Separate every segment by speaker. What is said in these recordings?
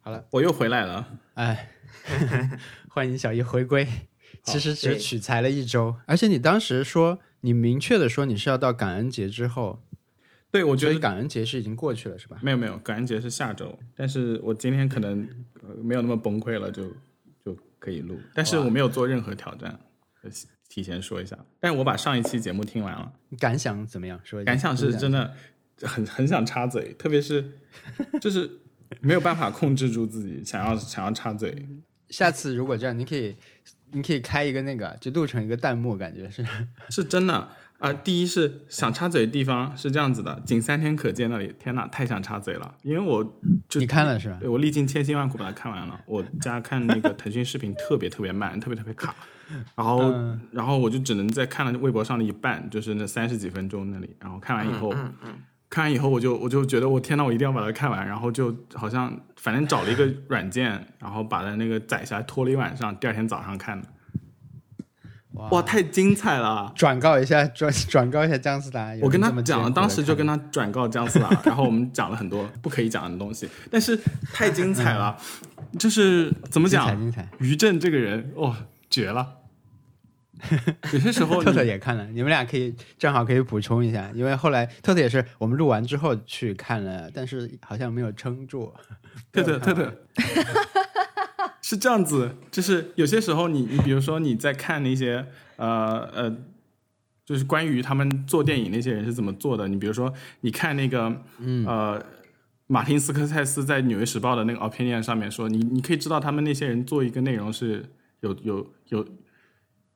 Speaker 1: 好了，
Speaker 2: 我又回来了。
Speaker 1: 哎， 欢迎小姨回归。其实只取材了一周，而且你当时说，你明确的说你是要到感恩节之后，
Speaker 2: 对，我觉
Speaker 1: 所以
Speaker 2: 得
Speaker 1: 感恩节是已经过去了，是吧？
Speaker 2: 没有没有，感恩节是下周，但是我今天可能呃没有那么崩溃了，就就可以录。但是我没有做任何挑战，呃提前说一下。但是我把上一期节目听完了，
Speaker 1: 你感想怎么样？说一下
Speaker 2: 感想是真的很很想插嘴，特别是 就是没有办法控制住自己，想要想要插嘴。
Speaker 1: 下次如果这样，你可以，你可以开一个那个，就录成一个弹幕，感觉是
Speaker 2: 是真的啊、第一是想插嘴的地方是这样子的，仅三天可见那里，天哪，太想插嘴了，因为我就
Speaker 1: 你看了是吧？
Speaker 2: 对我历尽千辛万苦把它看完了。我家看那个腾讯视频特别特别慢，特别特别卡，然后、
Speaker 1: 嗯
Speaker 2: 然后我就只能在看了微博上的一半，就是那三十几分钟那里，然后看完以后，看完以后我就我就觉得我天呐，我一定要把它看完，然后就好像反正找了一个软件，然后把它那个载下来拖了一晚上，第二天早上看的，
Speaker 1: 哇
Speaker 2: 哇，太精彩了！
Speaker 1: 转告一下，转转告一下姜思达。有
Speaker 2: 我跟他
Speaker 1: 人这么
Speaker 2: 讲了，
Speaker 1: 艰苦地
Speaker 2: 当时就跟
Speaker 1: 看
Speaker 2: 他转告姜 思达，然后我们讲了很多不可以讲的东西，但是太精彩 了，就是怎么
Speaker 1: 精彩
Speaker 2: 讲，
Speaker 1: 精彩。
Speaker 2: 于震这个人哦，绝了。有些时候
Speaker 1: 特
Speaker 2: 你
Speaker 1: 特也看了，你们俩可以正好可以补充一下，因为后来特特也是我们录完之后去看了，但是好像没有撑住。
Speaker 2: 特特特特 是这样子，就是有些时候你你比如说你在看那些呃呃，就是关于他们做电影那些人是怎么做的，你比如说你看那个呃。马丁斯科塞斯在《纽约时报》的那个 opinion 上面说，你你可以知道他们那些人做一个内容是有有有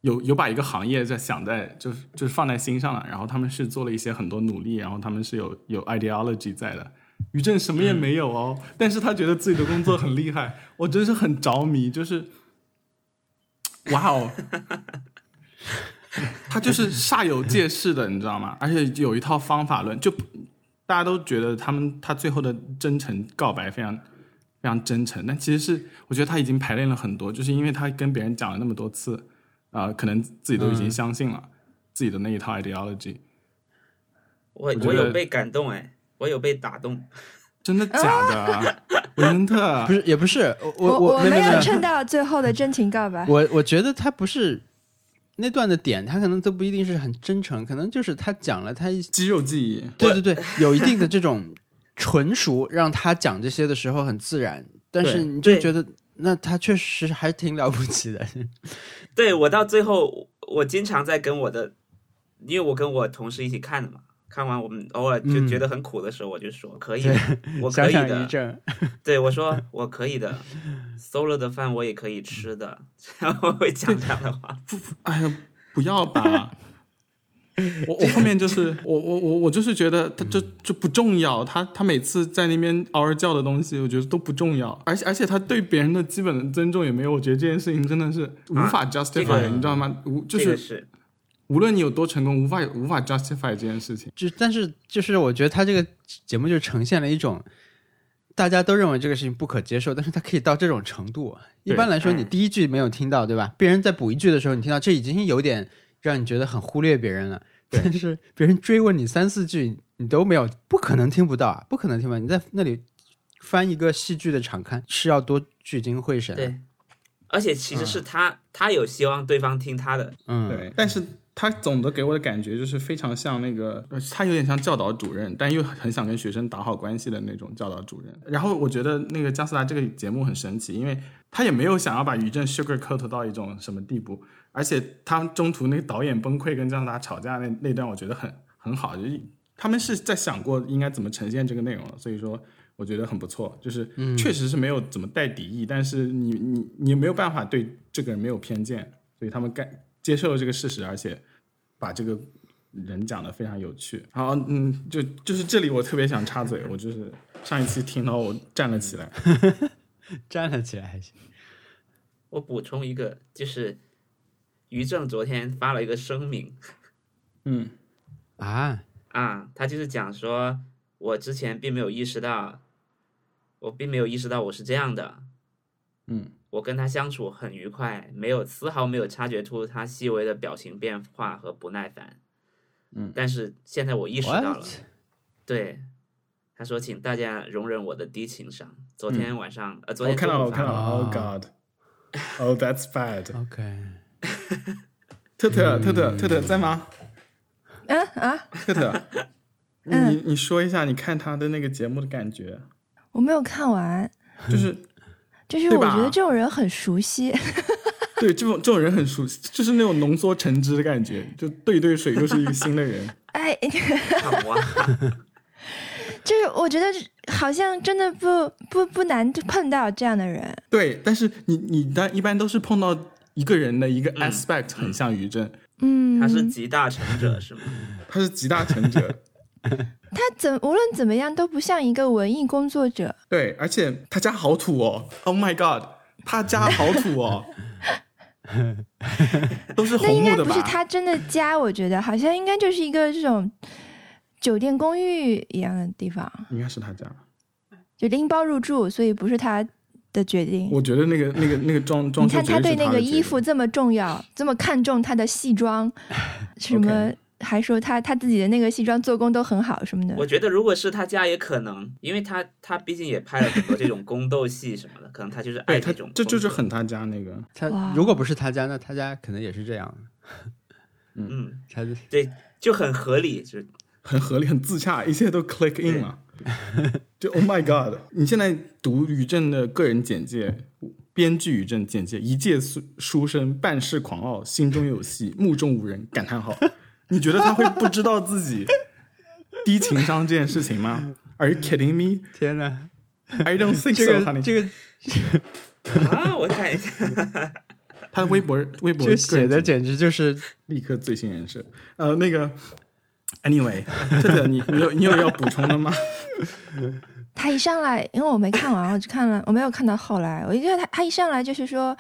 Speaker 2: 有有把一个行业在想在就是就是放在心上了，然后他们是做了一些很多努力，然后他们是有有 ideology 在的。于正什么
Speaker 1: 嗯
Speaker 2: 也没有哦，但是他觉得自己的工作很厉害，我真是很着迷，就是，哇哦，他就是煞有介事的，你知道吗？而且有一套方法论，就大家都觉得他们他最后的真诚告白非常非常真诚，但其实是我觉得他已经排练了很多，就是因为他跟别人讲了那么多次，啊、可能自己都已
Speaker 1: 嗯
Speaker 2: 经相信了、自己的那一套 ideology，
Speaker 3: 我
Speaker 2: 觉
Speaker 3: 我有
Speaker 2: 得
Speaker 3: 被感动哎，我有被打动。
Speaker 2: 真 的假的啊？维恩特
Speaker 1: 不是，也不是，我
Speaker 4: 我
Speaker 1: 我
Speaker 4: 没有
Speaker 1: 没
Speaker 4: 撑到最后的真情告白。
Speaker 1: 我我觉得他不是那段的点，他可能都不一定是很真诚，可能就是他讲了他一
Speaker 2: 肌肉记忆，
Speaker 1: 对对对，有一定的这种纯熟，让他讲这些的时候很自然，但是
Speaker 3: 对
Speaker 1: 你就
Speaker 3: 对
Speaker 1: 觉得那他确实还挺了不起的。
Speaker 3: 对我到最后，我经常在跟我的，因为我跟我同事一起看的嘛，看完我们偶尔就
Speaker 1: 嗯
Speaker 3: 觉得很苦的时候，我就说可以的，我
Speaker 1: 想
Speaker 3: 可以
Speaker 1: 想于
Speaker 3: 的，
Speaker 1: 正，
Speaker 3: 对我说我可以的，solo 的饭我也可以吃的， 然后我会讲这样的话。
Speaker 2: 哎呀，不要吧！我我后面就是我我我我就是觉得他就就不重要，他他每次在那边嗷嗷叫的东西，我觉得都不重要，而且而且他对别人的基本的尊重也没有，我觉得这件事情真的是无法 justify，、
Speaker 3: 啊这个
Speaker 2: 你知道吗？无就
Speaker 3: 这个
Speaker 2: 是
Speaker 3: 是
Speaker 2: 无论你有多成功，无法无法 justify 这件事情。
Speaker 1: 就但是就是我觉得他这个节目就呈现了一种。大家都认为这个事情不可接受，但是他可以到这种程度。啊一
Speaker 2: 对
Speaker 1: 般来说，你
Speaker 3: 嗯
Speaker 1: 第一句没有听到，对吧？别人在补一句的时候，你听到这已经有点让你觉得很忽略别人了。
Speaker 2: 对
Speaker 1: 但是别人追问你三四句，你都没有，不可能听不到啊，不可能听不到。你在那里翻一个戏剧的场刊是要多聚精会神。，
Speaker 3: 对，而且其实是他，他有希望对方听他的，
Speaker 1: 嗯，
Speaker 2: 对，但是他总的给我的感觉就是非常像那个，呃他有点像教导主任，但又很想跟学生打好关系的那种教导主任。然后我觉得那个姜思达这个节目很神奇，因为他也没有想要把于正 sugar coat 到一种什么地步，而且他中途那个导演崩溃跟姜思达吵架那那段，我觉得很很好，就是他们是在想过应该怎么呈现这个内容了，所以说。我觉得很不错，就是确实是没有怎么带敌意，但是你你你没有办法对这个人没有偏见，所以他们该接受了这个事实，而且把这个人讲得非常有趣。然后，嗯，就就是这里我特别想插 嘴，我就是上一期听到我站了起来，
Speaker 1: 站了起来还行。
Speaker 3: 我补充一个，就是于正昨天发了一个声明
Speaker 2: 嗯，
Speaker 1: 啊，
Speaker 3: 啊，他就是讲说，我之前并没有意识到，我并没有意识到我是这样的，
Speaker 2: 嗯，
Speaker 3: 我跟他相处很愉快，没有丝毫没有察觉出他细微的表情变化和不耐烦，
Speaker 2: 嗯，
Speaker 3: 但是现在我意识到了
Speaker 1: What？
Speaker 3: 对，他说：“请大家容忍我的低情商。昨天晚上，呃，昨
Speaker 2: 我
Speaker 3: 天
Speaker 2: 看到了，
Speaker 3: 中午
Speaker 2: 我看到
Speaker 3: 发
Speaker 2: 了。
Speaker 1: 哦
Speaker 2: Oh God. Oh, that's bad.
Speaker 1: OK，
Speaker 2: 特
Speaker 3: 嗯
Speaker 2: 特特特特特在吗？
Speaker 4: 嗯啊，
Speaker 2: 特 特，
Speaker 4: 嗯
Speaker 2: 你你说一下你看他的那个节目的感觉，
Speaker 4: 我没有看完，
Speaker 2: 就是
Speaker 4: 就是
Speaker 2: 对
Speaker 4: 我
Speaker 2: 吧
Speaker 4: 觉得这种人很熟悉，
Speaker 2: 对这种这种人很熟悉，就是那种浓缩橙汁的感觉，就对一兑水又是一个新的人。
Speaker 4: 哎，
Speaker 3: 好啊，
Speaker 4: 就是我觉得好像真的不不不难碰到这样的人，
Speaker 2: 对，但是你你但一般都是碰到一个人的一个
Speaker 3: 嗯
Speaker 2: aspect 很像于正，
Speaker 4: 嗯，
Speaker 3: 他是集大成者是吗？
Speaker 2: 他是集大成 者。
Speaker 4: 他怎无论怎么样都不像一个文艺工作者，
Speaker 2: 对，而且他家好土哦，Oh my god，他家好土 哦，都是
Speaker 4: 那
Speaker 2: 红
Speaker 4: 应
Speaker 2: 木
Speaker 4: 该
Speaker 2: 的
Speaker 4: 不
Speaker 2: 吧？
Speaker 4: 是他真的家，我觉得好像应该就是一个这种酒店公寓一样的地方，
Speaker 2: 应该是他家。
Speaker 4: 就拎包入住，所以不是他的决定。
Speaker 2: 我觉得那个那个那个装装
Speaker 4: 你
Speaker 2: 修
Speaker 4: 看
Speaker 2: 绝
Speaker 4: 他
Speaker 2: 是
Speaker 4: 对
Speaker 2: 他
Speaker 4: 那
Speaker 2: 的
Speaker 4: 个
Speaker 2: 决
Speaker 4: 衣服
Speaker 2: 定，
Speaker 4: 这么重要，这么看重他的 戏装，什么
Speaker 2: OK
Speaker 4: 还说他他自己的那个戏装做工都很好什么的
Speaker 3: 我。觉得如果是他家也可能，因为他他毕竟也拍了很多这种宫斗戏什么的，可能他就是爱
Speaker 2: 对他
Speaker 3: 种风格。
Speaker 2: 这就是很他家那个，
Speaker 1: 他
Speaker 4: 哇
Speaker 1: 如果不是他家，那他家可能也是这样。
Speaker 3: 嗯，
Speaker 1: 他
Speaker 3: 就很合理，就是
Speaker 2: 很合理，很自洽，一切都 click in 了。就 Oh my God！你现在读于正的个人简介，编剧于正简介：一介书书生，办事狂傲，心中有戏，目中无人。感叹号！你觉得他会不知道自己低情商这件事情吗？Are you kidding me?
Speaker 1: 天哪，
Speaker 2: I don't think
Speaker 1: 这
Speaker 2: so,
Speaker 1: 个
Speaker 2: honey.
Speaker 1: 这个
Speaker 3: 啊，我看一下，
Speaker 2: 他的微博微博
Speaker 1: 这个写
Speaker 2: 个
Speaker 1: 的
Speaker 2: 人
Speaker 1: 简直就是
Speaker 2: 立刻最新人设。呃，那个，anyway，特特，你你有你有要补充的吗？
Speaker 4: 他一上来，因为我没看完，我只看了我没有看到后来，我一看他他一上来就是说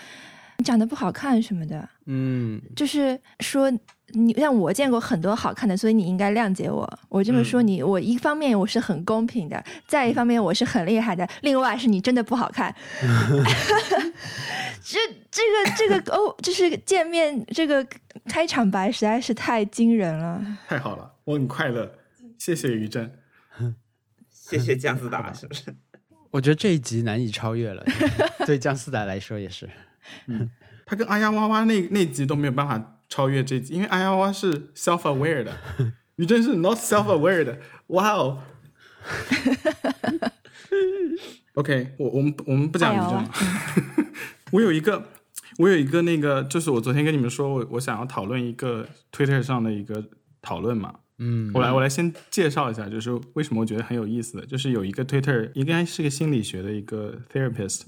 Speaker 4: 你长得不好看什么的，
Speaker 1: 嗯，
Speaker 4: 就是说你让我见过很多好看的，所以你应该谅解我。我这么说你，我一方面我是很公平的，再一方面我是很厉害的，另外是你真的不好看。这这个这个哦，就是见面这个开场白实在是太惊人了。
Speaker 2: 太好了，我很快乐，谢谢于正。
Speaker 3: 谢谢姜思达，是不是？
Speaker 1: 我觉得这一集难以超越了，对姜思达来说也是。
Speaker 2: 他跟阿呀哇哇那那集都没有办法超越这集，因为阿呀哇是 self aware 的，于正是 not self aware 的。哇哦！OK，我我们我们不讲于正
Speaker 4: 哎
Speaker 2: 了
Speaker 4: 呦。
Speaker 2: 我有一个，我有一个那个，就是我昨天跟你们说，我我想要讨论一个 Twitter 上的一个讨论嘛。
Speaker 1: 嗯，
Speaker 2: 我来，我来先介绍一下，就是为什么我觉得很有意思的，就是有一个 Twitter，应该是个心理学的一个 therapist，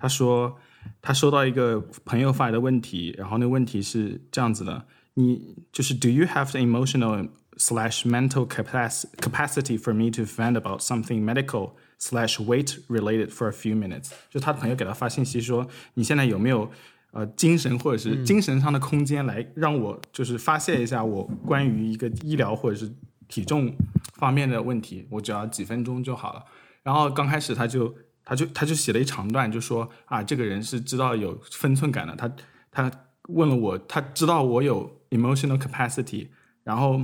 Speaker 2: 他说他收到一个朋友发来的问题，然后那问题是这样子的，你就是 Do you have the emotional slash mental capacity capacity for me to vent about something medical slash weight related for a few minutes？就他的朋友给他发信息说，你现在有没有呃精神或者是精神上的空间来让我就是发泄一下我关于一个医疗或者是体重方面的问题，我只要几分钟就好了。然后刚开始他就他就他就写了一长段，就说啊，这个人是知道有分寸感的，他他问了我，他知道我有 emotional capacity，然后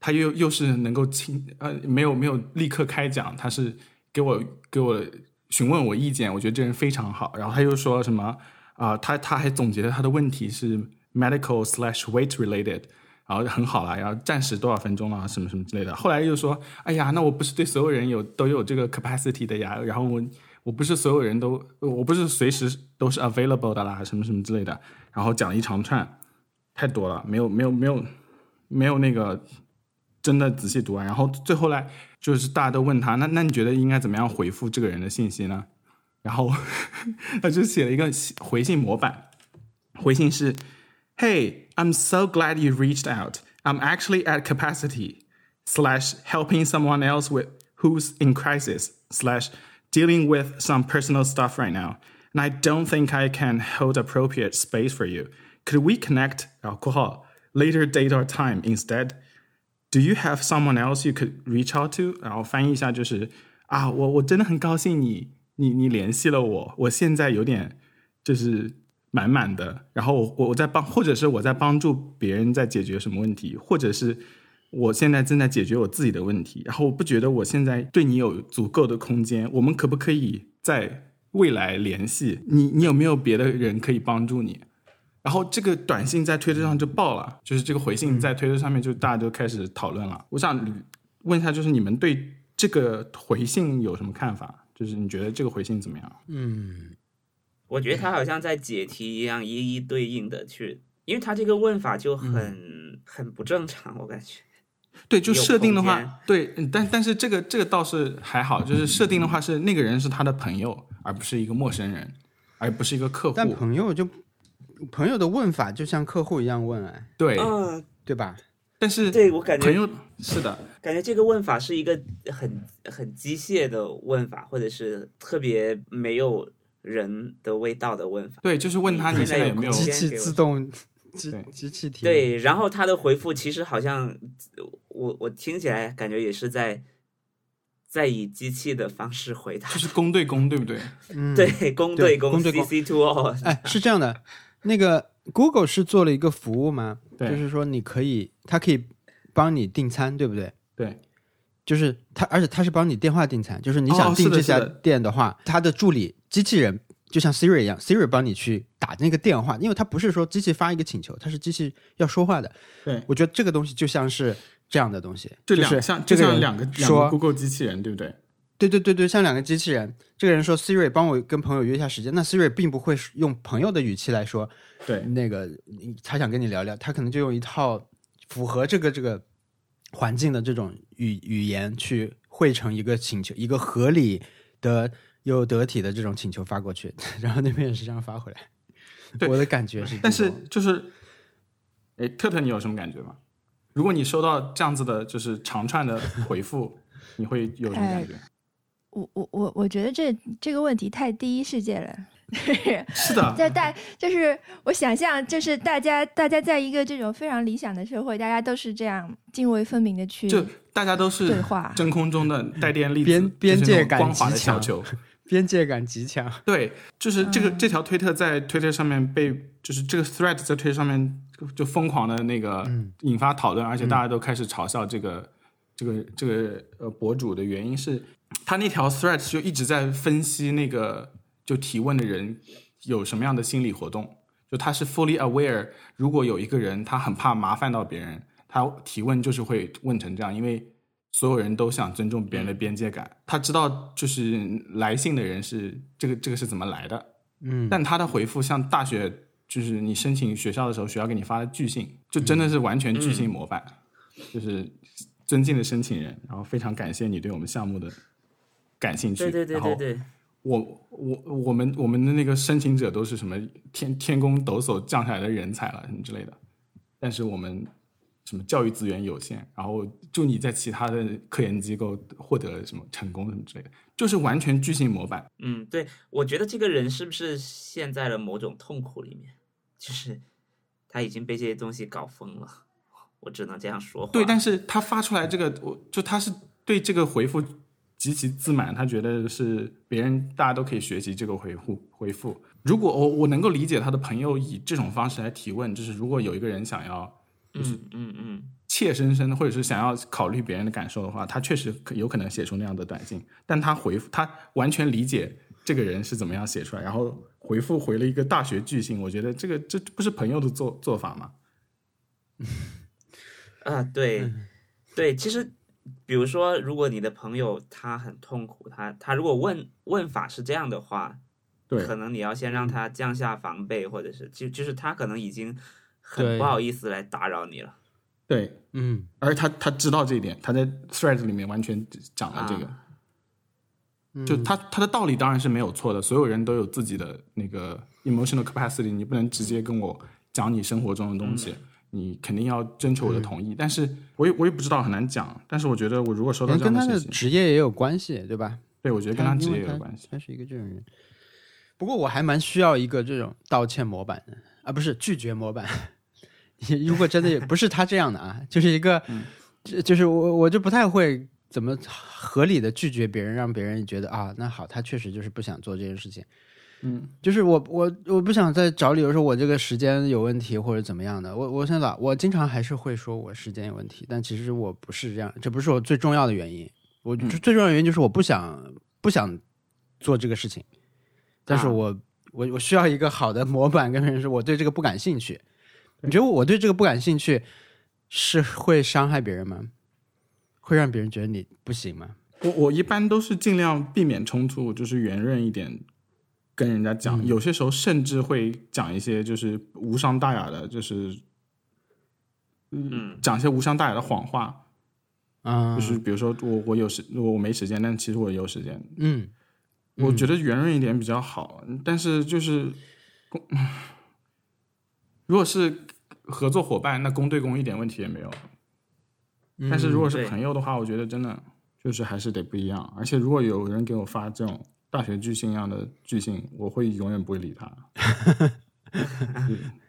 Speaker 2: 他又又是能够清呃没有没有立刻开讲，他是给我给我询问我意见，我觉得这人非常好。然后他又说什么啊、他他还总结了他的问题是 medical slash weight related，然后很好啦，然后暂时多少分钟啊，什么什么之类的。后来又说，哎呀，那我不是对所有人有都有这个 capacity 的呀，然后我我不是所有人都我不是随时都呃是 available 的啦，什么什么之类的。然后讲了一长串，太多了，没有没有没有没有那个真的仔细读完。然后最后来就是大家都问他，那那你觉得应该怎么样回复这个人的信息呢？然后 他就写了一个回信模板，回信是：Hey, I'm so glad you reached out. I'm actually at capacity slash helping someone else with who's in crisis slash dealing with some personal stuff right now, and I don't think I can hold appropriate space for you. Could we connect? 然后括号 later date or time instead? Do you have someone else you could reach out to？然后翻译一下就是啊，我我真的很高兴你你你联系了我，我现在有点就是满满的，然后我我在帮，或者是我在帮助别人在解决什么问题，或者是我现在正在解决我自己的问题，然后我不觉得我现在对你有足够的空间，我们可不可以在未来联系？你你有没有别的人可以帮助你？然后这个短信在推特上就爆了，就是这个回信在推特上面就大家都开始讨论了。我想问一下，就是你们对这个回信有什么看法？就是你觉得这个回信怎么样？
Speaker 1: 嗯，
Speaker 3: 我觉得他好像在解题一样，一一对应的去，因为他这个问法就很、很不正常，我感觉。
Speaker 2: 对，就
Speaker 3: 有
Speaker 2: 设定的
Speaker 3: 空
Speaker 2: 话
Speaker 3: 间，
Speaker 2: 对，嗯但但是这个这个倒是还好，就是设定的话是那个人是他的朋友，而不是一个陌生人，而不是一个客
Speaker 1: 但
Speaker 2: 户。
Speaker 1: 朋友就朋友的问法就像客户一样问，哎，
Speaker 2: 对，
Speaker 3: 嗯，
Speaker 1: 对吧？
Speaker 2: 但是
Speaker 3: 对我感觉
Speaker 2: 朋友是的，
Speaker 3: 感觉这个问法是一个很很机械的问法，或者是特别没有人的味道的问法。
Speaker 2: 对，就是问他
Speaker 3: 你
Speaker 2: 你
Speaker 3: 现
Speaker 2: 现
Speaker 3: 在
Speaker 2: 在
Speaker 3: 有
Speaker 2: 有没有
Speaker 3: 空
Speaker 1: 机
Speaker 3: 间
Speaker 1: 器
Speaker 3: 给我
Speaker 1: 自动机
Speaker 2: 对
Speaker 1: 机器提问，
Speaker 3: 对，然后他的回复其实好像，我我听起来感觉也是在在以机器的方式回答
Speaker 2: 就。是公对公，对不对？
Speaker 1: 嗯，
Speaker 3: 对，公
Speaker 1: 对
Speaker 3: 公
Speaker 1: 公对公
Speaker 3: c c two 哦 O，
Speaker 1: 哎，是这样的，那个 Google 是做了一个服务吗？
Speaker 2: 对
Speaker 1: 就是说你可以，它可以帮你订餐，对不对？
Speaker 2: 对，
Speaker 1: 就是它，而且它是帮你电话订餐，就是你
Speaker 2: 哦
Speaker 1: 想
Speaker 2: 是
Speaker 1: 订
Speaker 2: 的
Speaker 1: 这
Speaker 2: 是
Speaker 1: 家
Speaker 2: 的
Speaker 1: 店的话，它的助理机器人就像 Siri 一样，Siri 帮你去打那个电话，因为它不是说机器发一个请求，它是机器要说话的。
Speaker 2: 对
Speaker 1: 我觉得这个东西就像是这样的东西，
Speaker 2: 这
Speaker 1: 就
Speaker 2: 两
Speaker 1: 是
Speaker 2: 像
Speaker 1: 这
Speaker 2: 就
Speaker 1: 个
Speaker 2: 像
Speaker 1: 人
Speaker 2: 两个两
Speaker 1: 说
Speaker 2: 个 Google 机器人，对不对？
Speaker 1: 对对对对，像两个机器人。这个人说 Siri 帮我跟朋友约一下时间，那 Siri 并不会用朋友的语气来说，
Speaker 2: 对
Speaker 1: 那个你他想跟你聊聊，他可能就用一套符合这个这个环境的这种语语言去汇成一个请求，一个合理的又得体的这种请求发过去， 然后那边也是这样发回来。
Speaker 2: 对
Speaker 1: 我的感觉是这种，
Speaker 2: 但是就是，哎，特特，你有什么感觉吗？如果你收到这样子的，就是长串的回 复，你会有什么感觉？
Speaker 1: 呃
Speaker 4: 我我我我觉得这这个问题太第一世界了。
Speaker 2: 是的，
Speaker 4: 在大就是我想象，就是大家大家在一个这种非常理想的社会，大家都是这样泾渭分明的去
Speaker 2: 就大家都是
Speaker 4: 对话
Speaker 2: 真空中的带电粒子，
Speaker 1: 边边
Speaker 2: 就是那
Speaker 1: 界
Speaker 2: 种
Speaker 1: 感
Speaker 2: 光滑的
Speaker 1: 极强嗯
Speaker 2: 小球。
Speaker 1: 边界感极强。
Speaker 2: 对，就是这个、这条推特在推特上面被，就是这个 thread 在推特上面就就疯狂的那个
Speaker 1: 嗯
Speaker 2: 引发讨论，而且大家都开始嘲笑这个、这个这个呃博主的原因是，他那条 thread 就一直在分析那个就提问的人有什么样的心理活动，就他是 fully aware，如果有一个人他很怕麻烦到别人，他提问就是会问成这样，因为所有人都想尊重别人的
Speaker 3: 嗯
Speaker 2: 边界感。他知道就是来信的人是这个这个是怎么来的，
Speaker 1: 嗯，
Speaker 2: 但他的回复像大学就是你申请学校的时候，学校给你发的拒信，就真
Speaker 3: 嗯
Speaker 2: 的是完全拒信模板，就是尊敬的申请人，然后非常感谢你对我们项目的感兴趣，
Speaker 3: 对对对
Speaker 2: 然后
Speaker 3: 对对，
Speaker 2: 我我我们我们的那个申请者都是什么天天宫抖擞降下来的人才了什么之类的，但是我们什么教育资源有限，然后祝你在其他的科研机构获得什么成功什么之类的，就是完全巨型模板。
Speaker 3: 嗯，对，我觉得这个人是不是陷在了某种痛苦里面？就是他已经被这些东西搞疯了，我只能这样说话。
Speaker 2: 对，但是他发出来这个，我就他是对这个回复极其自满，他觉得是别人大家都可以学习这个回复回复。如果我我能够理解他的朋友以这种方式来提问，就是如果有一个人想要
Speaker 3: 嗯嗯嗯，
Speaker 2: 切身身，或者是想要考虑别人的感受的话，他确实可有可能写出那样的短信，但他回复他完全理解这个人是怎么样写出来，然后回复回了一个大学巨星，我觉得这个这这不是朋友的做做法吗？
Speaker 3: 啊，对，对，其实比如说，如果你的朋友他很痛苦，他他如果问问法是这样的话，
Speaker 2: 对
Speaker 3: 可能你要先让他降下防备，或者是就就是他可能已经
Speaker 1: 对
Speaker 3: 很不好意思来打扰你了。
Speaker 2: 对，
Speaker 1: 嗯
Speaker 2: 而他他知道这一点，他在 thread 里面完全讲了这个，
Speaker 3: 啊
Speaker 2: 嗯
Speaker 1: 嗯
Speaker 2: 就他他的道理当然是没有错的，所有人都有自己的那个 emotional capacity，你不能直接跟我讲你生活中的东西，
Speaker 1: 嗯
Speaker 2: 你肯定要征求我的同意。但是我也我也不知道，很难讲。但是我觉得我如果收
Speaker 1: 可
Speaker 2: 到
Speaker 1: 能
Speaker 2: 这样
Speaker 1: 跟他的
Speaker 2: 信息，
Speaker 1: 职业也有关系，对吧？
Speaker 2: 对我觉得跟他职
Speaker 1: 因为
Speaker 2: 业也有
Speaker 1: 他
Speaker 2: 关系。
Speaker 1: 他是一个这种人。不过我还蛮需要一个这种道歉模板的啊，不是拒绝模板。 如果真的有不是他这样的啊，就是一个，
Speaker 2: 嗯
Speaker 1: 就就是我我就不太会怎么合理的拒绝别人，让别人觉得啊，那好，他确实就是不想做这件事情。
Speaker 2: 嗯，
Speaker 1: 就是我我我不想再找理由说我这个时间有问题或者怎么样的。我我现在我经常还是会说我时间有问题，但其实我不是这样，这不是我最重要的原因。我
Speaker 2: 嗯
Speaker 1: 最重要的原因就是我不想不想做这个事情，但是
Speaker 3: 啊
Speaker 1: 我、我我需要一个好的模板跟别人说我对这个不感兴趣。你觉得我对这个不感兴趣是会伤害别人吗？会让别人觉得你不行吗？
Speaker 2: 我我一般都是尽量避免冲突，就是圆润一点跟人家讲，
Speaker 1: 嗯
Speaker 2: 有些时候甚至会讲一些就是无伤大雅的，就是
Speaker 3: 嗯，
Speaker 2: 讲一些无伤大雅的谎话，
Speaker 1: 啊、
Speaker 2: 就是比如说我我有时我我没时间，但其实我有时间，
Speaker 1: 嗯，
Speaker 2: 我觉得圆润一点比较好，但是就是，如果是合作伙伴，那公对公一点问题也没有。
Speaker 1: 嗯
Speaker 2: 但是如果是
Speaker 3: 对
Speaker 2: 朋友的话，我觉得真的就是还是得不一样。而且如果有人给我发这种大学巨星一样的巨星，我会永远不会理他。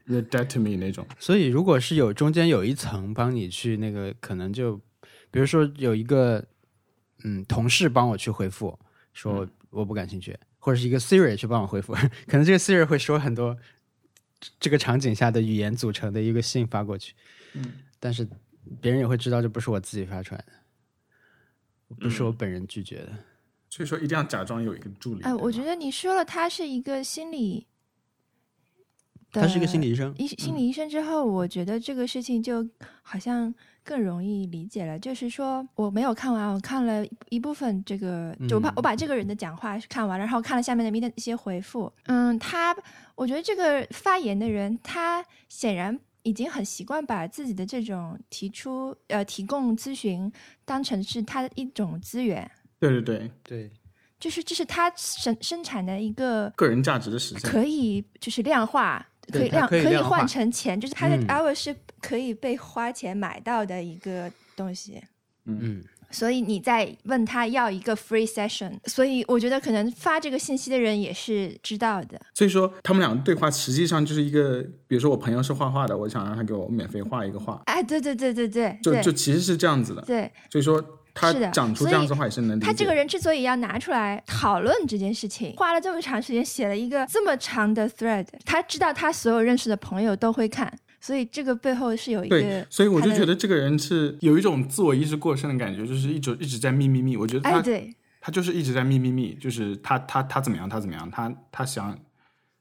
Speaker 2: You're dead to me 那种，
Speaker 1: 所以，如果是有中间有一层帮你去那个，可能就，比如说有一个嗯同事帮我去回复，说我不感兴趣，或者是一个 Siri 去帮我回复， 可能这个 Siri 会说很多这个场景下的语言组成的一个信发过去，嗯，但是别人也会知道这不是我自己发出来的，不是我本人拒绝的，
Speaker 2: 所以说一定要假装有一个助理。
Speaker 4: 哎，我觉
Speaker 2: 得
Speaker 4: 得你说了，他是一个心理，
Speaker 1: 他是一个心理医嗯生，
Speaker 4: 医心理医生之后，我觉得这个事情就好像更容易理解了。就是说，我没有看完，我看了一部分这个，就我把
Speaker 1: 嗯
Speaker 4: 我把这个人的讲话看完了，然后看了下面的一些回复。嗯，他，我觉得这个发言的人，他显然。已经很习惯把自己的这种提出呃提供咨询当成是他的一种资源，
Speaker 2: 对对对，
Speaker 1: 对，
Speaker 4: 就是这是他生生产的一个
Speaker 2: 个人价值的实现。
Speaker 4: 可以就是量化，
Speaker 1: 对
Speaker 4: 可以
Speaker 1: 它
Speaker 4: 量
Speaker 1: 可以
Speaker 4: 以
Speaker 1: 量化
Speaker 4: 换成钱，就是它的
Speaker 1: 嗯
Speaker 4: hour 是可以被花钱买到的一个东西。
Speaker 1: 嗯
Speaker 4: 所以你在问他要一个 free session，所以我觉得可能发这个信息的人也是知道的。
Speaker 2: 所以说他们俩对话实际上就是一个，比如说我朋友是画画的，我想让他给我免费画一个画，
Speaker 4: 哎，对对对对对
Speaker 2: 就
Speaker 4: 对
Speaker 2: 就其实是这样子的。
Speaker 4: 对，
Speaker 2: 所以说他
Speaker 4: 是的
Speaker 2: 讲出
Speaker 4: 所
Speaker 2: 这
Speaker 4: 以
Speaker 2: 样子的话也是能理解。
Speaker 4: 他这个人之所以要拿出来讨论这件事情，花了这么长时间写了一个这么长的 thread，他知道他所有认识的朋友都会看，所以这个背后是有一
Speaker 2: 对
Speaker 4: 个，
Speaker 2: 所以我就
Speaker 4: 呃他的
Speaker 2: 觉得这个人是有一种自我意识过剩的感觉，就是一直一直在密密密。我觉得他、
Speaker 4: 哎对。
Speaker 2: 他就是一直在密密密，就是他他他怎么样，他怎么样，他他想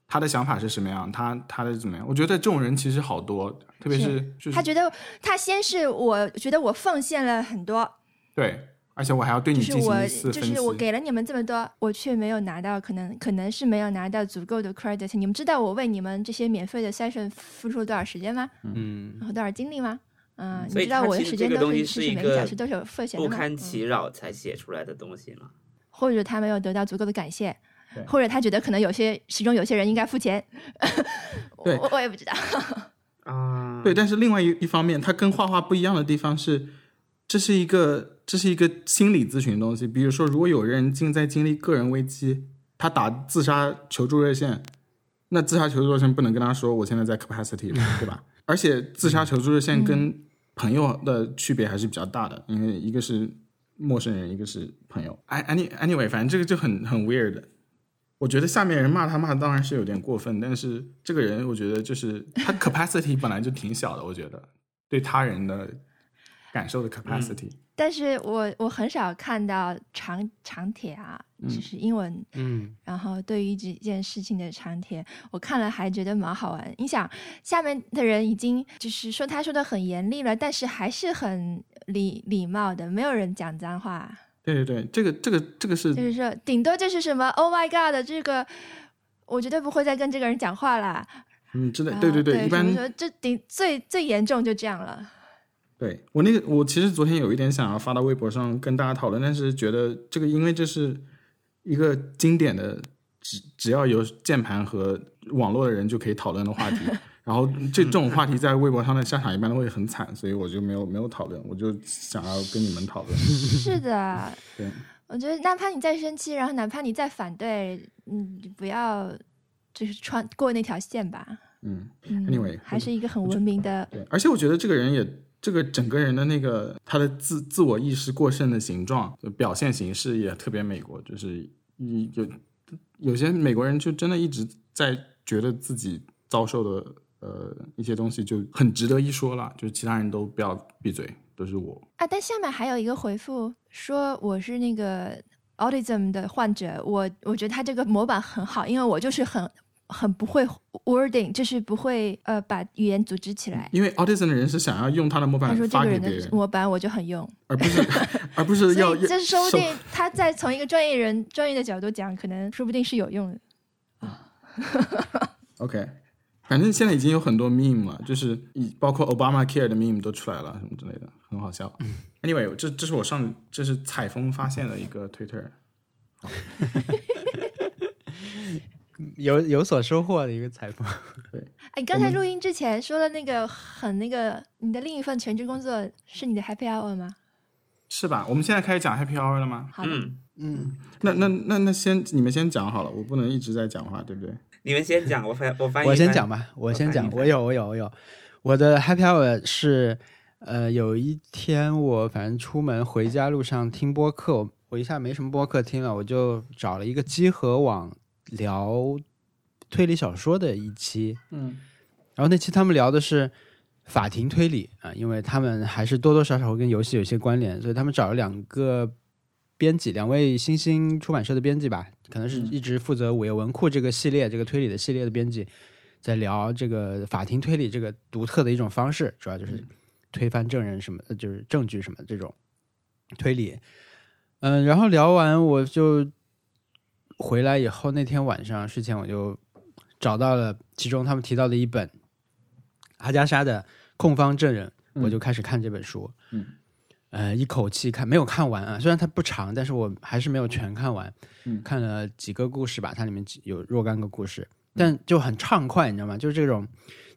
Speaker 2: 他的想法是什么样，他他的怎么样。我觉得这种人其实好多，特别是就是
Speaker 4: 他觉得他先是我觉得我奉献了很多，
Speaker 2: 对，而且我还要对你
Speaker 4: 就
Speaker 2: 嗯
Speaker 4: 是
Speaker 2: 进行
Speaker 4: 我
Speaker 2: 一次
Speaker 4: 就
Speaker 2: 分析。
Speaker 4: 是我给了你们这么多，我却没有拿到，可能可能是没有拿到足够的 credit。你们知道我为你们这些免费的 session 付出了多少时间吗？
Speaker 1: 嗯，
Speaker 4: 然后多少精力吗？嗯，你
Speaker 3: 所以
Speaker 4: 知道
Speaker 3: 它
Speaker 4: 我
Speaker 3: 其
Speaker 4: 的
Speaker 3: 实
Speaker 4: 时
Speaker 3: 这
Speaker 4: 间
Speaker 3: 个
Speaker 4: 都
Speaker 3: 东
Speaker 4: 是
Speaker 3: 西
Speaker 4: 就是
Speaker 3: 一
Speaker 4: 每个小
Speaker 3: 个
Speaker 4: 时都是有费钱的
Speaker 3: 不
Speaker 4: 吗？
Speaker 3: 堪
Speaker 4: 嗯
Speaker 3: 其扰才写出来的东西嘛。
Speaker 4: 或者他没有得到足够的感谢
Speaker 2: 对，
Speaker 4: 或者他觉得可能有些其中有些人应该付钱，我
Speaker 2: 对
Speaker 4: 我我也不知道。
Speaker 3: 啊，
Speaker 2: 对，但是另外一一方面，它跟画画不一样的地方是，这是一个这是一个心理咨询的东西。比如说，如果有人正在经历个人危机，他打自杀求助热线，那自杀求助热线不能跟他说我现在在 capacity，里对吧？而且自杀求助热线跟朋友的区别还是比较大的，因为一个是陌生人，一个是朋友。哎，any anyway，反正这个就很很 weird。我觉得下面人骂他骂的当然是有点过分，但是这个人我觉得就是他 capacity 本来就挺小的，我觉得对他人的感受的 capacity，、
Speaker 4: 但是我我很少看到长长帖啊，就是英文
Speaker 1: 嗯
Speaker 4: 然后对于这件事情的长帖，我看了还觉得蛮好玩。你想，下面的人已经就是说他说的很严厉了，但是还是很礼礼貌的，没有人讲脏话，
Speaker 2: 对对对，这个这个这个是
Speaker 4: 就是说顶多就是什么 “Oh my God” 这个，我绝对不会再跟这个人讲话啦。
Speaker 2: 嗯，真的
Speaker 4: 然，后
Speaker 2: 对对对，
Speaker 4: 啊对
Speaker 2: 一般
Speaker 4: 什么说这顶最最严重就这 样了。
Speaker 2: 对我那个，我其实昨天有一点想要发到微博上跟大家讨论，但是觉得这个因为这是一个经典的，只只要有键盘和网络的人就可以讨论的话题。然后这这种话题在微博上的下场一般都会很惨，所以我就没有没有讨论，我就想要跟你们讨论。
Speaker 4: 是的，
Speaker 2: 对，
Speaker 4: 我觉得哪怕你再生气，然后哪怕你再反对，嗯，你不要就是穿过那条线吧。
Speaker 2: 嗯，
Speaker 4: 嗯
Speaker 2: Anyway，
Speaker 4: 还是一个很文明的，
Speaker 2: 对，而且我觉得这个人也，这个整个人的那个他的自自我意识过剩的形状，就表现形式也特别美国，就是一就有些美国人就真的一直在觉得自己遭受的呃一些东西就很值得一说了，就是其他人都不要闭嘴，都是我。
Speaker 4: 啊，但下面还有一个回复说我是那个 autism 的患者，我我觉得他这个模板很好，因为我就是很很不会 wording，就是不会呃把语言组织起来。
Speaker 2: 因为 autism 的人是想要用他的模
Speaker 4: 他
Speaker 2: 板
Speaker 4: 说这
Speaker 2: 发嗯
Speaker 4: 个
Speaker 2: 给
Speaker 4: 人
Speaker 2: 别人
Speaker 4: 的，模板我就很用，
Speaker 2: 而不是 而不是要
Speaker 4: 所以这说不
Speaker 2: 受
Speaker 4: 定他在从一个专业人专业的角度讲，可能说不定是有用的。
Speaker 2: OK，反正现在已经有很多 meme 了，就是以包括 Obama Care 的 meme 都出来了，什么之类的，很好笑。Anyway，这这是我上这是采风发现的一个 Twitter，
Speaker 1: 嗯有有所收获的一个采访。
Speaker 4: 哎，刚才录音之前说的那个很那个，你的另一份全职工作是你的 happy hour 吗？
Speaker 2: 是吧？我们现在开始讲 Happy Hour 了吗？
Speaker 4: 好的，
Speaker 3: 嗯，
Speaker 1: 嗯，
Speaker 2: 那那那那先你们先讲好了，我不能一直在讲话，对不对？
Speaker 3: 你们先讲，我翻我翻译。哦
Speaker 1: 我先讲。吧，我先讲，
Speaker 3: 翻译
Speaker 1: 我有我有我有，我的 happy hour 是呃有一天我反正出门回家路上听播客，我我一下没什么播客听了，我就找了一个集合网聊推理小说的一期，
Speaker 2: 嗯
Speaker 1: 然后那期他们聊的是法庭推理啊、因为他们还是多多少少会跟游戏有一些关联，所以他们找了两个编辑，两位新兴出版社的编辑吧，可能是一直负责《午夜文库》这个系列、这个推理的系列的编辑，在聊这个法庭推理这个独特的一种方式，主要就是推翻证人什么，呃就是证据什么这种推理。嗯，然后聊完我就回来以后，那天晚上睡前我就找到了其中他们提到的一本阿加莎的《控方证人》，
Speaker 2: 嗯
Speaker 1: 我就开始看这本书。
Speaker 2: 嗯，
Speaker 1: 呃，一口气看没有看完啊，虽然它不长，但是我还是没有全看完，
Speaker 2: 嗯
Speaker 1: 看了几个故事吧，它里面几有若干个故事，
Speaker 2: 嗯
Speaker 1: 但就很畅快，你知道吗？就是这种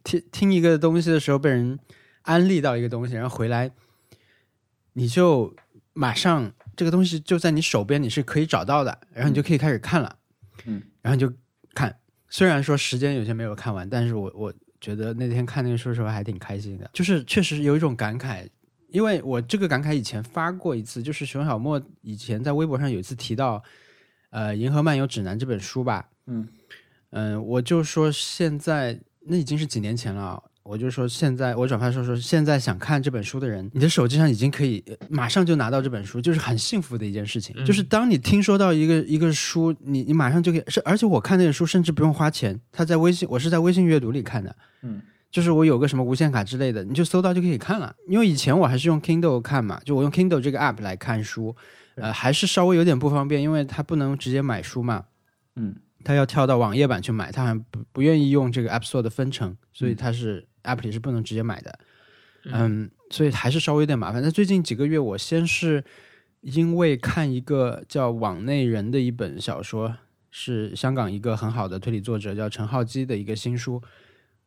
Speaker 1: 听听一个东西的时候被人安利到一个东西，然后回来你就马上这个东西就在你手边，你是可以找到的，然后你就可以开始看了，
Speaker 2: 嗯，
Speaker 1: 然后你就看，虽然说时间有些没有看完，但是我我觉得那天看那个书的时候还挺开心的，就是确实有一种感慨，因为我这个感慨以前发过一次，就是熊小莫以前在微博上有一次提到，呃，《银河漫游指南》这本书吧，
Speaker 2: 嗯
Speaker 1: 嗯、我就说现在那已经是几年前了啊，我就说现在我转发说说现在想看这本书的人，你的手机上已经可以呃马上就拿到这本书，就是很幸福的一件事情。
Speaker 3: 嗯
Speaker 1: 就是当你听说到一个一个书，你你马上就可以，是而且我看那个书甚至不用花钱，它在微信我是在微信阅读里看的，
Speaker 2: 嗯，
Speaker 1: 就是我有个什么无限卡之类的，你就搜到就可以看了。因为以前我还是用 Kindle 看嘛，就我用 Kindle 这个 app 来看书，呃，还是稍微有点不方便，因为它不能直接买书嘛。
Speaker 2: 嗯，
Speaker 1: 他要跳到网页版去买，他还不不愿意用这个 App Store 的分成，所以它是 App 里是不能直接买的。嗯，所以还是稍微有点麻烦。但最近几个月，我先是因为看一个叫《网内人》的一本小说，是香港一个很好的推理作者叫陈浩基的一个新书。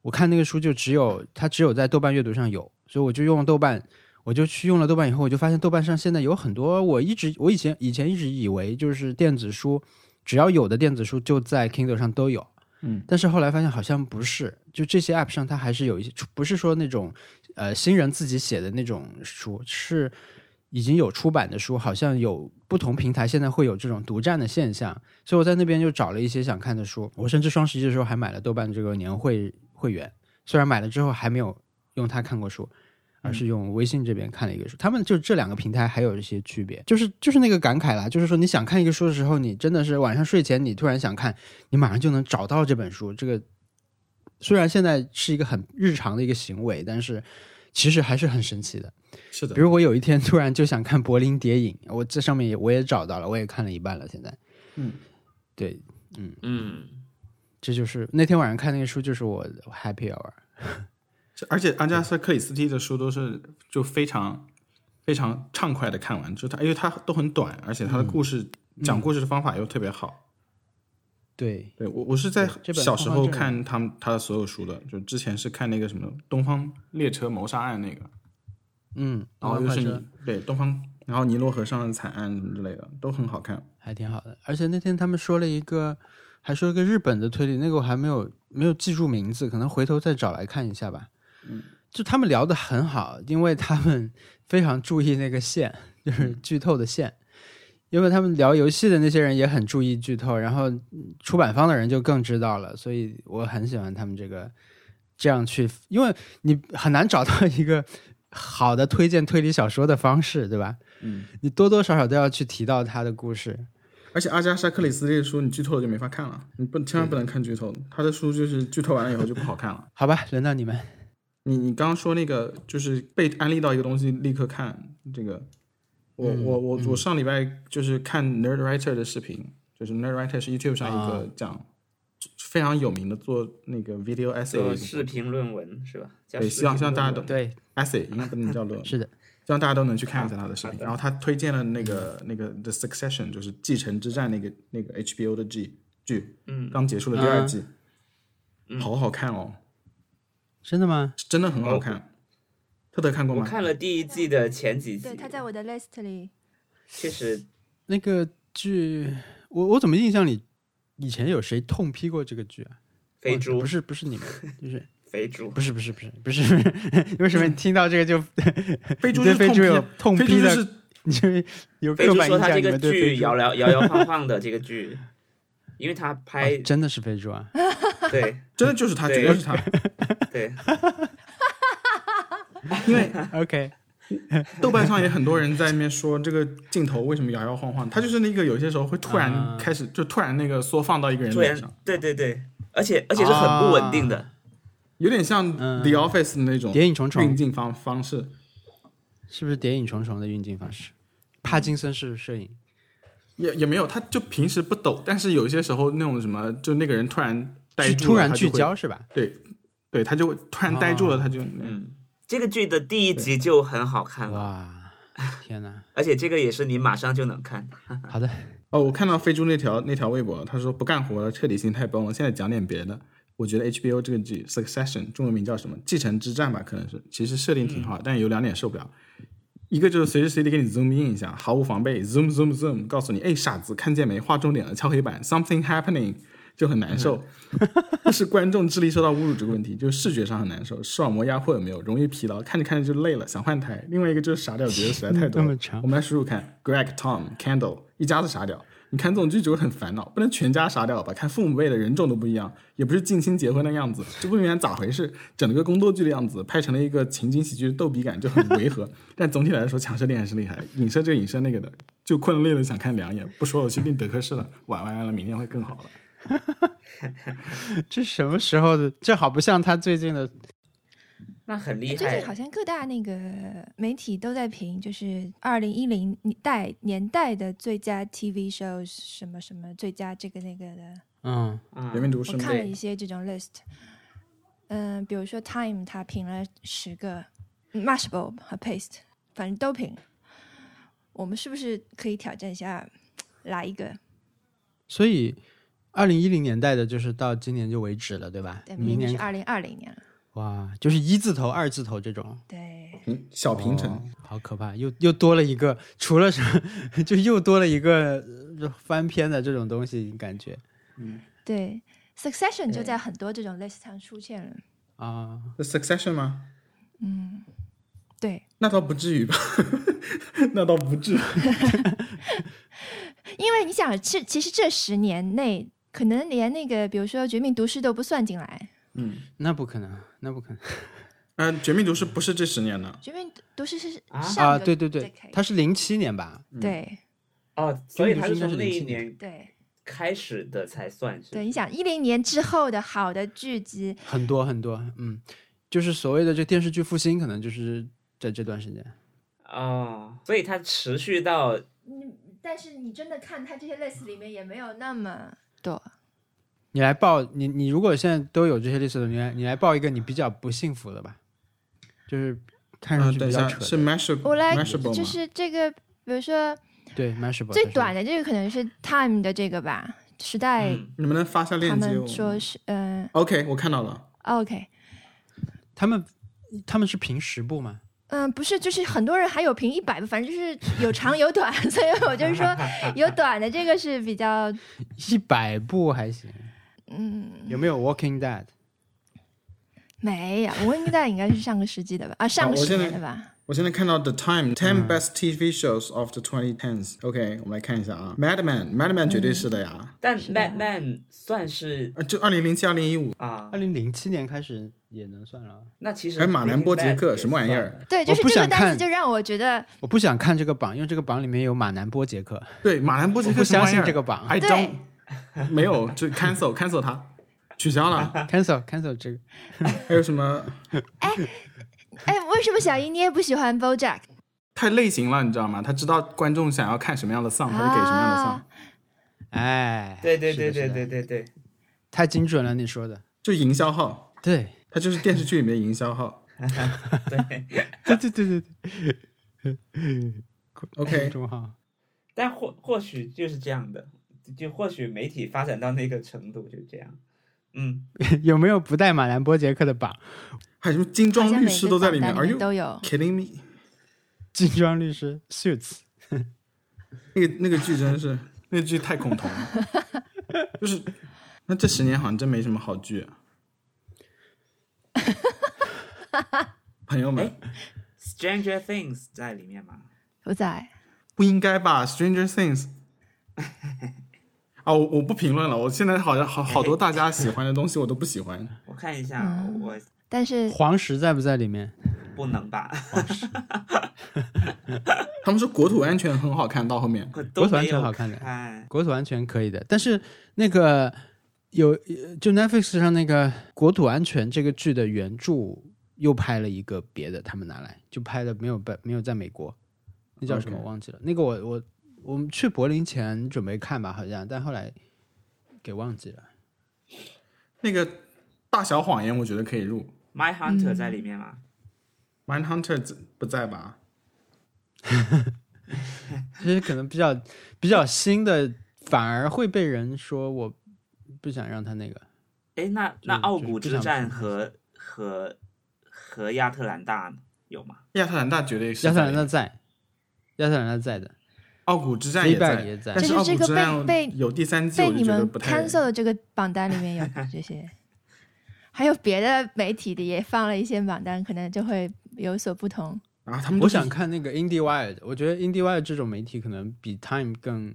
Speaker 1: 我看那个书就只有它只有在豆瓣阅读上有，所以我就用豆瓣，我就去用了豆瓣以后，我就发现豆瓣上现在有很多我一直我以前以前一直以为就是电子书，只要有的电子书就在 Kindle 上都有。
Speaker 2: 嗯，
Speaker 1: 但是后来发现好像不是，就这些 App 上它还是有一些，不是说那种呃新人自己写的那种书，是已经有出版的书，好像有不同平台现在会有这种独占的现象，所以我在那边就找了一些想看的书。我甚至双十一的时候还买了豆瓣这个年会会员，虽然买了之后还没有用它看过书，而
Speaker 2: 嗯
Speaker 1: 是用微信这边看了一个书。他们就这两个平台还有一些区别，就是就是那个感慨啦，就是说你想看一个书的时候，你真的是晚上睡前你突然想看，你马上就能找到这本书。这个虽然现在是一个很日常的一个行为，但是其实还是很神奇的。
Speaker 2: 是的
Speaker 1: 比，如我有一天突然就想看《柏林谍影》，我这上面也我也找到了，我也看了一半了。现在，
Speaker 2: 嗯，
Speaker 1: 对，
Speaker 3: 嗯，
Speaker 1: 这就是那天晚上看那个书，就是我的 happy hour。
Speaker 2: 是而且安加莎·克里斯蒂的书都是就非常非常畅快的看完，就是他因为他都很短，而且他的故事、
Speaker 1: 嗯
Speaker 2: 讲故事的方法又特别好。
Speaker 1: 对，
Speaker 2: 对我，我是在
Speaker 1: 这本
Speaker 2: 小时
Speaker 1: 东
Speaker 2: 候
Speaker 1: 方正
Speaker 2: 看他们他的所有书的，就之前是看那个什么《东方列车谋杀案》那个，
Speaker 1: 嗯，
Speaker 2: 然后
Speaker 1: 我
Speaker 2: 又
Speaker 1: 换
Speaker 2: 哦是
Speaker 1: 车
Speaker 2: 你对东方，然后尼罗河上的惨案什么之类的都很好看。
Speaker 1: 还挺好的。而且那天他们说了一个，还说了个日本的推理，那个我还没有没有记住名字，可能回头再找来看一下吧。嗯，就他们聊得很好，因为他们非常注意那个线，就是剧透的线。因为他们聊游戏的那些人也很注意剧透，然后嗯出版方的人就更知道了，所以我很喜欢他们这个这样去，因为你很难找到一个好的推荐推理小说的方式，对吧？
Speaker 2: 嗯，
Speaker 1: 你多多少少都要去提到他的故事。
Speaker 2: 而且阿加莎·克里斯这些书，你剧透了就没法看了，你不千万不能看剧透的。他的书就是剧透完了以后就不好看了。
Speaker 1: 好吧，轮到你们，
Speaker 2: 你你刚刚说那个就是被安利到一个东西立刻看这个，我、我我我上礼拜就是看 Nerd Writer 的视频，就是 Nerd Writer 是 YouTube 上一个讲、非常有名的做那个 video essay 的
Speaker 3: 做
Speaker 2: 一个
Speaker 3: 视频论文是吧？叫
Speaker 2: 对
Speaker 3: 视
Speaker 2: 希望
Speaker 3: 频
Speaker 2: 希望大家
Speaker 3: 论
Speaker 2: 懂
Speaker 3: 文
Speaker 1: 对，
Speaker 2: essay 应该不能叫论文，
Speaker 1: 是的，
Speaker 2: 希望大家都能去看一下他的视频。
Speaker 3: 好的
Speaker 2: 然后他推荐了那个那个 The Succession，就是《继承之战》那个那个 HBO 的剧剧，
Speaker 3: 嗯
Speaker 2: 刚结束了第二季，好好看哦，
Speaker 1: 真的吗？
Speaker 2: 是真的很好看。特特看过
Speaker 3: 我
Speaker 2: 吗？
Speaker 3: 看了第一季的前几集，
Speaker 4: 对，他在我的 list 里。
Speaker 3: 确实
Speaker 1: 那个剧，我我怎么印象里以前有谁痛批过这个剧啊？
Speaker 3: 肥
Speaker 1: 忘记了
Speaker 3: 猪
Speaker 1: 不是不是你们，就是
Speaker 3: 肥猪
Speaker 1: 不是不是不是不是， 为什么你听到这个就
Speaker 2: 非洲
Speaker 1: 你对非
Speaker 2: 非
Speaker 1: 洲有痛批的
Speaker 2: 是
Speaker 1: 你就有
Speaker 3: 肥
Speaker 1: 刻
Speaker 3: 猪
Speaker 1: 板
Speaker 3: 说
Speaker 1: 印
Speaker 3: 他
Speaker 1: 象？
Speaker 3: 这
Speaker 1: 你
Speaker 3: 个
Speaker 1: 们对哦
Speaker 3: 剧
Speaker 1: 非洲
Speaker 3: 摇摇摇摇晃晃的这个剧，因为他
Speaker 1: 啊
Speaker 3: 拍
Speaker 1: 真的是非洲啊？
Speaker 3: 对
Speaker 2: 真的就是他，
Speaker 3: 对
Speaker 2: 绝对是他。
Speaker 3: 对
Speaker 2: 因为
Speaker 1: OK，
Speaker 2: 豆瓣上也很多人在那边说这个镜头为什么摇摇晃晃，他就是那个有些时候会突然
Speaker 1: 啊
Speaker 2: 开始就突然那个缩放到一个人
Speaker 3: 突
Speaker 2: 脸
Speaker 3: 然
Speaker 2: 上，
Speaker 3: 对对对，而且而且是很不稳定的，
Speaker 2: 有点像
Speaker 1: 嗯
Speaker 2: The Office 的那种
Speaker 1: 谍影重
Speaker 2: 运
Speaker 1: 重
Speaker 2: 镜方方式。
Speaker 1: 是不是谍影重重的运镜方式？帕金森式摄影，
Speaker 2: 也也没有，他就平时不抖，但是有些时候那种什么，就那个人突然呆
Speaker 1: 是
Speaker 2: 住了，
Speaker 1: 突然
Speaker 2: 他就
Speaker 1: 聚
Speaker 2: 会，
Speaker 1: 焦哦是吧？
Speaker 2: 对他就会突然呆住了，他就嗯
Speaker 3: 嗯，这个剧的第一集就很好看了，
Speaker 1: 哇，天哪！
Speaker 3: 而且这个也是你马上就能看，
Speaker 1: 好的，
Speaker 2: 哦，我看到飞猪那条那条微博，他说不干活了，彻底心态崩了，现在讲点别的。我觉得 HBO 这个剧《Succession》中文名叫什么？《继承之战》吧，可能是。其实设定挺好，但有两点受不了，一个就是随时随地给你 zoom in 一下，毫无防备，zoom zoom zoom，告诉你，哎，傻子，看见没？画重点了，敲黑板，something happening，就很难 受。这是观众智力受到侮辱这个问题，就是视觉上很难受，视网膜压迫有没有？容易疲劳，看着看着就累了，想换台。另外一个就是傻屌，觉得实在太多
Speaker 1: 嗯那
Speaker 2: 了。
Speaker 1: 么长
Speaker 2: 我，们来数数看，Greg、Tom、Candle 一家子傻屌。你看这种剧就会很烦恼，不能全家傻屌吧？看父母辈的人种都不一样，也不是近亲结婚的样子，就不明白咋回事。整个宫斗剧的样子拍成了一个情景喜剧，逗比感就很违和。但总体来说，强射力还是厉害，影射这个影射那个的，就困了累了想看两眼。不说了，去订德克士了，晚安了，明天会更好了。
Speaker 1: 这什么时候的？这好不像他最近的
Speaker 3: 那很厉
Speaker 4: 哎最近好
Speaker 3: 害。
Speaker 4: 像各大那个媒体都在评，就是二零一零代年代的最佳 TV shows 什么什么最佳这个那个的。
Speaker 1: 嗯
Speaker 3: 嗯
Speaker 2: 人民读
Speaker 4: 我
Speaker 2: 是吗？
Speaker 4: 看了一些这种 list，嗯、比如说 Time 他评了十个嗯，Mashable 和 Paste 反正都评。我们是不是可以挑战一下，来一个？
Speaker 1: 所以，二零一零年代的，就是到今年就为止了，对吧？
Speaker 4: 对，
Speaker 1: 明
Speaker 4: 明年是
Speaker 1: 年
Speaker 4: 二零二零年了。
Speaker 1: 哇，就是一字头、二字头这种，
Speaker 4: 对，
Speaker 2: 嗯小平城。
Speaker 1: 哦好可怕，又又多了一个，除了什么， 就又多了一个 呃翻篇的这种东西，感觉
Speaker 4: 对，Succession 就
Speaker 3: 对
Speaker 4: 在很多这种 list 上出现了。
Speaker 1: 啊，
Speaker 2: The Succession 吗？
Speaker 4: 嗯，对，
Speaker 2: 那倒不至于吧， 那倒不至于。
Speaker 4: 因为你想，这其实这十年内，可能连那个比如说《绝命毒师》都不算进来，
Speaker 2: 嗯，
Speaker 1: 那不可能，那不可能
Speaker 2: 嗯，《绝命毒师》不是这十年的，
Speaker 4: 《绝命毒师》是
Speaker 3: 啊
Speaker 4: 上
Speaker 1: 啊！
Speaker 4: 个
Speaker 1: 对对对
Speaker 4: decade，
Speaker 1: 它是嗯零七年吧？
Speaker 4: 对
Speaker 3: 哦，所以他是
Speaker 1: 应该是
Speaker 3: 从那一
Speaker 1: 07
Speaker 3: 年
Speaker 4: 对
Speaker 3: 开始的才算是。
Speaker 4: 对，你想一零年之后的好的剧集，
Speaker 1: 很多很多，嗯，就是所谓的这电视剧复兴，可能就是在这段时间。
Speaker 3: 哦，所以它持续到
Speaker 4: 但是你真的看它这些 list 里面也没有那么多。
Speaker 1: 你来报你你如果现在都有这些历史的，你来你来报一个你比较不幸福的吧，就是看上
Speaker 2: 嗯，
Speaker 1: 去
Speaker 2: 等
Speaker 1: 比
Speaker 2: 一
Speaker 1: 较
Speaker 2: 下，
Speaker 1: 扯的。
Speaker 2: 嗯是 Mashable，
Speaker 4: 我来
Speaker 2: Mashable 吗
Speaker 4: 就是这个，比如说
Speaker 1: 对 m a s h a b l
Speaker 4: 最短的这个可能是 Time 的这个吧，时代
Speaker 3: 嗯，
Speaker 2: 你们能发下
Speaker 4: 他
Speaker 2: 链接
Speaker 4: 们
Speaker 2: 我？
Speaker 4: 说是嗯、
Speaker 2: OK，我看到了。
Speaker 4: OK，
Speaker 1: 他们他们是评十部吗？
Speaker 4: 嗯，不是，就是很多人还有评一百，反正就是有长有短， 所以我就是 说有短的这个是比较，
Speaker 1: 一百部还行，
Speaker 4: 嗯，
Speaker 1: 有没有 Walking Dead？
Speaker 4: 没有，我应该应该是上个世纪的吧，啊，上个
Speaker 2: 哦我
Speaker 4: 十
Speaker 2: 现在
Speaker 4: 年的吧，
Speaker 2: 我我现在看到 The Time
Speaker 1: 嗯
Speaker 2: Ten Best TV Shows of the 2010s。OK，我们来看一下啊，Mad Men，Mad Men 绝对是的呀，
Speaker 3: 但
Speaker 4: 是的啊
Speaker 3: Mad Men 算是
Speaker 2: 呃，就二零零七、二零一五，
Speaker 3: 啊
Speaker 1: 二，零零七年开始也能算了。
Speaker 3: 那其实
Speaker 2: 还有马南波杰
Speaker 3: Breaking
Speaker 2: 克
Speaker 3: Bad
Speaker 2: 什么玩意
Speaker 3: 也
Speaker 2: 儿
Speaker 3: 算？？
Speaker 4: 对，就
Speaker 1: 我
Speaker 4: 是
Speaker 1: 不
Speaker 4: 这个
Speaker 1: 想
Speaker 4: 单词
Speaker 1: 看
Speaker 4: 就让我觉得，
Speaker 1: 我不想看这个榜，因为这个榜里面有马南波杰克。
Speaker 2: 对，马兰波杰
Speaker 1: 我
Speaker 2: 克
Speaker 1: 不
Speaker 2: 什么玩意儿
Speaker 1: 相信这个榜
Speaker 2: ，I
Speaker 4: 对
Speaker 2: don't，没有，就 cancel cancel 他，取消了。
Speaker 1: cancel cancel 这个
Speaker 2: 还有什么
Speaker 4: 哎，为什么小英你也不喜欢 BoJack
Speaker 2: 太类型了，你知道吗？他知道观众想要看什么样的丧，他就给什么样的丧。
Speaker 4: 啊？
Speaker 1: 哎，
Speaker 3: 对对对
Speaker 1: 是的
Speaker 3: 对
Speaker 1: 是的
Speaker 3: 对对对，
Speaker 1: 太精准了，你说的。
Speaker 2: 就营销号，
Speaker 1: 对，
Speaker 2: 他就是电视剧里面营销号。
Speaker 1: 对对对对对
Speaker 2: OK
Speaker 1: 中号
Speaker 3: 但或或许就是这样的，就或许媒体发展到那个程度就这样。嗯，
Speaker 1: 有没有不带马兰波杰克的榜？
Speaker 2: 还有什么精
Speaker 4: 好
Speaker 2: 装
Speaker 4: 像
Speaker 2: 律
Speaker 4: 每
Speaker 2: 师
Speaker 4: 个
Speaker 2: 都在
Speaker 4: 榜
Speaker 2: 里面
Speaker 4: 单
Speaker 2: ，Are you
Speaker 4: 都有。
Speaker 2: kidding me？
Speaker 1: 精装律师 Suits，
Speaker 2: 那个那个剧真是，那个剧太恐同了。就是，那这十年好像真没什么好剧、 啊。朋友
Speaker 1: 哎
Speaker 2: 们，
Speaker 3: Stranger Things 在里面吗？
Speaker 4: 不在，
Speaker 2: 不应该吧？Stranger Things 啊，我我不评论了。我现在好像好好多大家喜欢的东西我都不喜欢。
Speaker 3: 我看一下，
Speaker 4: 嗯
Speaker 3: 我
Speaker 4: 但 是
Speaker 1: 黄石在不在里面？
Speaker 3: 不能吧，
Speaker 2: 他们说国土安全很好看，到后面
Speaker 3: 我都
Speaker 1: 国团
Speaker 3: 没
Speaker 1: 挺
Speaker 3: 有
Speaker 1: 好看的，
Speaker 3: 看。
Speaker 1: 国土安全可以的，但是那个有就 Netflix 上那个《国土安全》这个剧的原著又拍了一个别的，他们拿来就拍的没有在没有在美国，那叫什么
Speaker 2: OK
Speaker 1: 我忘记了。那个我我我们去柏林前准备看吧，好像，但后来给忘记了。
Speaker 2: 那个大小谎言，我觉得可以入。
Speaker 3: My Hunter 在里面吗？
Speaker 2: Mind Hunter 不在吧？
Speaker 1: 其实可能比较比较新的，反而会被人说我不想让他那个。
Speaker 3: 哎，那
Speaker 1: 就是
Speaker 3: 那奥
Speaker 1: 就是
Speaker 3: 古
Speaker 1: 不
Speaker 3: 之
Speaker 1: 想
Speaker 3: 战
Speaker 1: 看
Speaker 3: 和和和亚特兰大有吗？
Speaker 2: 亚特兰大绝对是在
Speaker 1: 亚特兰大在，亚特兰大在的，
Speaker 2: 奥古之战也在，
Speaker 1: Fleabag 也在
Speaker 2: 但是奥
Speaker 4: 就是
Speaker 2: 古
Speaker 4: 这个
Speaker 2: 之战
Speaker 4: 被被
Speaker 2: 有第三季，
Speaker 4: 被
Speaker 2: 我就
Speaker 4: 你
Speaker 2: 觉得
Speaker 4: 们
Speaker 2: 不太
Speaker 4: cancel 的这个榜单里面有这些，还有别的媒体的也放了一些榜单，可能就会有所不同。
Speaker 2: 啊。
Speaker 3: 嗯
Speaker 2: 他们
Speaker 1: 我
Speaker 2: 都是
Speaker 1: 想看那个 IndieWire，我觉得 IndieWire 这种媒体可能比 Time 更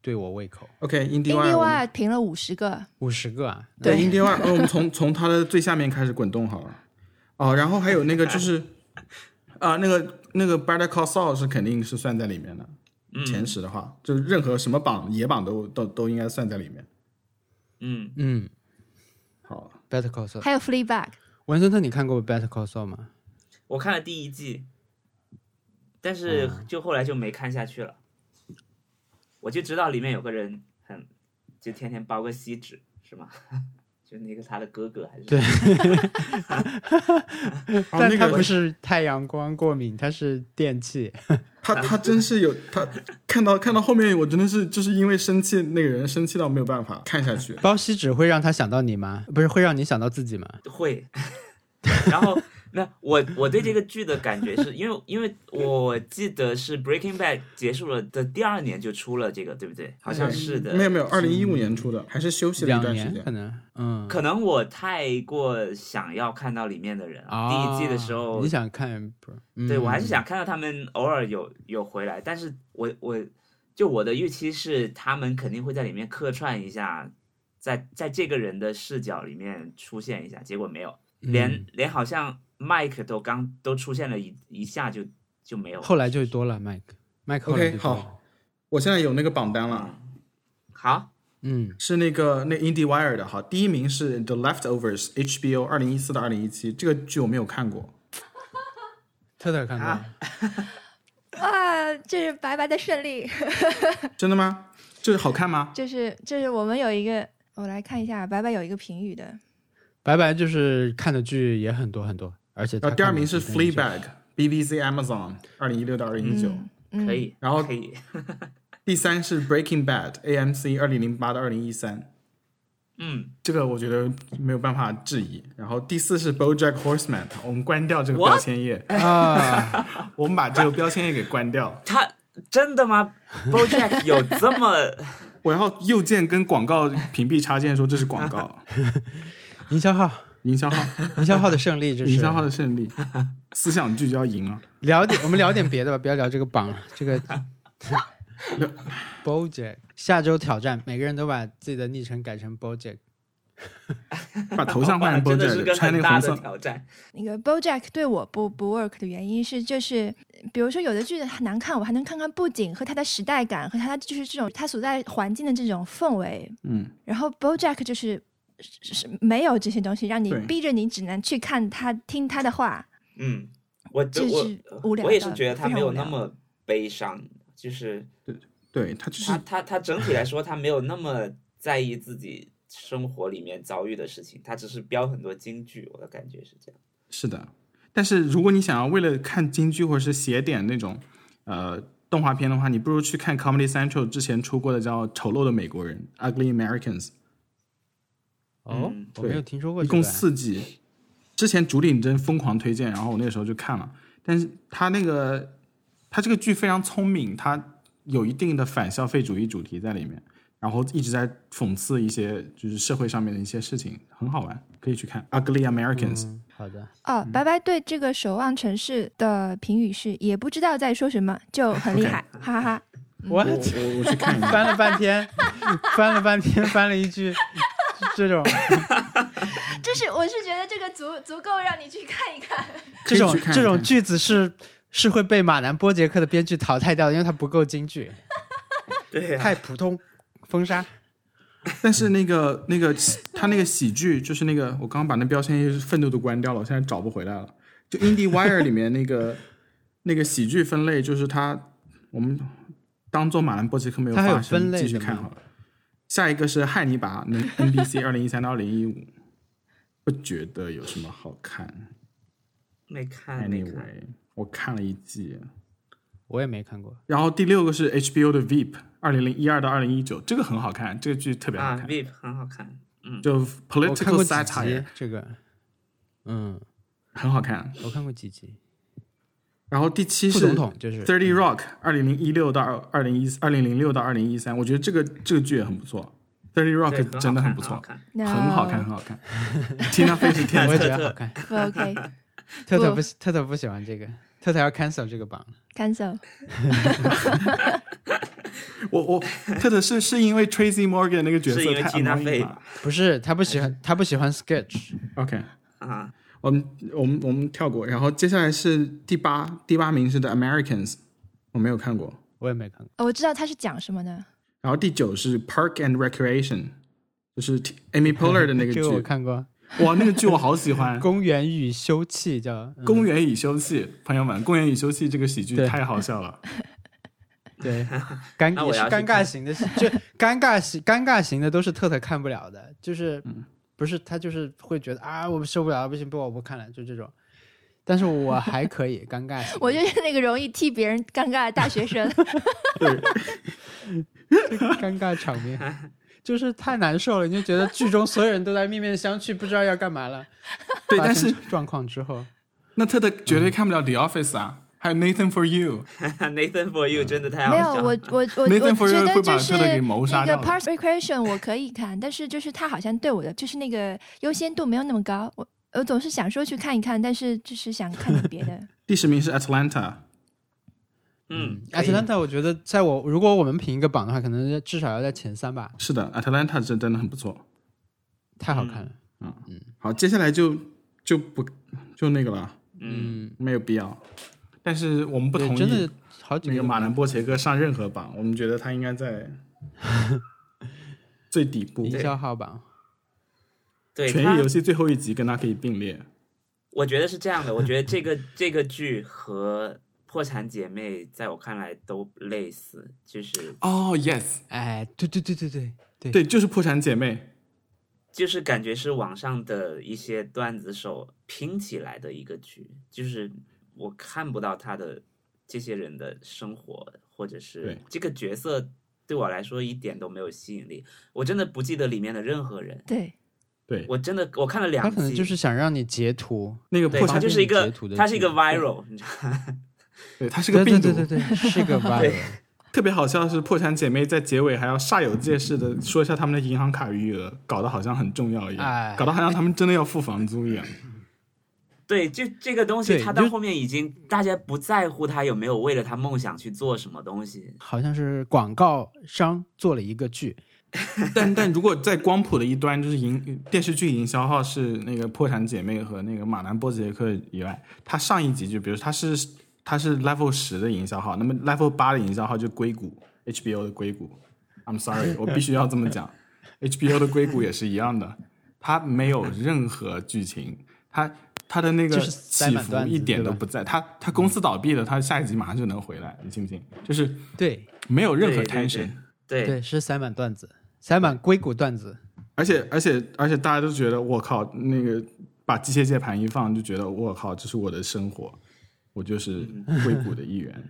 Speaker 1: 对我胃口。
Speaker 2: OK
Speaker 4: i
Speaker 2: Indie
Speaker 4: n d i
Speaker 2: Wire，
Speaker 4: y 评了五十个，
Speaker 1: 五十个啊，
Speaker 2: 对
Speaker 4: 对
Speaker 2: Indie Wire，呃我们从从它的最下面开始滚动好了。哦，然后还有那个就是，啊，那个那个 Better Call Saul 是肯定是算在里面的，
Speaker 3: 嗯
Speaker 2: 前十的话，就是任何什么榜野榜都都都应该算在里面。
Speaker 3: 嗯，
Speaker 1: 嗯
Speaker 2: 好，
Speaker 1: ，Better Call Saul，
Speaker 4: 还有 Fleabag，
Speaker 1: 文森特，你看过 Better Call Saul 吗？
Speaker 3: 我看了第一季，但是
Speaker 1: 嗯
Speaker 3: 就后来就没看下去了。我就知道里面有个人很就天天包个锡纸是吗？ 就那个他的哥哥还是
Speaker 1: 对
Speaker 2: 哦
Speaker 1: 但
Speaker 2: 那
Speaker 1: 他
Speaker 2: 个
Speaker 1: 不是太阳光过敏，他是电 器。
Speaker 2: 他他真是有他看到看到后面，我真的是就是因为生气那个人生气到没有办法看下去。
Speaker 1: 包锡纸会让他想到你吗？不是，会让你想到自己吗？
Speaker 3: 会。 然后，那我我对这个剧的感觉是因为，因为我记得是《Breaking Bad》结束了的第二年就出了这个，对不对？好
Speaker 1: 嗯
Speaker 3: 像 是的。
Speaker 2: 没有没有，二零一五年出的，还是休息了一
Speaker 1: 两
Speaker 2: 段时
Speaker 1: 年可
Speaker 2: 间。
Speaker 1: 能，嗯。
Speaker 3: 可能我太过想要看到里面的人了。
Speaker 1: 啊
Speaker 3: 第一季的时候
Speaker 1: 你，想看不是？嗯
Speaker 3: 对我还是想看到他们偶尔有有回来，但是我我就我的预期是他们肯定会在里面客串一下，在在这个人的视角里面出现一下，结果没有。连
Speaker 1: 嗯
Speaker 3: 连好像麦克都刚都出现了一一下就就没有了。
Speaker 1: 后来就多了 Mike，Mike 后来
Speaker 2: OK，
Speaker 1: 就多了
Speaker 2: 好，我现在有那个榜单了，
Speaker 3: 好，啊
Speaker 1: 嗯
Speaker 2: 是那个那 IndieWire 的哈，第一名是 The Leftovers HBO 二零一四到二零一七，这个剧我没有看过，
Speaker 1: 特特看过
Speaker 3: 啊
Speaker 1: 吗，
Speaker 4: 哇，啊这是白白的胜利。
Speaker 2: 真的吗？这个好看吗？
Speaker 4: 就是就是我们有一个，我来看一下，啊白白有一个评语的，
Speaker 1: 白白就是看的剧也很多很多，而且他
Speaker 2: 然哦后第二
Speaker 1: 看的
Speaker 2: 名是
Speaker 1: 剧真的
Speaker 2: Fleabag BBC Amazon 二零一六到二零一九，
Speaker 4: 嗯
Speaker 3: 可，以，
Speaker 2: 然后
Speaker 3: 可以，
Speaker 2: 第三是 Breaking Bad AMC 二零零八到二零一三。
Speaker 3: 嗯，
Speaker 2: 这个我觉得没有办法质疑。然后第四是 BoJack Horseman，我们关掉这个标签页
Speaker 1: 啊，
Speaker 2: 我们把这个标签页给关掉。
Speaker 3: 他真的吗？BoJack 有这么
Speaker 2: 我要右键跟广告屏蔽插件说这是广告。
Speaker 1: 营销号
Speaker 2: 营销号，
Speaker 1: 营销号的胜利，这是
Speaker 2: 营销号的胜利，思想聚焦赢啊！
Speaker 1: 聊点，我 们聊点别的吧，不要聊这个榜了。这个 BoJack 下周挑战，每个人都把自己的昵称改成 BoJack。
Speaker 2: 把头像换成
Speaker 3: 哦真的是
Speaker 2: BoJack，
Speaker 3: 个
Speaker 2: 穿那个
Speaker 3: 很
Speaker 2: 红
Speaker 3: 大的
Speaker 2: 色，
Speaker 3: 挑战。
Speaker 4: 那个 BoJack 对我不不 work 的原因是，就是比如说有的剧很难看，我还能看看布景和它的时代感和它的就是这种它所在环境的这种氛围。
Speaker 2: 嗯，
Speaker 4: 然后 BoJack 就是是是没有这些东西，让你
Speaker 2: 对
Speaker 4: 逼着你只能去看他听他的话。哦
Speaker 3: 嗯，我
Speaker 4: 这
Speaker 3: 我
Speaker 4: 是无聊
Speaker 3: 我也
Speaker 4: 的
Speaker 3: 是觉得他
Speaker 4: 非常
Speaker 3: 没有
Speaker 4: 无
Speaker 3: 那
Speaker 4: 聊
Speaker 3: 么悲伤，就是
Speaker 2: 对他就是
Speaker 3: 他他他整体来说他没有那么在意自己生活里面遭遇的事情，他只是标很多金句，我的感觉是这样。
Speaker 2: 是的，但是如果你想要为了看京剧或者是写点那种呃动画片的话，你不如去看 Comedy Central 之前出过的叫《丑陋的美国人》（Ugly Americans），
Speaker 1: 哦
Speaker 3: 嗯，
Speaker 1: 我没有听说过
Speaker 2: 一
Speaker 1: 这个。啊
Speaker 2: 共四集。之前竹顶真疯狂推荐，然后我那个时候就看了。但是他那个他这个剧非常聪明，他有一定的反消费主义主题在里面，然后一直在讽刺一些就是社会上面的一些事情，很好玩，可以去看《Ugly Americans》
Speaker 1: 嗯好的，
Speaker 4: 哦，白白对这个《守望城市》的评语是也不知道在说什么，就很厉
Speaker 2: OK
Speaker 4: 害，哈哈哈。
Speaker 1: 我
Speaker 2: 我我我去看一下。
Speaker 1: 翻了半 天，翻了半天，翻了一句这种
Speaker 4: 就是我是觉得这个足足够让你去看一看。
Speaker 1: 这种
Speaker 2: 可以去看一看
Speaker 1: 这种句子是是会被马南波杰克的编剧淘汰掉的，因为它不够京剧，
Speaker 3: 对呀、
Speaker 1: 太普通，封杀。
Speaker 2: 但是那个那个他那个喜剧，就是那个我刚刚把那标签愤怒都关掉了，我现在找不回来了。就 Indie Wire 里面那个 那个喜剧分类，就是它我们当做马兰波奇克没有
Speaker 1: 它还有
Speaker 2: 发生，
Speaker 1: 分类的
Speaker 2: 继续看
Speaker 1: 吗
Speaker 2: 好了。下一个是汉尼拔能 ，NBC 二零一三到二零一五，不觉得有什么好看。
Speaker 3: 没看没
Speaker 2: Anyway，
Speaker 3: 看，
Speaker 2: 我看了一季，
Speaker 1: 我也没看过，
Speaker 2: 然后第六个是 HBO 的 Veep，二零零一二到二零一九，这个很好看，这个剧特别好
Speaker 3: 啊
Speaker 2: 看，
Speaker 3: ，Vip 很好看，嗯，
Speaker 2: 就
Speaker 1: 我看
Speaker 2: political
Speaker 1: 过几集
Speaker 2: satire
Speaker 1: 这个，嗯，
Speaker 2: 很好看。
Speaker 1: 我看过几集。
Speaker 2: 然后第七
Speaker 1: 副
Speaker 2: 是
Speaker 1: 总统就是
Speaker 2: Thirty Rock，二零零一六到二零一二零零六到二零一三，我觉得这个这个剧也很不错。Thirty
Speaker 3: 对
Speaker 2: Rock 哦真的很不错，
Speaker 3: 看。
Speaker 4: No,
Speaker 2: 很好看，很好看。Tina Fey 是天
Speaker 1: 我也
Speaker 2: 才，
Speaker 1: 觉得好看。
Speaker 4: 不 OK
Speaker 1: 特特不喜特特不喜欢这个，特特要 cancel 这个榜。
Speaker 4: cancel。
Speaker 2: 我我 特特是是因为 Tracy Morgan 那个角
Speaker 3: 是因
Speaker 2: 色
Speaker 3: 为
Speaker 2: 太
Speaker 3: Tina
Speaker 2: annoying 了。
Speaker 1: 不是他不喜欢，他不喜欢 sketch。
Speaker 2: OK，
Speaker 3: 很好看啊，
Speaker 2: 我们我们我们跳过，然后接下来是第八第八名是 The Americans，我没有看过。
Speaker 1: 我也没看过。
Speaker 4: 哦我知道他是讲什么的，
Speaker 2: 然后第九是 Park and Recreation，就是 T- Amy Poehler 的那个
Speaker 1: 这
Speaker 2: 剧，
Speaker 1: 个我看过，
Speaker 2: 哇，那个剧我好喜欢。
Speaker 1: 《公园与休憩》叫。嗯
Speaker 2: 公园与休憩，朋友们，公园与休憩这个喜剧
Speaker 1: 对
Speaker 2: 太好笑 了。
Speaker 1: 对，尴
Speaker 3: 那
Speaker 1: 也
Speaker 3: 我
Speaker 1: 是
Speaker 3: 要去
Speaker 1: 尴尬
Speaker 3: 看
Speaker 1: 型的，就尴尬型尴尬型的都是特特看不了的，就是不是他就是会觉得啊，我受不了，不行，不，我不看了，就这种。但是我还可以尴尬型的，
Speaker 4: 我就是那个容易替别人尴尬的大学生。
Speaker 1: 尴尬场面就是太难受了，你就觉得剧中所有人都在面面相觑，不知道要干嘛了。
Speaker 2: 对，
Speaker 1: 发
Speaker 2: 但
Speaker 1: 生
Speaker 2: 是
Speaker 1: 状况之后，
Speaker 2: 那特特绝对看不了 The Office 啊，还有 Nathan for You，
Speaker 3: Nathan for
Speaker 2: 嗯
Speaker 3: You 真的太好
Speaker 4: 没有，
Speaker 3: 笑了。嗯
Speaker 4: 我我我我
Speaker 2: Nathan
Speaker 4: 觉
Speaker 2: Fillion 会
Speaker 4: 得就
Speaker 2: 把
Speaker 4: 是
Speaker 2: 特特给谋杀
Speaker 4: 那个
Speaker 2: 掉的
Speaker 4: Parks Recreation 我可以看，但是就是他好像对我的就是那个优先度没有那么高。我我总是想说去看一看，但是就是想看点别的。
Speaker 2: 第十名是 Atlanta，
Speaker 3: 嗯，可以
Speaker 1: Atlanta 我觉得在我如果我们评一个榜的话，可能至少要在前三吧，
Speaker 2: 是的，Atlanta 是真的很不错。
Speaker 1: 太好看了。
Speaker 2: 好，接下来就就不就那个了，
Speaker 3: 嗯，
Speaker 2: 没有必要。但是我们不
Speaker 1: 对
Speaker 2: 同
Speaker 1: 真
Speaker 2: 意
Speaker 1: 的好几
Speaker 2: 那个马
Speaker 1: 南
Speaker 2: 兰波切哥上任何榜，我们觉得他应该 在最底部，
Speaker 1: 营销号榜，
Speaker 3: 对，
Speaker 2: 权
Speaker 3: 他
Speaker 2: 力游戏最后一集跟他可以并列。
Speaker 3: 我觉得是这样的，我觉得这 个这个剧和《破产姐妹》在我看来都类似，就是
Speaker 2: 哦，yes，
Speaker 1: 哎，对对对对对对
Speaker 2: 对，就是破产姐妹。
Speaker 3: 就是感觉是网上的一些段子手拼起来的一个剧，就是我看不到他的这些人的生活，或者是
Speaker 2: 对
Speaker 3: 这个角色对我来说一点都没有吸引力，我真的不记得里面的任何人，
Speaker 4: 对，
Speaker 2: 对，
Speaker 3: 我真的我看了
Speaker 1: 他
Speaker 3: 两
Speaker 1: 可能
Speaker 3: 集，
Speaker 1: 就是想让你截图，
Speaker 2: 那个
Speaker 3: 对，
Speaker 2: 破
Speaker 3: 它
Speaker 2: 产
Speaker 3: 就
Speaker 2: 姐
Speaker 3: 是一个
Speaker 1: 截图的
Speaker 3: 它是一个
Speaker 1: 剧
Speaker 3: viral，你知道吗
Speaker 2: 对，它是
Speaker 1: 这
Speaker 2: 个病毒，
Speaker 1: 对对对对，是个 viral，
Speaker 2: 特别好笑的是，破产姐妹在结尾还要煞有介事的说一下他们的银行卡余额，搞得好像很重要一样，
Speaker 1: 哎
Speaker 2: 搞得好像他们真的要付房租一样。
Speaker 3: 对，这这个东西，
Speaker 1: 对
Speaker 3: 他
Speaker 1: 就
Speaker 3: 到后面已经大家不在乎他有没有为了他梦想去做什么东西。
Speaker 1: 好像是广告商做了一个剧，
Speaker 2: 但但如果在光谱的一端，就是营电视剧营销号是那个《破产姐妹》和那个《马南波杰克》以外，它上一集就比如说它是它是 level 十的营销号，那么 level 八的营销号就硅谷 HBO 的硅谷，I'm sorry，我必须要这么讲，HBO 的硅谷也是一样的，它没有任何剧情，它它的那个
Speaker 1: 就是塞
Speaker 2: 起
Speaker 1: 满
Speaker 2: 伏
Speaker 1: 段子
Speaker 2: 一点
Speaker 1: 对
Speaker 2: 都
Speaker 1: 吧
Speaker 2: 不在，它它公司倒闭了，它下一集马上就能回来，你信不信？就是
Speaker 1: 对
Speaker 2: 没有任何
Speaker 3: 对对
Speaker 2: tension。
Speaker 3: 对，
Speaker 1: 对，是塞满段子，塞满硅谷段子，
Speaker 2: 而且而且而且大家都觉得我靠，那个把机械键盘一放，就觉得我靠，这是我的生活，我就是硅谷的一员。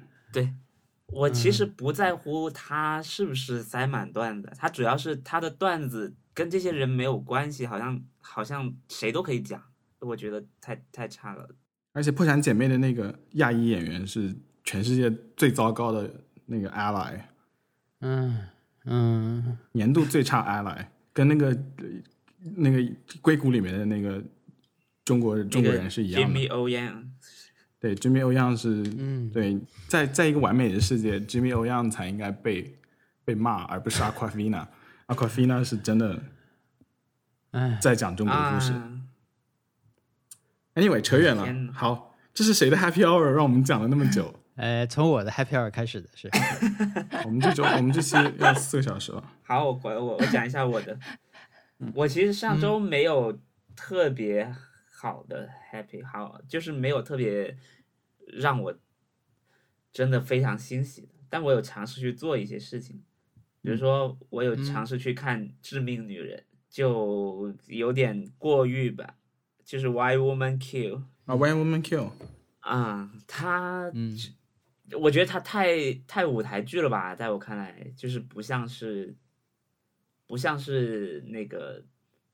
Speaker 3: 我其实不在乎他是不是塞满段子，他主要是他的段子跟这些人没有关系，好像好像谁都可以讲，我觉得太太差了。
Speaker 2: 而且破产姐妹的那个亚裔演员是全世界最糟糕的那个 ally，
Speaker 1: 嗯嗯，
Speaker 2: 年度最差 ally，跟那个那个硅谷里面的那个中国中国人是一样的。
Speaker 3: Jimmy O Yan，
Speaker 2: 对，Jimmy O Yang 是，
Speaker 1: 嗯
Speaker 2: 对，在在一个完美的世界，Jimmy O Yang 才应该被被骂，而不是 Aquafina。Aquafina 是真的
Speaker 1: 哎，
Speaker 2: 在讲中国故事。
Speaker 3: 啊，
Speaker 2: anyway，扯远了
Speaker 3: 天。哪
Speaker 2: 好，这是谁的 Happy Hour 让我们讲了那么久？
Speaker 1: 呃，从我的 Happy Hour 开始的 是，
Speaker 2: 我们这周我们这期要四个小时了。
Speaker 3: 好，我我我我讲一下我的，我其实上周没有特别好的 happy 好，就是没有特别让我真的非常欣喜的，但我有尝试去做一些事情，比如说我有尝试去看《致命女人》，就有点过誉吧，就是 Why Woman Kill
Speaker 2: 啊，One Woman Kill，
Speaker 3: 啊、她
Speaker 1: 嗯
Speaker 3: 我觉得它太太舞台剧了吧，在我看来，就是不像是，不像是那个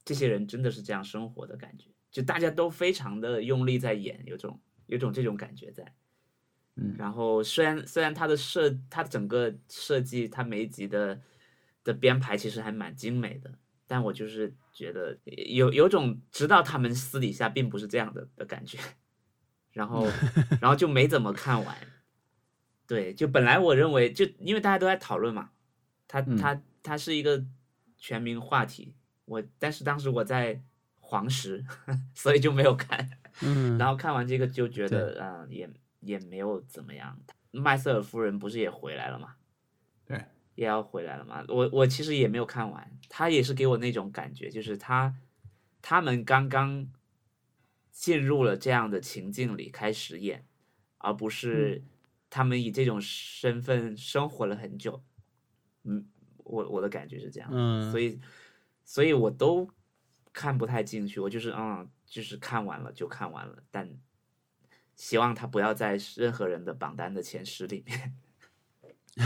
Speaker 3: 这些人真的是这样生活的感觉，就大家都非常的用力在演，有种有种这种感觉在。
Speaker 2: 嗯
Speaker 3: 然后虽然虽然它的设它整个设计，它每一集的的编排其实还蛮精美的，但我就是觉得有有种知道他们私底下并不是这样的的感觉，然后然后就没怎么看完。对，就本来我认为，就因为大家都在讨论嘛，它
Speaker 2: 嗯
Speaker 3: 它它是一个全民话题。我但是当时我在黄石， 所以就没有看。
Speaker 1: 嗯，
Speaker 3: 然后看完这个就觉得，嗯、也也没有怎么样。麦瑟尔夫人不是也回来了嘛？
Speaker 2: 对，
Speaker 3: 也要回来了嘛。我我其实也没有看完，他也是给我那种感觉，就是他他们刚刚进入了这样的情境里开始演，而不是他们以这种身份生活了很久。嗯，我我的感觉是这样。
Speaker 1: 嗯，
Speaker 3: 所以，所以我都看不太进去。我就是嗯，就是看完了就看完了，但希望他不要在任何人的榜单的前十里面。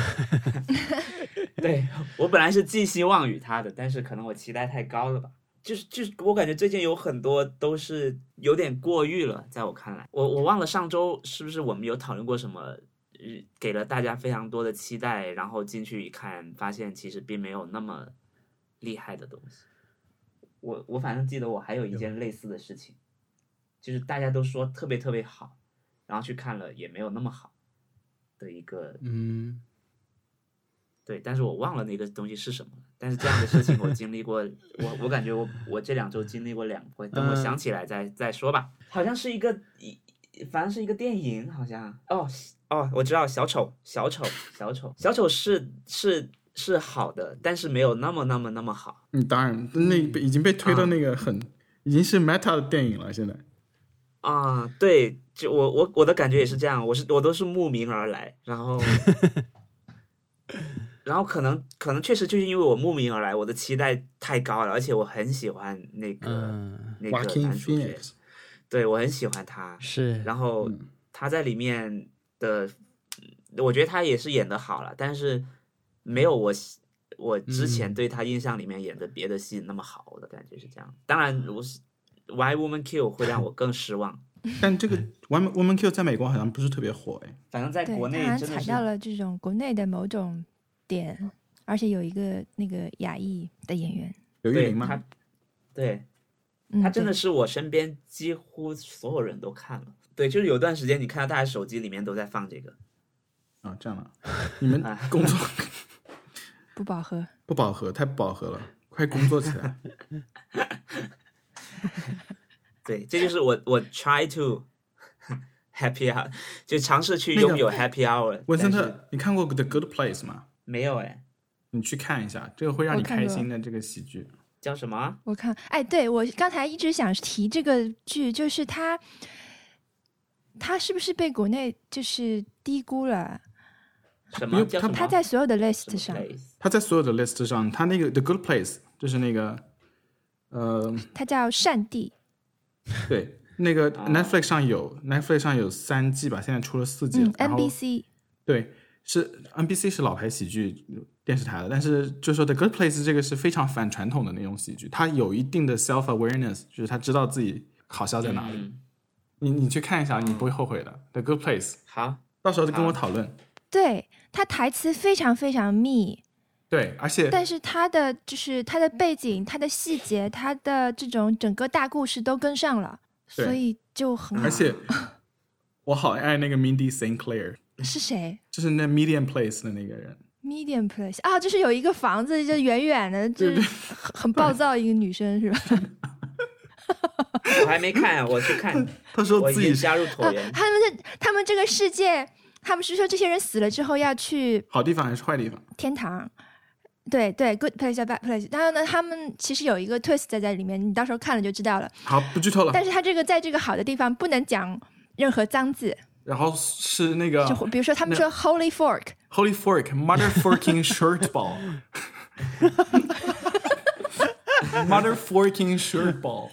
Speaker 3: 对我本来是寄希望于他的，但是可能我期待太高了吧。就是就是，我感觉最近有很多都是有点过誉了，在我看来，我我忘了上周是不是我们有讨论过什么呃给了大家非常多的期待，然后进去一看，发现其实并没有那么厉害的东西。我我反正记得我还有一件类似的事情，就是大家都说特别特别好，然后去看了也没有那么好的一个
Speaker 1: 嗯
Speaker 3: 对，但是我忘了那个东西是什么了。但是这样的事情我经历 过，我我感觉我我这两周经历过两回，等我
Speaker 1: 嗯
Speaker 3: 想起来再再说吧。好像是一个一，反正是一个电影，好像哦哦，我知道小丑，小丑，小丑，小丑是是是好的，但是没有那么那么那么好。
Speaker 2: 嗯，当然，那已经被推到那个很，已经是 Meta 的电影了。现在，
Speaker 3: 啊，对，就我我我的感觉也是这样，我是我都是慕名而来，然后，然后可能可能确实就是因为我慕名而来，我的期待太高了，而且我很喜欢那个、
Speaker 1: 嗯，
Speaker 3: 那
Speaker 2: w a l k
Speaker 3: 个
Speaker 2: i n
Speaker 3: 男主角，
Speaker 2: Phoenix，
Speaker 3: 对我很喜欢他，
Speaker 1: 是，嗯
Speaker 3: 然后他在里面的，我觉得他也是演的好了，但是没有我喜我之
Speaker 1: 嗯
Speaker 3: 前对他印象里面演的别的戏那么好，我的感觉是这样。当然，我是《Why Woman Kill》会让我更失望，
Speaker 2: 但这个 Woman Woman Q 在美国好像不是特别火哎。
Speaker 3: 反正在
Speaker 4: 对，
Speaker 3: 国内
Speaker 4: 他好像
Speaker 3: 真的
Speaker 4: 踩
Speaker 3: 是
Speaker 4: 到了这种国内的某种点，而且有一个那个亚裔的演员，
Speaker 2: 刘玉
Speaker 3: 对
Speaker 2: 玲吗
Speaker 3: 他？，对
Speaker 4: 嗯，
Speaker 3: 他真的
Speaker 4: 对
Speaker 3: 是我身边几乎所有人都看了。对，就是有段时间你看到大家手机里面都在放这个，
Speaker 2: 啊，这样了，你们
Speaker 3: 哎
Speaker 2: 工 作
Speaker 4: 不饱和。
Speaker 2: 不饱和，太不饱和了，快工作起来。
Speaker 3: 对，这就是我我 try to happy hour，就尝试去
Speaker 2: 那个
Speaker 3: 拥有 happy hour。
Speaker 2: 文森
Speaker 3: 但是
Speaker 2: 特，你看过《The Good Place》吗？
Speaker 3: 没有哎，
Speaker 2: 你去看一下，这个会让
Speaker 4: 我
Speaker 2: 你
Speaker 4: 看
Speaker 2: 开
Speaker 4: 过
Speaker 2: 心的这个喜剧。
Speaker 3: 叫什么？
Speaker 4: 我看，哎，对我刚才一直想提这个剧，就是他，他是不是被国内就是低估了？
Speaker 3: 什
Speaker 2: 没
Speaker 3: 么
Speaker 2: 有
Speaker 3: 叫
Speaker 2: 他
Speaker 3: 什么？
Speaker 4: 他在所有的
Speaker 3: 什
Speaker 4: list
Speaker 3: 么
Speaker 4: 上，
Speaker 3: place？
Speaker 2: 他在所有的 list 上，他那个 The Good Place 就是那个，呃，
Speaker 4: 他叫善地，
Speaker 2: 对，那个
Speaker 3: 啊
Speaker 2: Netflix 上有 Netflix 上有三季吧，现在出了四季了。
Speaker 4: 嗯
Speaker 2: 然后
Speaker 4: ，NBC，
Speaker 2: 对，是 NBC 是老牌喜剧电视台的，但是就说 The Good Place 这个是非常反传统的那种喜剧，它有一定的 self awareness，就是他知道自己好笑在哪里。
Speaker 3: 嗯，
Speaker 2: 你你去看一下，你不会后悔的。The Good Place，
Speaker 3: 好，
Speaker 2: 到时候就跟
Speaker 3: 好
Speaker 2: 我讨论。
Speaker 4: 对他台词非常非常密，
Speaker 2: 对，而且
Speaker 4: 但是他的就是他的背景、他的细节、他的这种整个大故事都跟上了，
Speaker 2: 对
Speaker 4: 所以就很好
Speaker 2: 而。且我好爱那个 Mindy St. Clair，
Speaker 4: 是谁
Speaker 2: 就是那 Medium Place 的那个人。
Speaker 4: ？Medium Place 啊，就是有一个房子，就远远的，就是很很暴躁一个女生是吧？
Speaker 3: 我还没看，啊我 去看，
Speaker 2: 他说
Speaker 3: 我已
Speaker 2: 自
Speaker 3: 经
Speaker 2: 己是
Speaker 3: 加入
Speaker 4: 啊
Speaker 3: 椭圆，。
Speaker 4: 他们这他们这个世界，他们是说这些人死了之后要去
Speaker 2: 好地方还是坏地方，
Speaker 4: 天堂。对对，good place or bad place。然后呢，他们其实有一个 twist 在在里面，你到时候看了就知道了。
Speaker 2: 好不剧透了。
Speaker 4: 但是他这个在这个好的地方不能讲任何脏字，
Speaker 2: 然后是嗯那个
Speaker 4: 就比如说他们说 holy fork，
Speaker 2: Holy Fork Mother Forking Shirt Ball。Mother forking shirt ball，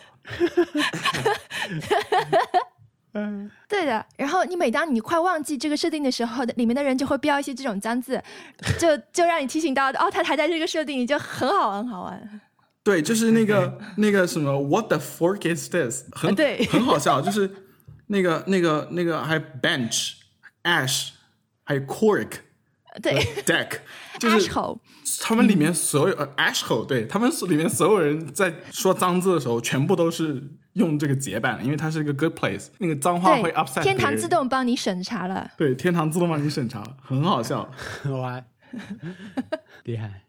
Speaker 4: 对的，然后你每当你快忘记这个设定的时候，里面的人就会标一些这种脏字，就就让你提醒到哦，他还在这个设定里，就很好玩，很好玩。
Speaker 2: 对，就是那个那个什么 What the fork is this？很、
Speaker 4: 啊对
Speaker 2: 很好笑，就是那个那个那个还有 bench ash，还有 cork
Speaker 4: 对
Speaker 2: deck，就
Speaker 4: a s
Speaker 2: 是
Speaker 4: h o
Speaker 2: 他们里
Speaker 4: 嗯
Speaker 2: 面所有、呃 ash hole，对他们所里面所有人在说脏字的时候，全部都是用这个结版，因为它是一个 good place，那个脏话会 upset
Speaker 4: 对，天堂
Speaker 2: 别人
Speaker 4: 自动帮你审查了。
Speaker 2: 对，天堂自动帮你审查，很好笑。
Speaker 1: 哇，厉害！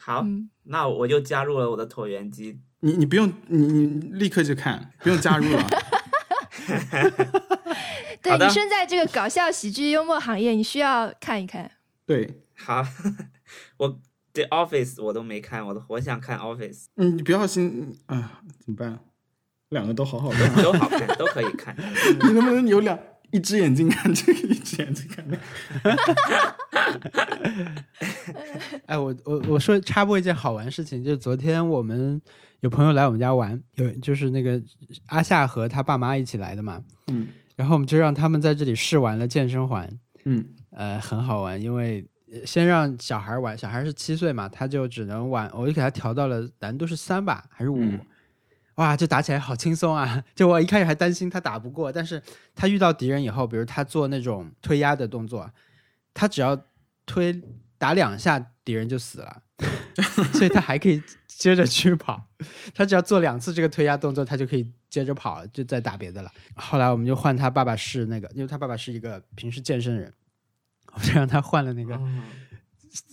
Speaker 3: 好，
Speaker 4: 嗯
Speaker 3: 那我就加入了我的椭圆机。
Speaker 2: 你你不用，你你立刻就看，不用加入啊 了。
Speaker 4: 对
Speaker 3: 好的
Speaker 4: 你身在这个搞笑喜剧幽默行业，你需要看一看。
Speaker 2: 对，
Speaker 3: 好，我对 Office 我都没看，我都我想看 Office，
Speaker 2: 嗯你不要心啊、怎么办？两个都好好看，
Speaker 3: 都好看，都可以 看。
Speaker 2: 你能不能有两一只眼睛看这个，一只眼睛看那个？
Speaker 1: 哎，我我我说插播一件好玩事情，就是昨天我们有朋友来我们家玩，有就是那个阿夏和他爸妈一起来的嘛，
Speaker 2: 嗯
Speaker 1: 然后我们就让他们在这里试玩了健身环，
Speaker 2: 嗯，
Speaker 1: 呃，很好玩，因为呃先让小孩玩，小孩是七岁嘛，他就只能玩，我就给他调到了难度是三吧，还是五、
Speaker 2: 嗯
Speaker 1: 哇，就打起来好轻松啊！ 就我一开始还担心他打不过，但是他遇到敌人以后，比如他做那种推压的动作，他只要推打两下，敌人就死了， 所以他还可以接着去跑。他只要做两次这个推压动作，他就可以接着跑，就再打别的了。后来我们就换他爸爸是那个，因为他爸爸是一个平时健身人，我们就让他换了那个
Speaker 3: 嗯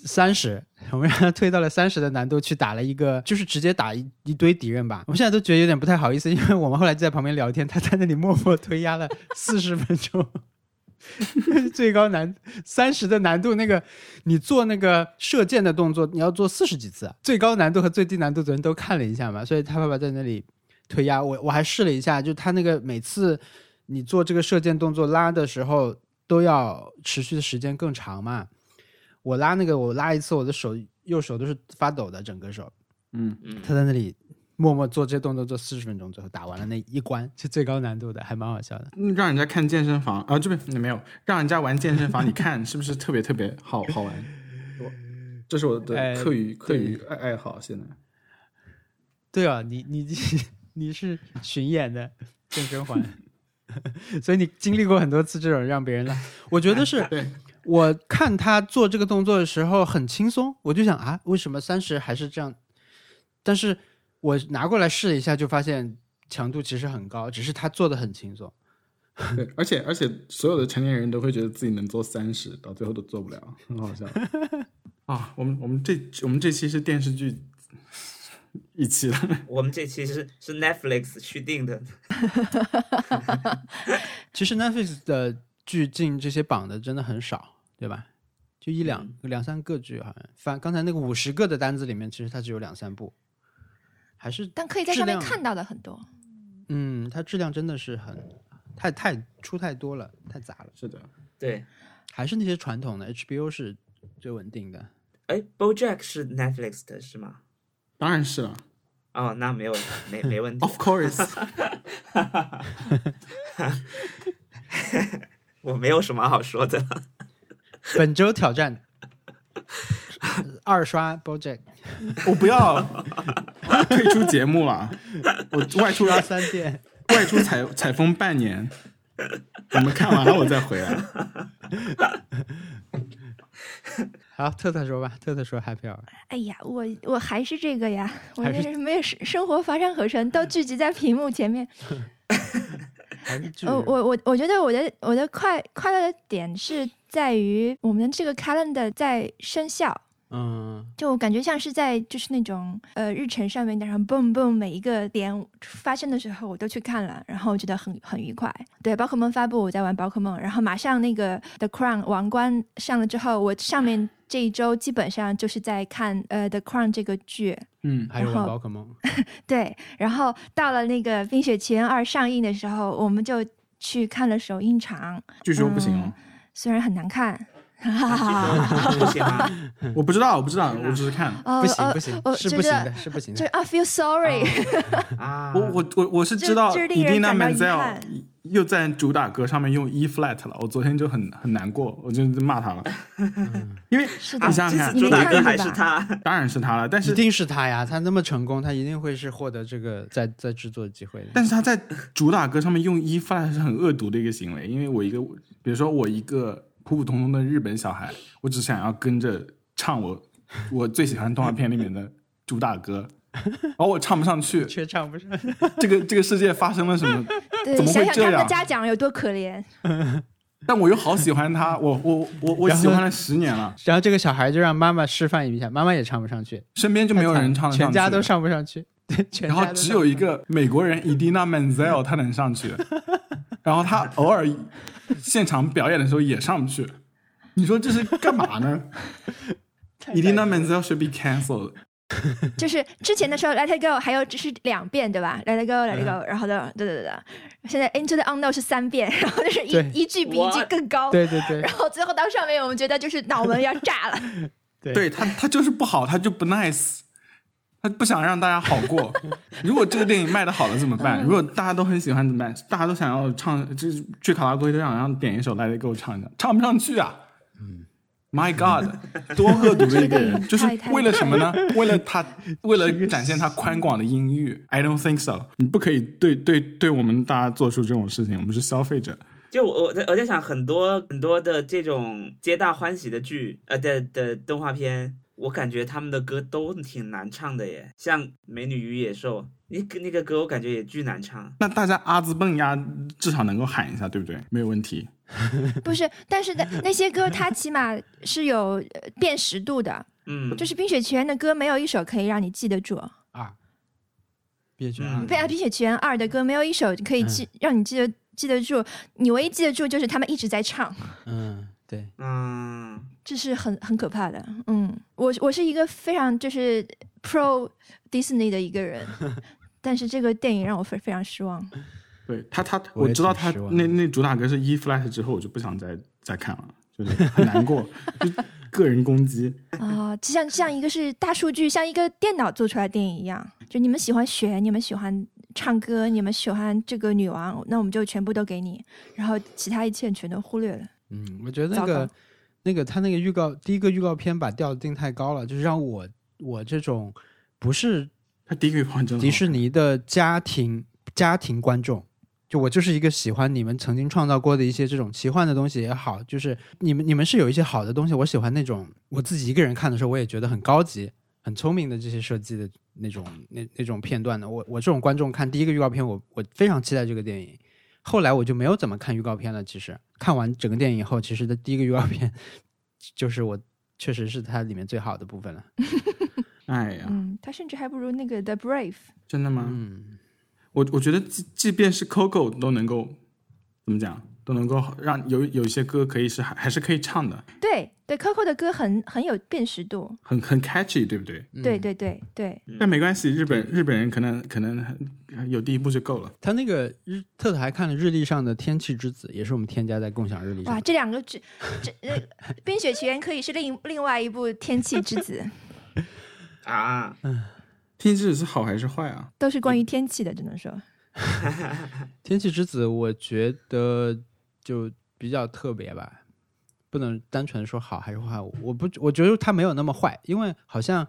Speaker 1: 三十，我们让他推到了三十的难度去打了一个，就是直接打一一堆敌人吧。我们现在都觉得有点不太好意思，因为我们后来就在旁边聊天，他在那里默默推压了四十分钟， 最高难三十的难度，那个你做那个射箭的动作，你要做四十几次，啊最高难度和最低难度昨天都看了一下嘛，所以他爸爸在那里推压我，我还试了一下，就他那个每次你做这个射箭动作拉的时候都要持续的时间更长嘛。我拉那个，我拉一次，我的手右手都是发抖的，整个手。
Speaker 3: 嗯，
Speaker 1: 他在那里默默做这些动作，做四十分钟，最后打完了那一关，是最高难度的，还蛮好笑的。
Speaker 2: 嗯让人家看健身房啊，这边没有，让人家玩健身房，你 看是不是特别特别好好玩？我这是我的
Speaker 1: 哎
Speaker 2: 课余课余爱爱好，现在。
Speaker 1: 对啊，你你你是巡演的健身环， 所以你经历过很多次这种让别人拉，我觉得是
Speaker 2: 对
Speaker 1: 我看他做这个动作的时候很轻松，我就想啊，为什么三十还是这样？但是我拿过来试了一下，就发现强度其实很高，只是他做的很轻松。
Speaker 2: 对，而且而且所有的成年人都会觉得自己能做三十，到最后都做不了，很好笑 啊！我们我们这我们这期是电视剧一期了，
Speaker 3: 我们这期是是 Netflix 续订的，
Speaker 1: 其实 Netflix 的剧进这些榜的真的很少，对吧？就一两、
Speaker 4: 嗯
Speaker 1: 两三个剧，好像翻刚才那个五十个的单子里面，其实它只有两三部，还是
Speaker 4: 但可以在上面
Speaker 1: 质量
Speaker 4: 看到的很多。
Speaker 1: 嗯，它质量真的是很太太出太多了，太杂了。
Speaker 2: 是的，
Speaker 3: 对，
Speaker 1: 还是那些传统的 HBO 是最稳定 的。
Speaker 3: 哎，BoJack 是 Netflix 的是吗？
Speaker 2: 当然是了
Speaker 3: 哦，那没有没没问题
Speaker 2: ，of，course，
Speaker 3: 我没有什么好说的。
Speaker 1: 本周挑战二刷 BoJack，
Speaker 2: 我不要退出节目了，我外出
Speaker 1: 刷三遍。
Speaker 2: 外出采采风半年，我们看完了我再回来。
Speaker 1: 好，特特说吧，特特说 Happy Hour。
Speaker 4: 哎呀，我我还是这 个呀，我
Speaker 1: 还
Speaker 4: 那
Speaker 1: 是
Speaker 4: 是没有生生活乏善可陈，都聚集在屏幕前面。
Speaker 1: 还是剧
Speaker 4: 呃，我我我觉得我的我的快快乐的点是在于我们这个 calendar 在生效，
Speaker 1: 嗯，
Speaker 4: 就我感觉像是在就是那种呃日程上面，然后蹦蹦每一个点发生的时候，我都去看了，然后觉得很很愉快。对，宝可梦发布，我在玩宝可梦，然后马上那个 The Crown 王冠上了之后，我上面这一周基本上就是在看呃 The Crown 这个剧，
Speaker 2: 嗯，
Speaker 1: 还有
Speaker 4: 然
Speaker 1: 玩
Speaker 4: 后
Speaker 1: 宝可梦，
Speaker 4: 对，然后到了那个《冰雪奇缘二》上映的时候，我们就去看了首映场，
Speaker 2: 据说不行哦，
Speaker 4: 虽然很难看，哈
Speaker 3: 啊
Speaker 4: 哈
Speaker 3: 据
Speaker 4: 哈哈。
Speaker 3: 说不行吗？
Speaker 1: 嗯
Speaker 2: 我不知道，我不知道，我只是看。
Speaker 4: 哦
Speaker 1: 不行
Speaker 4: 哦
Speaker 1: 不行，
Speaker 4: 我
Speaker 1: 是
Speaker 4: 觉
Speaker 1: 不行
Speaker 4: 得
Speaker 1: 的，是不行
Speaker 4: 就
Speaker 1: 的。
Speaker 4: I feel sorry，、
Speaker 3: 啊，
Speaker 1: 嗯
Speaker 2: 我我我我是
Speaker 4: 这
Speaker 2: 知道
Speaker 4: 这令人
Speaker 2: Edina
Speaker 4: 感到
Speaker 2: m a
Speaker 4: 遗
Speaker 2: n z e l
Speaker 4: 憾
Speaker 2: 又在主打歌上面用 E flat 了，我昨天就很很难过，我就骂他了，
Speaker 1: 嗯
Speaker 2: 因为
Speaker 4: 是
Speaker 2: 你
Speaker 4: 的
Speaker 2: 想想
Speaker 3: 这
Speaker 2: 看
Speaker 3: 次
Speaker 4: 你，
Speaker 3: 主
Speaker 4: 没
Speaker 3: 打
Speaker 4: 看
Speaker 3: 歌
Speaker 4: 是
Speaker 3: 还是
Speaker 4: 吧
Speaker 3: 他，
Speaker 2: 当然是他了，但
Speaker 1: 一
Speaker 2: 是
Speaker 1: 定是他呀！他那么成功，他一定会是获得这个再再制作机会的。
Speaker 2: 但是他在主打歌上面用 E flat 是很恶毒的一个行为，因为我一个比如说我一个普普通通的日本小孩，我只想要跟着唱我我最喜欢动画片里面的主打 歌，然后我唱不上去，
Speaker 1: 却唱不上。
Speaker 2: 这个这个世界发生了什么？
Speaker 4: 对，
Speaker 2: 怎么
Speaker 4: 想
Speaker 2: 会
Speaker 4: 想
Speaker 2: 这
Speaker 4: 他们的
Speaker 2: 样
Speaker 4: 家长有多可怜。
Speaker 2: 但我又好喜欢 他，我我我我
Speaker 1: 然后
Speaker 2: 喜欢了十年了，
Speaker 1: 然后这个小孩就让妈妈示范一下，妈妈也唱不上去，
Speaker 2: 身边就没有人唱得上去，
Speaker 1: 全家都上不 上去，对，全
Speaker 2: 然
Speaker 1: 家
Speaker 2: 后
Speaker 1: 都
Speaker 2: 只
Speaker 1: 上
Speaker 2: 有
Speaker 1: 不
Speaker 2: 一
Speaker 1: 上
Speaker 2: 个美国人 Edina Menzel 他能上去，然后他偶尔现场表演的时候也上不去，你说这是干 嘛呢？Edina Menzel should be cancelled。
Speaker 4: 就是之前的时候 Let It Go 还有只是两遍对吧？Let It Go，Let
Speaker 1: 嗯
Speaker 4: It Go，然后的对对对对，现在 Into the Unknown 是三遍，然后就是
Speaker 1: 对
Speaker 4: 一一句比一句
Speaker 3: What？
Speaker 4: 更高。
Speaker 1: 对对对
Speaker 4: 然后最后到上面，我们觉得就是脑门要 炸了。
Speaker 2: 对他，他就是不好，他就不 nice，他不想让大家好过。如果这个电影卖的好了怎么办？如果大家都很喜欢怎么办？大家都想要唱，就是去卡拉 OK 都想让点一首《来 e 给我唱一唱，唱不上去啊。My God，多恶毒的一个人，就是为了什么呢？为了他，为了展现他宽广的音域。I don't think so。你不可以对对对我们大家做出这种事情，我们是消费者。
Speaker 3: 就我我在我在想，很多很多的这种皆大欢喜的剧，呃的的动画片，我感觉他们的歌都挺难唱的耶，像《美女与野兽》，那个那个歌我感觉也巨难唱。
Speaker 2: 那大家阿兹蹦呀，至少能够喊一下，对不对？没有问题。
Speaker 4: 不是，但是那那些歌它起码是有呃辨识度的，
Speaker 3: 嗯，
Speaker 4: 就是《冰雪奇缘》的歌没有一首可以让你记得住。
Speaker 1: 啊，别去啊
Speaker 3: 嗯！
Speaker 4: 对啊，《冰雪奇缘二》的歌没有一首可以
Speaker 1: 嗯
Speaker 4: 记、让你记得记得住，你唯一记得住就是他们一直在唱，
Speaker 1: 嗯，对，
Speaker 3: 嗯，
Speaker 4: 这是很很可怕的。嗯，我我是一个非常就是 pro Disney 的一个 人，但是这个电影让我非非常失 望。
Speaker 2: 对他，他
Speaker 1: 我
Speaker 2: 我
Speaker 1: 也
Speaker 2: 知道
Speaker 1: 挺
Speaker 2: 他
Speaker 1: 失望
Speaker 2: 那
Speaker 1: 的
Speaker 2: 那主打歌是 E flat 之后，我就不想再再看了，就是很难过，就个人攻击。
Speaker 4: 啊、就像像一个是大数据，像一个电脑做出来的电影一样，就你们喜欢学，你们喜欢唱歌，你们喜欢这个女王，那我们就全部都给你，然后其他一切全都忽略了。
Speaker 1: 嗯，我觉得那
Speaker 4: 糟
Speaker 1: 个
Speaker 4: 糕
Speaker 1: 那个他那个预告第一个预告片把调定太高了，就是让我我这种不是
Speaker 2: 他第一个欲望真的
Speaker 1: 迪士尼的家庭家庭观众，就我就是一个喜欢你们曾经创造过的一些这种奇幻的东西也好，就是你们你们是有一些好的东西，我喜欢那种我自己一个人看的时候，我也觉得很高级、很聪明的这些设计的那种那那种片段的。我我这种观众看第一个预告片，我我非常期待这个电影。后来我就没有怎么看预告片了。其实看完整个电影以后，其实的第一个预告片 就是我确实是它里面最好的部分了。
Speaker 2: 哎呀，
Speaker 4: 嗯，他甚至还不如那个 The Brave。
Speaker 2: 真的吗？
Speaker 1: 嗯，
Speaker 2: 我我觉得即即便是 Coco 都能够怎么讲，都能够让有有一些歌可以是还还是可以唱的，
Speaker 4: 对对，Coco 的歌很很有辨识度。
Speaker 2: 很很 catchy，对不对？
Speaker 1: 嗯
Speaker 4: 对对对对，
Speaker 3: 嗯
Speaker 2: 但没关系，日本日本人可能可能有第一步就够了。
Speaker 1: 他那个日特特还看了日历上的《天气之子》，也是我们添加在共享日历上
Speaker 4: 哇，
Speaker 1: 的。
Speaker 4: 这两个这这呃，《冰雪奇缘》可以是另一另外一部《天气之子》，
Speaker 3: 啊，
Speaker 2: 天气是好还是坏啊？
Speaker 4: 都是关于天气的，只能
Speaker 3: 啊
Speaker 4: 说
Speaker 1: 天气之子，我觉得就比较特别吧，不能单纯说好还是坏。我不，我觉得它没有那么坏，因为好像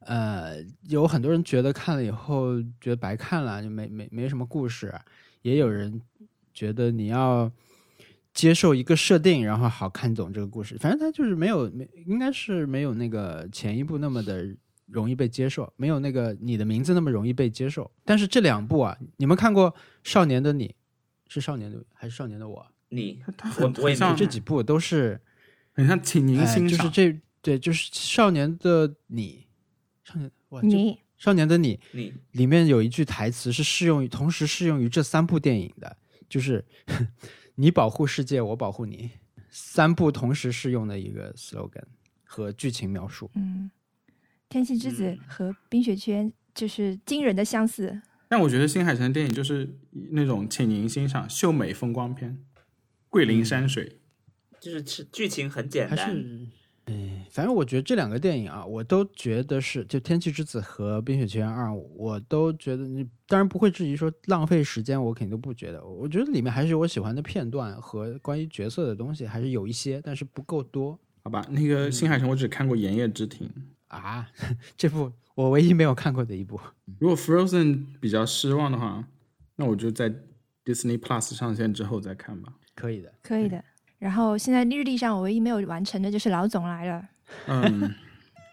Speaker 1: 呃，有很多人觉得看了以后觉得白看了，就没没没什么故事，也有人觉得你要。接受一个设定，然后好看懂这个故事。反正它就是没有，没应该是没有那个前一部那么的容易被接受，没有那个你的名字那么容易被接受。但是这两部啊，你们看过《少年的你》是《少年的》还是《少年的我
Speaker 3: 你
Speaker 2: 他
Speaker 3: 我
Speaker 2: 很
Speaker 3: 我也
Speaker 2: 很像》？
Speaker 1: 这几部都是，
Speaker 2: 很像，请您
Speaker 1: 哎
Speaker 2: 欣
Speaker 1: 就
Speaker 2: 赏。
Speaker 1: 是这对，就是《少年的你》，少年哇，这《
Speaker 4: 你
Speaker 1: 少年的你》
Speaker 3: 你
Speaker 1: 里面有一句台词是适用于，同时适用于这三部电影的，就是 你保护世界，我保护你，三部同时适用的一个 slogan 和剧情描述。
Speaker 4: 嗯，《天气之子
Speaker 3: 嗯》
Speaker 4: 和《冰雪奇缘》就是惊人的相似。
Speaker 2: 但我觉得新海诚电影就是那种请您欣赏秀美风光片，桂林山水。
Speaker 3: 就是吃剧情很简
Speaker 1: 还
Speaker 3: 单，
Speaker 1: 是，哎，反正我觉得这两个电影啊，我都觉得是就《天气之子》和《冰雪奇缘二》，我都觉得你当然不会质疑说浪费时间，我肯定都不觉得。我觉得里面还是有我喜欢的片段和关于角色的东西，还是有一些，但是不够多
Speaker 2: 好吧，那
Speaker 3: 嗯
Speaker 2: 个新海诚我只看过《炎夜之庭》。
Speaker 1: 啊。 这部我唯一没有看过的一部，
Speaker 2: 如果 Frozen 比较失望的话，那我就在 Disney Plus 上线之后再看吧。
Speaker 1: 可以的。
Speaker 4: 可以的。然后现在日历上我唯一没有完成的就是老总来了，
Speaker 2: 嗯，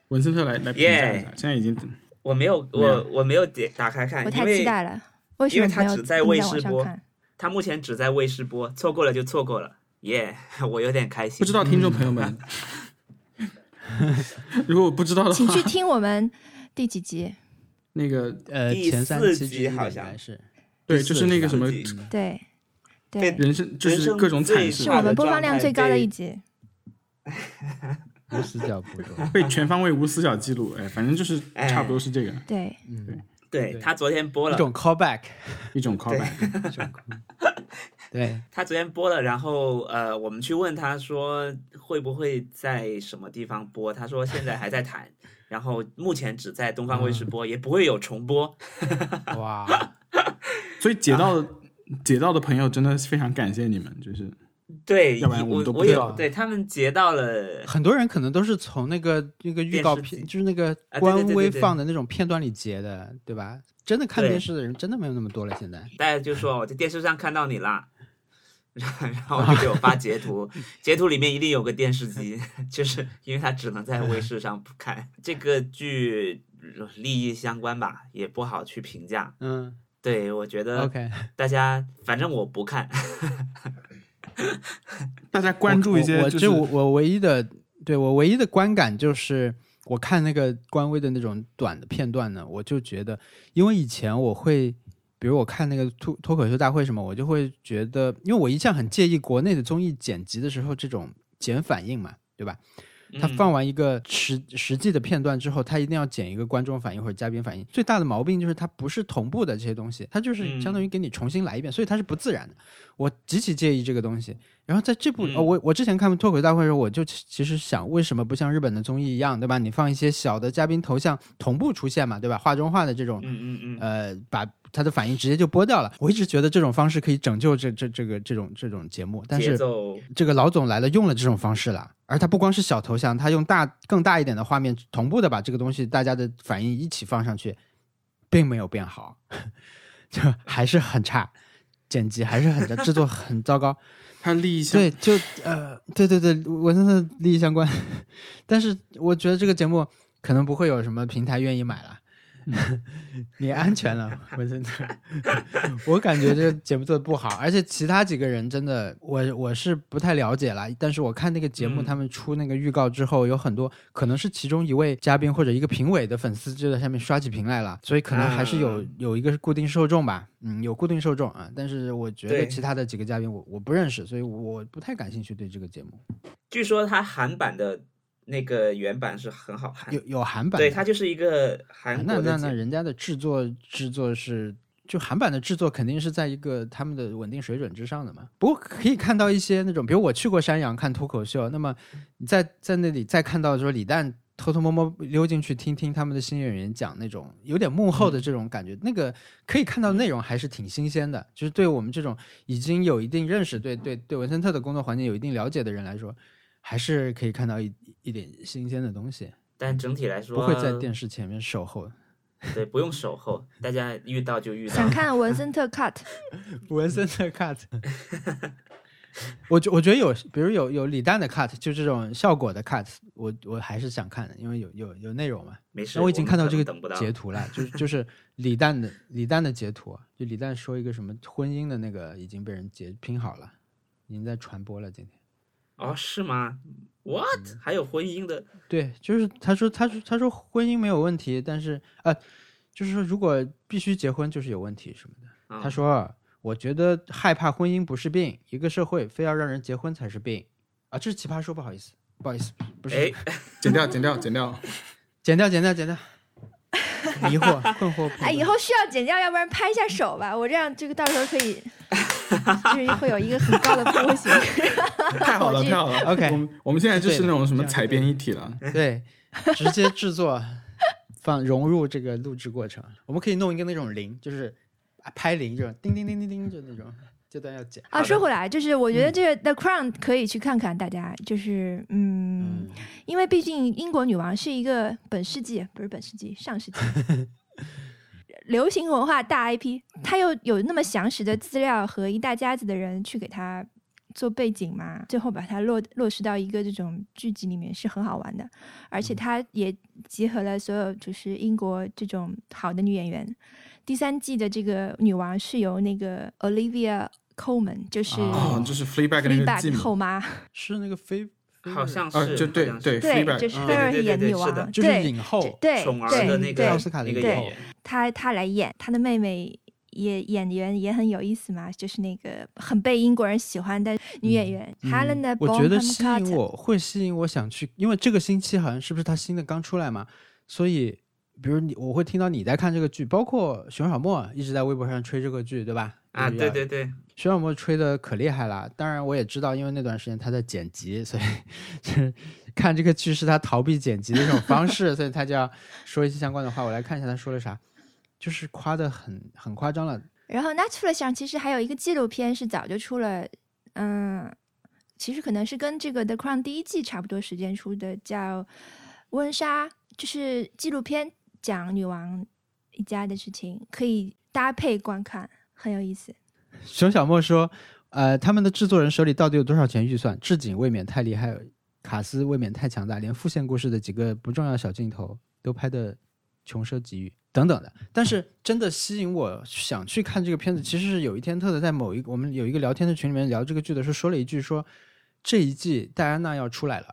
Speaker 2: 文森特来来评价一下，现在已经
Speaker 3: 我没有
Speaker 2: 没
Speaker 3: 我
Speaker 2: 有
Speaker 3: 我没有点打开看，
Speaker 4: 我
Speaker 3: 哎因
Speaker 4: 太期
Speaker 3: 为
Speaker 4: 待了。为什
Speaker 3: 因
Speaker 4: 么
Speaker 3: 为他
Speaker 4: 没有
Speaker 3: 只在
Speaker 4: 登
Speaker 3: 卫
Speaker 4: 在网
Speaker 3: 视
Speaker 4: 上
Speaker 3: 播
Speaker 4: 看？
Speaker 3: 它目前只在卫视播，错过了就错过了，耶、 我有点开心。
Speaker 2: 不知道听众朋友们，
Speaker 3: 嗯
Speaker 2: 如果不知道的
Speaker 4: 请
Speaker 2: 话，
Speaker 4: 去听我们第几 集？
Speaker 2: 那个
Speaker 1: 呃，
Speaker 3: 第
Speaker 1: 前三
Speaker 3: 四
Speaker 1: 期
Speaker 3: 集
Speaker 1: 之一的
Speaker 3: 好
Speaker 1: 应
Speaker 3: 像
Speaker 1: 该是
Speaker 2: 对，
Speaker 1: 第四
Speaker 2: 就是那个
Speaker 1: 集
Speaker 2: 什么
Speaker 3: 集
Speaker 4: 对，
Speaker 3: 被
Speaker 4: 对，
Speaker 2: 人生，就
Speaker 3: 人
Speaker 2: 是
Speaker 3: 生
Speaker 2: 各种
Speaker 3: 最
Speaker 2: 惨
Speaker 4: 是
Speaker 2: 事
Speaker 3: 差
Speaker 4: 我
Speaker 2: 吧，
Speaker 4: 们
Speaker 3: 的
Speaker 4: 播放
Speaker 3: 状
Speaker 4: 量
Speaker 3: 态
Speaker 4: 最高的
Speaker 3: 被
Speaker 4: 一集。
Speaker 1: 无死角捕 捉。
Speaker 2: 被全方位无死角记录。哎，反正就是
Speaker 3: 哎
Speaker 2: 差不多是这个
Speaker 4: 对，
Speaker 3: 对
Speaker 1: 对
Speaker 3: 他昨天
Speaker 1: 嗯
Speaker 3: 播
Speaker 1: 一
Speaker 3: 了，
Speaker 1: 种 callback，
Speaker 2: 一种 callback。
Speaker 1: 一种 callback 对，
Speaker 3: 他昨天播了，然后呃，我们去问他说会不会在什么地方播，他说现在还在谈，然后目前只在东方卫视播，也不会有重播。
Speaker 1: 哇，
Speaker 2: 所以解到解到的朋友真的非常感谢你们，就是
Speaker 3: 对，
Speaker 2: 嗯要不然
Speaker 3: 我
Speaker 2: 我们都不
Speaker 3: 我
Speaker 2: 知
Speaker 3: 有
Speaker 2: 道
Speaker 3: 对他们截到了，
Speaker 1: 很多人可能都是从那个那个预告
Speaker 3: 电视
Speaker 1: 片，
Speaker 3: 剧
Speaker 1: 就是那个
Speaker 3: 啊对对
Speaker 1: 官
Speaker 3: 对对
Speaker 1: 微
Speaker 3: 对
Speaker 1: 放的那种片段里截的，对吧？真的看
Speaker 3: 对
Speaker 1: 电视的人真的没有那么多了，现在。
Speaker 3: 大家就说我在电视上看到你啦。然后就给我发截图，截图里面一定有个电视机， 就是因为他只能在卫视上不看。这个剧呃利益相关吧，也不好去评价。
Speaker 1: 嗯
Speaker 3: 对，我觉得
Speaker 1: ，OK，
Speaker 3: 大家反正我不看，
Speaker 2: 大家关注一些
Speaker 1: 我我
Speaker 2: 就是
Speaker 1: 这我我唯一的对我唯一的观感就是，我看那个官微的那种短的片段呢，我就觉得，因为以前我会。比如我看那个脱脱口秀大会什么，我就会觉得，因为我一向很介意国内的综艺剪辑的时候这种剪反应嘛，对吧？他
Speaker 3: 嗯
Speaker 1: 放完一个实实际的片段之后，他一定要剪一个观众反应或者嘉宾反应。最大的毛病就是它不是同步的这些东西，它就是
Speaker 3: 嗯
Speaker 1: 相当于给你重新来一遍，所以它是不自然的。我极其介意这个东西。然后在这部，
Speaker 3: 嗯
Speaker 1: 哦、我我之前看脱口秀大会的时候，我就其其实想，为什么不像日本的综艺一样，对吧？你放一些小的嘉宾头像同步出现嘛，对吧？画中画的这种
Speaker 3: 嗯嗯嗯，
Speaker 1: 呃，把他的反应直接就播掉了。我一直觉得这种方式可以拯救这这这个这种这种节目，但
Speaker 3: 节
Speaker 1: 是
Speaker 3: 奏
Speaker 1: 这个老总来了用了这种方式了，而他不光是小头像，他用大更大一点的画面同步的把这个东西大家的反 应一起放上去，并没有变好，就还是很差。剪辑还是很糟制作很糟糕。
Speaker 2: 他利益相
Speaker 1: 对，就呃，对对对，文森特利益相关。 但是我觉得这个节目可能不会有什么平台愿意买了。你安全了，文森特。 我感觉这个节目做的不好，而且其他几个人真的，我我是不太了解啦。但是我看那个节目，
Speaker 3: 嗯
Speaker 1: 他们出那个预告之后，有很多可能是其中一位嘉宾或者一个评委的粉丝就在下面刷起屏来了，所以可能还是有、
Speaker 3: 啊
Speaker 1: 有一个是固定受众吧，嗯，有固定受众啊。但是我觉得
Speaker 3: 对
Speaker 1: 其他的几个嘉宾我我不认识，所以我不太感兴趣对这个节目。
Speaker 3: 据说它韩版的那个原版是很好看
Speaker 1: 有，有韩版的，
Speaker 3: 对，它就是一个韩
Speaker 1: 啊那
Speaker 3: 国
Speaker 1: 那
Speaker 3: 的
Speaker 1: 那
Speaker 3: 节，
Speaker 1: 人家的制作制作是，就韩版的制作肯定是在一个他们的稳定水准之上的嘛。不过可以看到一些那种，比如我去过山羊看脱口秀，那么你在在那里再看到说李诞偷偷摸摸溜进去听听他们的新演员讲那种有点幕
Speaker 3: 嗯
Speaker 1: 后的这种感觉，那个可以看到的内容还是挺新鲜的，就是对我们这种已经有一定认识，对对对文森特的工作环境有一定了解的人来说，还是可以看到一一点新鲜的东西，
Speaker 3: 但整体来说
Speaker 1: 不会在电视前面守候。
Speaker 3: 对不用守候，大家遇到就遇到
Speaker 4: 想。看文森特 cut，
Speaker 1: 文森特 cut，我觉我觉得有，比如有有李诞的 cut，就这种效果的 cut，我我还是想看的，因为有有有内容嘛。
Speaker 3: 没事，
Speaker 1: 那我已经
Speaker 3: 们
Speaker 1: 看到
Speaker 3: 可
Speaker 1: 这
Speaker 3: 能等不
Speaker 1: 个
Speaker 3: 到
Speaker 1: 截图了， 就是就是李诞的李诞的截图，啊就李诞说一个什么婚姻的那个已经被人截拼好了，已经在传播了。今天
Speaker 3: 哦，是吗？What？还
Speaker 1: 嗯
Speaker 3: 有婚姻的
Speaker 1: 对，就是他说他说他说婚姻没有问题，但是呃，就是说如果必须结婚就是有问题什么的。
Speaker 3: 啊？
Speaker 1: 他说：“我觉得害怕婚姻不是病，一个社会非要让人结婚才是病啊！”这是奇葩说，不好意思，不好意思，不是，
Speaker 3: 哎，
Speaker 2: 剪掉剪掉剪 掉，
Speaker 1: 剪掉，剪掉，剪掉，迷惑、困惑、
Speaker 4: 哎，以后需要剪掉，要不然拍一下手吧，我这样这个到时候可以， 就是会有一个很高的啊波形。
Speaker 2: 太好了
Speaker 4: 我去
Speaker 2: 太好了
Speaker 1: OK
Speaker 2: 我们我们现在就是那种什么采编一体了，
Speaker 1: 对，直接制作放融入这个录制过程，我们可以弄一个那种铃，就是啊拍铃，这种叮叮叮叮叮，就那种这段要剪。
Speaker 3: 好
Speaker 4: 啊，
Speaker 3: 的嗯
Speaker 4: 说回来，就是我觉得这个《The Crown》可以去看看，大家就是嗯，因为毕竟英国女王是一个本世纪不是本世纪上 世纪流行文化大 IP，她又有那么详实的资料和一大家子的人去给她做背景嘛，最后把它落落实到一个这种剧集里面是很好玩的，而
Speaker 3: 嗯
Speaker 4: 且它也集合了所有就是英国这种好的女演员。第三季的这个女王是由那个 Olivia Colman，就是
Speaker 3: 啊
Speaker 1: 哦
Speaker 2: 哦，就是 Fleabag 那个继
Speaker 4: Fleabag
Speaker 2: 母，
Speaker 4: 后妈，
Speaker 1: 是那个飞，
Speaker 3: 好像
Speaker 2: 啊
Speaker 3: 是，
Speaker 2: 就对
Speaker 3: 好像
Speaker 2: 对
Speaker 3: 是
Speaker 4: 对，
Speaker 2: Fleabag，
Speaker 4: 就是 f
Speaker 1: 嗯
Speaker 4: l
Speaker 3: 对
Speaker 4: a
Speaker 3: 对对
Speaker 4: 演
Speaker 3: 对
Speaker 4: 女
Speaker 3: 是的
Speaker 4: 王，
Speaker 1: 就是
Speaker 4: 对
Speaker 1: 影后，
Speaker 4: 对
Speaker 3: 宠儿
Speaker 4: 对
Speaker 3: 的那
Speaker 1: 对
Speaker 3: 个
Speaker 1: 奥斯哦卡的
Speaker 3: 那个
Speaker 1: 影
Speaker 3: 演
Speaker 1: 后
Speaker 3: 员，
Speaker 4: 她她来演她的妹妹也演员也很有意思嘛，就是那个很被英国人喜欢的女演员、
Speaker 1: 嗯
Speaker 4: Helena
Speaker 1: 我觉得
Speaker 4: Bonham
Speaker 1: 吸引
Speaker 4: Carter。
Speaker 1: 我会吸引我想去，因为这个星期好像是不是他新的刚出来嘛，所以比如你我会听到你在看这个剧，包括熊小莫一直在微博上吹这个剧，对吧？
Speaker 3: 啊，
Speaker 1: 就是
Speaker 3: 对
Speaker 1: 要
Speaker 3: 对对，
Speaker 1: 徐小莫吹的可厉害了，当然我也知道，因为那段时间他在剪辑，所以 就是看这个剧是他逃避剪辑的一种方式，所以他就要说一些相关的话。我来看一下他说了啥，就是夸的很很夸张了。
Speaker 4: 然后 Netflix 上其实还有一个纪录片是早就出了，嗯，其实可能是跟这个《The Crown》第一季差不多时间出的，叫《温莎》，就是纪录片讲女王一家的事情，可以搭配观看，很有意思。
Speaker 1: 熊小莫说：“呃，他们的制作人手里到底有多少钱预算？置景未免太厉害，卡斯未免太强大，连副线故事的几个不重要小镜头都拍的穷奢极欲等等的。但是真的吸引我想去看这个片子，其实是有一天特的在某一个我们有一个聊天的群里面聊这个剧的时候说了一句说，这一季戴安娜要出来了。”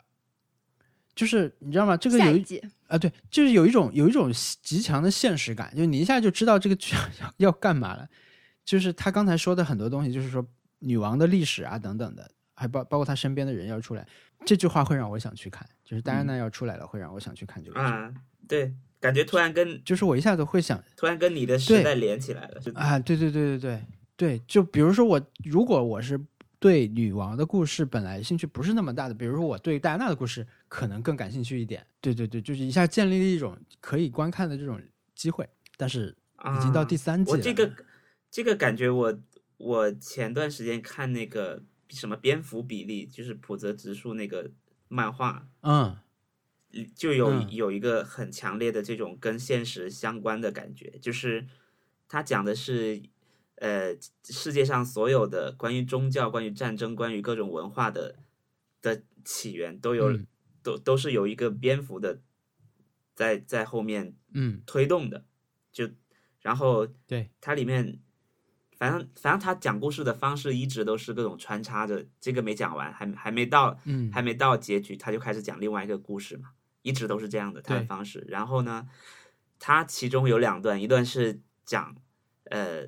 Speaker 1: 就是你知道吗？这个
Speaker 4: 下
Speaker 1: 有
Speaker 4: 一
Speaker 1: 一
Speaker 4: 季
Speaker 1: 啊，对，就是有一种有一种极强的现实感，就是你一下就知道这个剧 要要干嘛了。就是他刚才说的很多东西，就是说女王的历史啊等等的，还包包括她身边的人要出来，这句话会让我想去看。就是戴安娜要出来了，会让我想去看这个剧。
Speaker 3: 啊，对，感觉突然跟
Speaker 1: 就是我一下子会想
Speaker 3: 突然跟你的
Speaker 1: 对
Speaker 3: 时代连起来了，就
Speaker 1: 啊，对对对对对对，就比如说我，如果我是对女王的故事本来兴趣不是那么大的，比如说我对戴安娜的故事可能更感兴趣一点。对对对，就是一下建立了一种可以观看的这种机会，但是
Speaker 3: 啊，
Speaker 1: 已经到第三季
Speaker 3: 我
Speaker 1: 了。
Speaker 3: 这个这个感觉我，我前段时间看那个什么蝙蝠比例，就是普泽直树那个漫画，
Speaker 1: 嗯，
Speaker 3: 就有、
Speaker 1: 嗯
Speaker 3: 有一个很强烈的这种跟现实相关的感觉，就是他讲的是，呃世界上所有的关于宗教、关于战争、关于各种文化的的起源都有、
Speaker 1: 嗯
Speaker 3: 都都是有一个蝙蝠的在在后面
Speaker 1: 嗯，
Speaker 3: 推动的，就然后
Speaker 1: 对，
Speaker 3: 它里面，反正反正他讲故事的方式一直都是各种穿插着，这个没讲完，还还没到，
Speaker 1: 嗯，
Speaker 3: 还没到结局，他就开始讲另外一个故事嘛，一直都是这样的他的
Speaker 1: 对
Speaker 3: 方式。然后呢，他其中有两段，一段是讲，呃，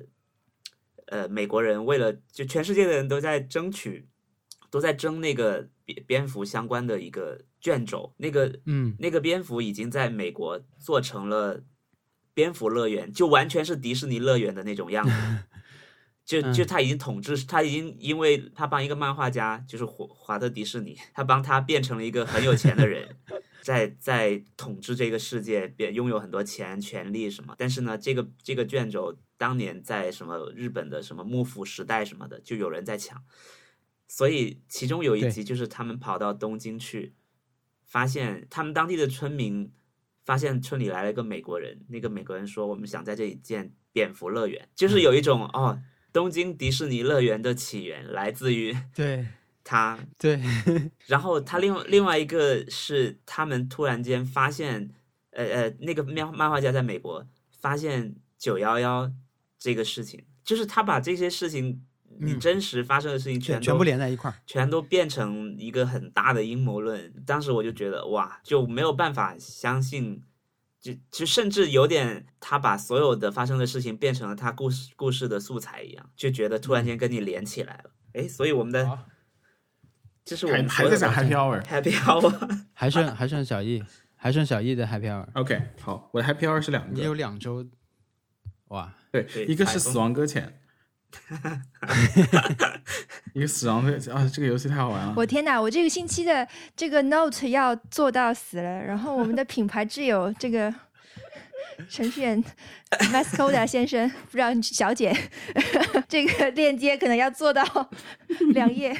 Speaker 3: 呃，美国人为了就全世界的人都在争取，都在争那个蝙蝙蝠相关的一个卷轴，那个
Speaker 1: 嗯
Speaker 3: 那个蝙蝠已经在美国做成了蝙蝠乐园，就完全是迪士尼乐园的那 种样子。就
Speaker 1: 嗯
Speaker 3: 就他已经统治，他已经因为他帮一个漫画家，就是华华特迪士尼，他帮他变成了一个很有钱 的人，在在统治这个世界，变拥有很多钱、权利什么。但是呢，这个这个卷轴当年在什么日本的什么幕府时代什么的，就有人在抢。所以其中有一
Speaker 1: 对
Speaker 3: 集就是他们跑到东京去，发现他们当地的村民发现村里来了一个美国人，那个美国人说我们想在这里建蝙蝠乐园，就是有一
Speaker 1: 嗯
Speaker 3: 种哦，东京迪士尼乐园的起源来自于
Speaker 1: 对
Speaker 3: 他。
Speaker 1: 对，
Speaker 3: 然后他另另外一个是他们突然间发现，呃呃，那个漫漫画家在美国发现九幺幺这个事情，就是他把这些事情。你
Speaker 1: 嗯
Speaker 3: 真实发生的事情
Speaker 1: 全
Speaker 3: 全都
Speaker 1: 全部连在一块 儿，
Speaker 3: 全都变成一个很大的阴谋论。当时我就觉得哇，就没有办法相信，就就甚至有点他把所有的发生的事情变成了他故事故事的素材一样，就觉得突然间跟你连起来了。哎，所以我们的
Speaker 2: 好
Speaker 3: 这是我
Speaker 2: 还
Speaker 3: 们
Speaker 2: 还在讲
Speaker 3: 所
Speaker 2: Happy Hour。
Speaker 3: 有的 happy hour，
Speaker 1: 还剩还剩小易，还剩小易的 Happy Hour，
Speaker 2: OK，好，我的 Happy Hour 是两
Speaker 1: 你
Speaker 2: 个，
Speaker 1: 有两周，哇，
Speaker 2: 对，
Speaker 3: 对
Speaker 2: 一个是
Speaker 3: 海
Speaker 2: 《
Speaker 3: 风
Speaker 2: 死亡搁 浅》，一个《死亡搁浅》啊，这个游戏太好玩了。
Speaker 4: 我天哪！我这个星期的这个 note 要做到死了，然后我们的品牌挚友这个程序员 Mascoda 先生，不知道你小姐， 这个链接可能要做到两页。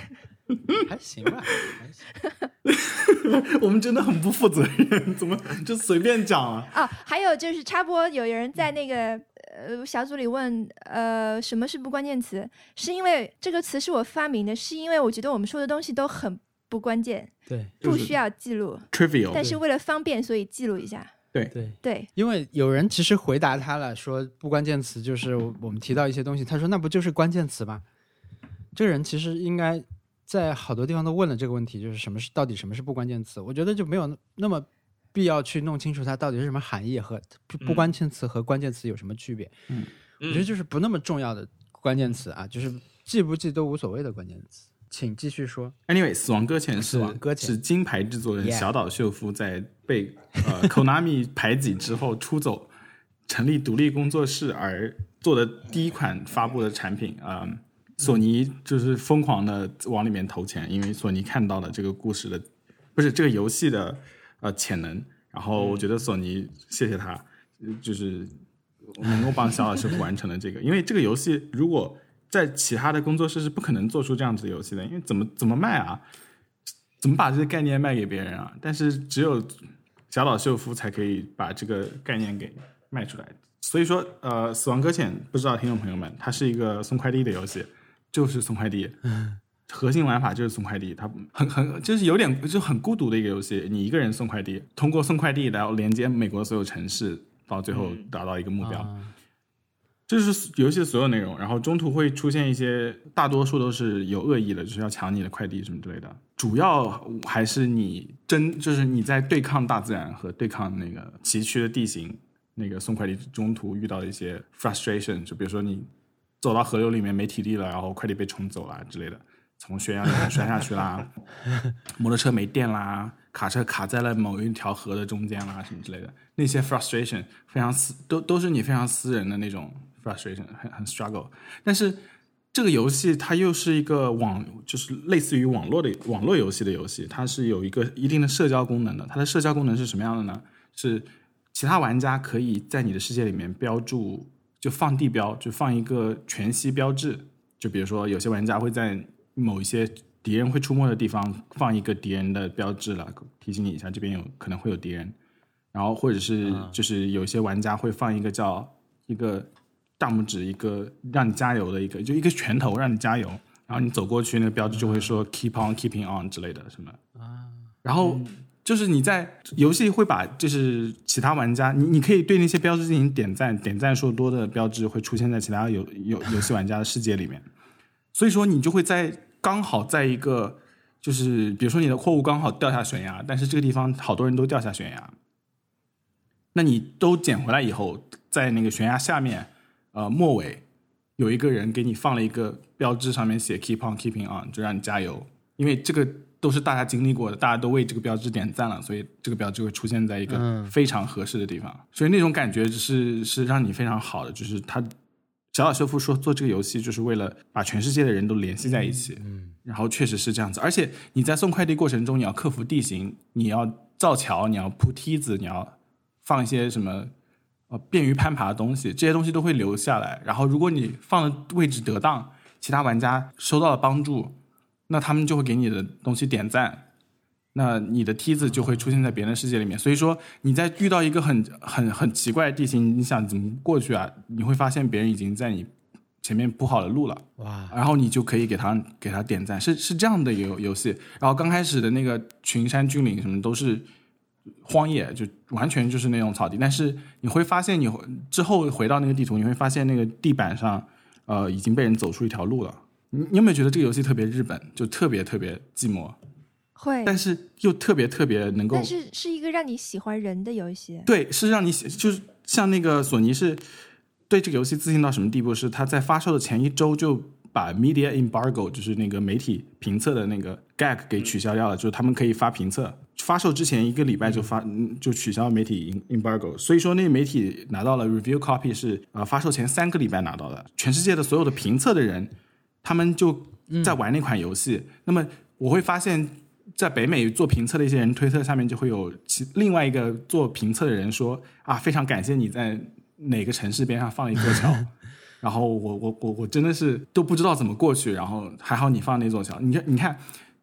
Speaker 1: 还行吧，还 行。
Speaker 2: 我们真的很不负责任，怎么就随便讲啊？
Speaker 4: 哦，还有就是插播，有人在那个呃小组里问，呃，什么是不关键词？是因为这个词是我发明的，是因为我觉得我们说的东西都很不关键，
Speaker 1: 对
Speaker 4: 不
Speaker 2: 就是
Speaker 4: 需要记录，
Speaker 2: trivial，
Speaker 4: 但是为了方便，所以记录一下。
Speaker 1: 对，
Speaker 4: 对，
Speaker 1: 因为有人其实回答他了，说不关键词就是我们提到一些东西，他说那不就是关键词吗？这个人其实应该在好多地方都问了这个问题，就是什么是到底什么是不关键词？我觉得就没有那么必要去弄清楚它到底是什么含义和不不关键词和关键词有什么区别。我觉得
Speaker 3: 嗯，
Speaker 1: 就是不那么重要的关键词啊，就是记不记都无所谓的关键词。请继续说。
Speaker 2: Anyway，《死亡搁浅》是
Speaker 1: 死亡搁浅
Speaker 2: 是金牌制作人
Speaker 1: Yeah
Speaker 2: 小岛秀夫在被呃 Konami 排挤之后出走，成立独立工作室而做的第一款发布的产品啊、嗯索尼就是疯狂的往里面投钱，因为索尼看到了这个故事的，不是这个游戏的呃潜能。然后我觉得索尼谢谢他，呃就是能够帮小岛秀夫完成了这个，因为这个游戏如果在其他的工作室是不可能做出这样子的游戏的，因为怎么怎么卖啊？怎么把这个概念卖给别人啊？但是只有小岛秀夫才可以把这个概念给卖出来。所以说，呃，《死亡搁浅》不知道听众朋友们，它是一个送快递的游戏，就是送快递，核心玩法就是送快递，它很很就是有点就很孤独的一个游戏，你一个人送快递，通过送快递来连接美国所有城市，到最后
Speaker 3: 嗯
Speaker 2: 达到一个目标。
Speaker 1: 啊
Speaker 2: 这是游戏的所有内容，然后中途会出现一些，大多数都是有恶意的，就是要抢你的快递什么之类的。主要还是你真，就是你在对抗大自然和对抗那个崎岖的地形，那个送快递中途遇到的一些 frustration，就比如说你走到河流里面没体力了，然后快递被冲走了之类的，从悬崖里面摔下去啦，摩托车没电啦，卡车卡在了某一条河的中间啦，什么之类的，那些 frustration 非常私，都都是你非常私人的那种 frustration，很很 struggle。但是这个游戏它又是一个网，就是类似于网络的网络游戏的游戏，它是有一个一定的社交功能的。它的社交功能是什么样的呢？是其他玩家可以在你的世界里面标注，就放地标，就放一个全息标志。就比如说，有些玩家会在某一些敌人会出没的地方放一个敌人的标志了，提醒你一下，这边有可能会有敌人。然后或者是就是有些玩家会放一个叫一个大拇指一个让你加油的一个，就一个拳头让你加油，然后你走过去，那个标志就会说 “keep on keeping on” 之类的什么然后就是你在游戏会把就是其他玩家，你你可以对那些标志进行点赞，点赞数多的标志会出现在其他游游游戏玩家的世界里面，所以说你就会在刚好在一个就是比如说你的货物刚好掉下悬崖，但是这个地方好多人都掉下悬崖，那你都捡回来以后，在那个悬崖下面，呃，末尾有一个人给你放了一个标志，上面写 “keep on keeping on”，就让你加油，因为这个都是大家经历过的，大家都为这个标志点赞了，所以这个标志会出现在一个非常合适的地方，所以那种感觉就是是让你非常好的，就是他小岛秀夫说做这个游戏就是为了把全世界的人都联系在一起，嗯，然后确实是这样子，而且你在送快递过程中，你要克服地形，你要造桥，你要铺梯子，你要放一些什么呃便于攀爬的东西，这些东西都会留下来。然后如果你放的位置得当，其他玩家收到了帮助，那他们就会给你的东西点赞。那你的梯子就会出现在别人的世界里面，所以说你在遇到一个很很很奇怪的地形，你想怎么过去啊？你会发现别人已经在你前面铺好了路了，
Speaker 1: 哇，
Speaker 2: 然后你就可以给他给他点赞，是是这样的一个游戏。然后刚开始的那个群山峻岭什么都是荒野，就完全就是那种草地。但是你会发现你，你之后回到那个地图，你会发现那个地板上，呃，已经被人走出一条路了。你你有没有觉得这个游戏特别日本，就特别特别寂寞，
Speaker 4: 会，
Speaker 2: 但是又特别特别能够
Speaker 4: 但是是一个让你喜欢人的游戏。
Speaker 2: 对，是让你写，就是像那个索尼是对这个游戏自信到什么地步？是他在发售的前一周就把 media embargo，就是那个媒体评测的那个 gag 给取消掉了，就是他们可以发评测。发售之前一个礼拜就发，嗯就取消媒体 em- embargo，所以说那个媒体拿到了 review copy 是呃发售前三个礼拜拿到的，全世界的所有的评测的人，他们就在玩那款游戏。那么我会发现在北美做评测的一些人推特下面就会有其另外一个做评测的人说啊，非常感谢你在哪个城市边上放了一座桥，然后我我我我真的是都不知道怎么过去，然后还好你放那座桥，你看你看，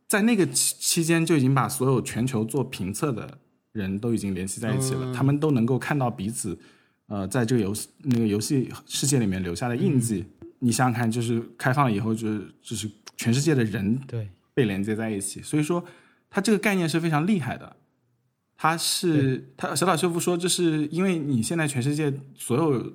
Speaker 2: 在那个期期间就已经把所有全球做评测的人都已经联系在一起了，他们都能够看到彼此。呃，在这个游戏那个游戏世界里面留下的印记，你想想看，就是开放了以后，就是就是全世界的人
Speaker 1: 对，
Speaker 2: 被连接在一起。所以说，它这个概念是非常厉害的。它是它小岛秀夫说，就是因为你现在全世界所有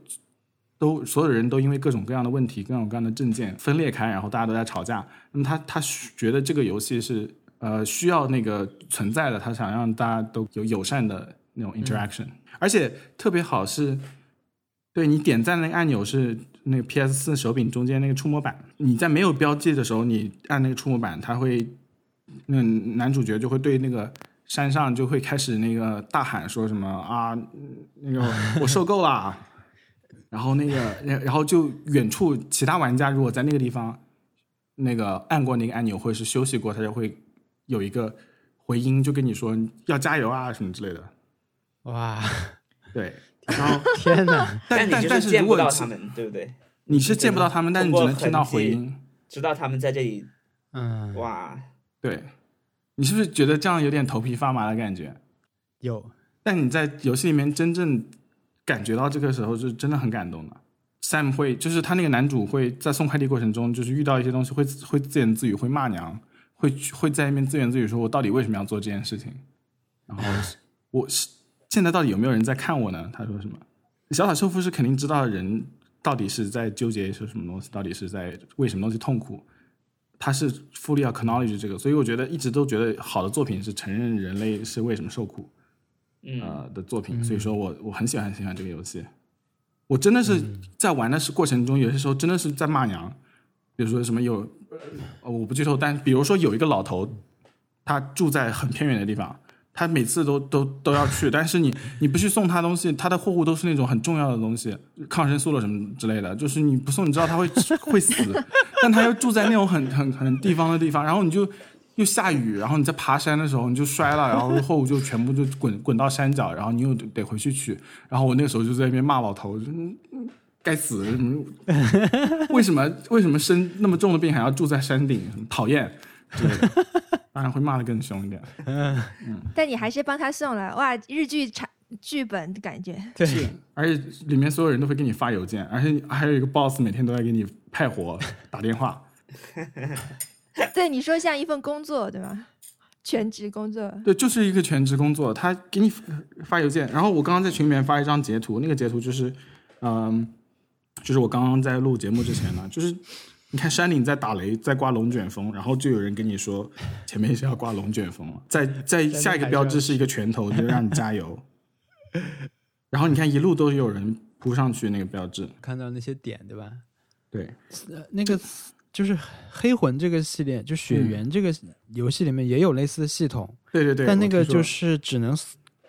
Speaker 2: 都所有人都因为各种各样的问题、各种各样的证件分裂开，然后大家都在吵架。那么他他觉得这个游戏是呃需要那个存在的，他想让大家都有友善的那种 interaction，、而且特别好是对你点赞那个按钮是那个 PS 四手柄中间那个触摸板，你在没有标记的时候，你按那个触摸板，它会，那男主角就会对那个山上就会开始那个大喊说什么啊，那个我受够了，啊然后那个然然后就远处其他玩家如果在那个地方那个按过那个按钮或者是休息过，他就会有一个回音，就跟你说要加油啊什么之类的，
Speaker 1: 哇，
Speaker 2: 对，然后
Speaker 1: 天哪，
Speaker 2: 但
Speaker 3: 你
Speaker 2: 但
Speaker 3: 就
Speaker 2: 但是
Speaker 3: 见
Speaker 2: 如
Speaker 3: 不
Speaker 2: 果
Speaker 3: 到
Speaker 2: 其
Speaker 3: 他们，对不对？
Speaker 2: 你是见不到他们，但是你只能听到回音。
Speaker 3: 知道他们在这里，
Speaker 1: 嗯，
Speaker 3: 哇，
Speaker 2: 对，你是不是觉得这样有点头皮发麻的感觉？
Speaker 1: 有
Speaker 2: 但你在游戏里面真正感觉到这个时候，是真的很感动的。Sam 会，就是他那个男主会在送快递过程中，就是遇到一些东西会会自言自语，会骂娘，会会在那边自言自语说：“我到底为什么要做这件事情？”然后我是现在到底有没有人在看我呢？他说什么？小岛秀夫是肯定知道人到底是在纠结是什么东西，到底是在为什么东西痛苦。他是 fully acknowledge 这个，所以我觉得一直都觉得好的作品是承认人类是为什么受苦，
Speaker 3: 嗯，
Speaker 1: 啊
Speaker 2: 呃的作品，所以说我我很喜欢很喜欢这个游戏。我真的是
Speaker 3: 嗯
Speaker 2: 在玩的是过程中，有些时候真的是在骂娘，比如说什么有，呃我不剧透，但比如说有一个老头，他住在很偏远的地方，他每次都都都要去， 但是你你不去送他东西，他的货物都是那种很重要的东西，抗生素了什么之类的，就是你不送，你知道他会会死，但他又住在那种很很很地方的地方，然后你就又下雨，然后你在爬山的时候你就摔了，然后货物就全部就滚 滚到山脚，然后你又得回去取。然后我那个时候就在那边骂老头，就嗯嗯该死，嗯为什么为什么生那么重的病还要住在山顶，讨厌之类的。当然会骂得更凶一点。
Speaker 4: 但你还是帮他送了，哇，日剧产剧本的感觉。
Speaker 1: 对，
Speaker 2: 而且里面所有人都会给你发邮件，而且还有一个 boss 每天都在给你派活、打电话。
Speaker 4: 对，你说像一份工作，对吧？全职工作，
Speaker 2: 对，就是一个全职工作，他给你发邮件。然后我刚刚在群里面发一张截图，那个截图就是，嗯，就是我刚刚在录节目之前呢，就是你看山岭在打雷，在刮龙卷风，然后就有人跟你说前面是要刮龙卷风了， 在在下一个标志是一个拳头，就让你加 油。然后你看一路都有人扑上去那个标志，
Speaker 1: 看到那些点，对吧？
Speaker 2: 对，
Speaker 1: 呃那个就是黑魂这个系列，就血缘这个游戏里面也有类似的系统，
Speaker 2: 对对对。
Speaker 1: 但那
Speaker 2: 我
Speaker 1: 个
Speaker 2: 听说
Speaker 1: 就
Speaker 2: 了
Speaker 1: 是只能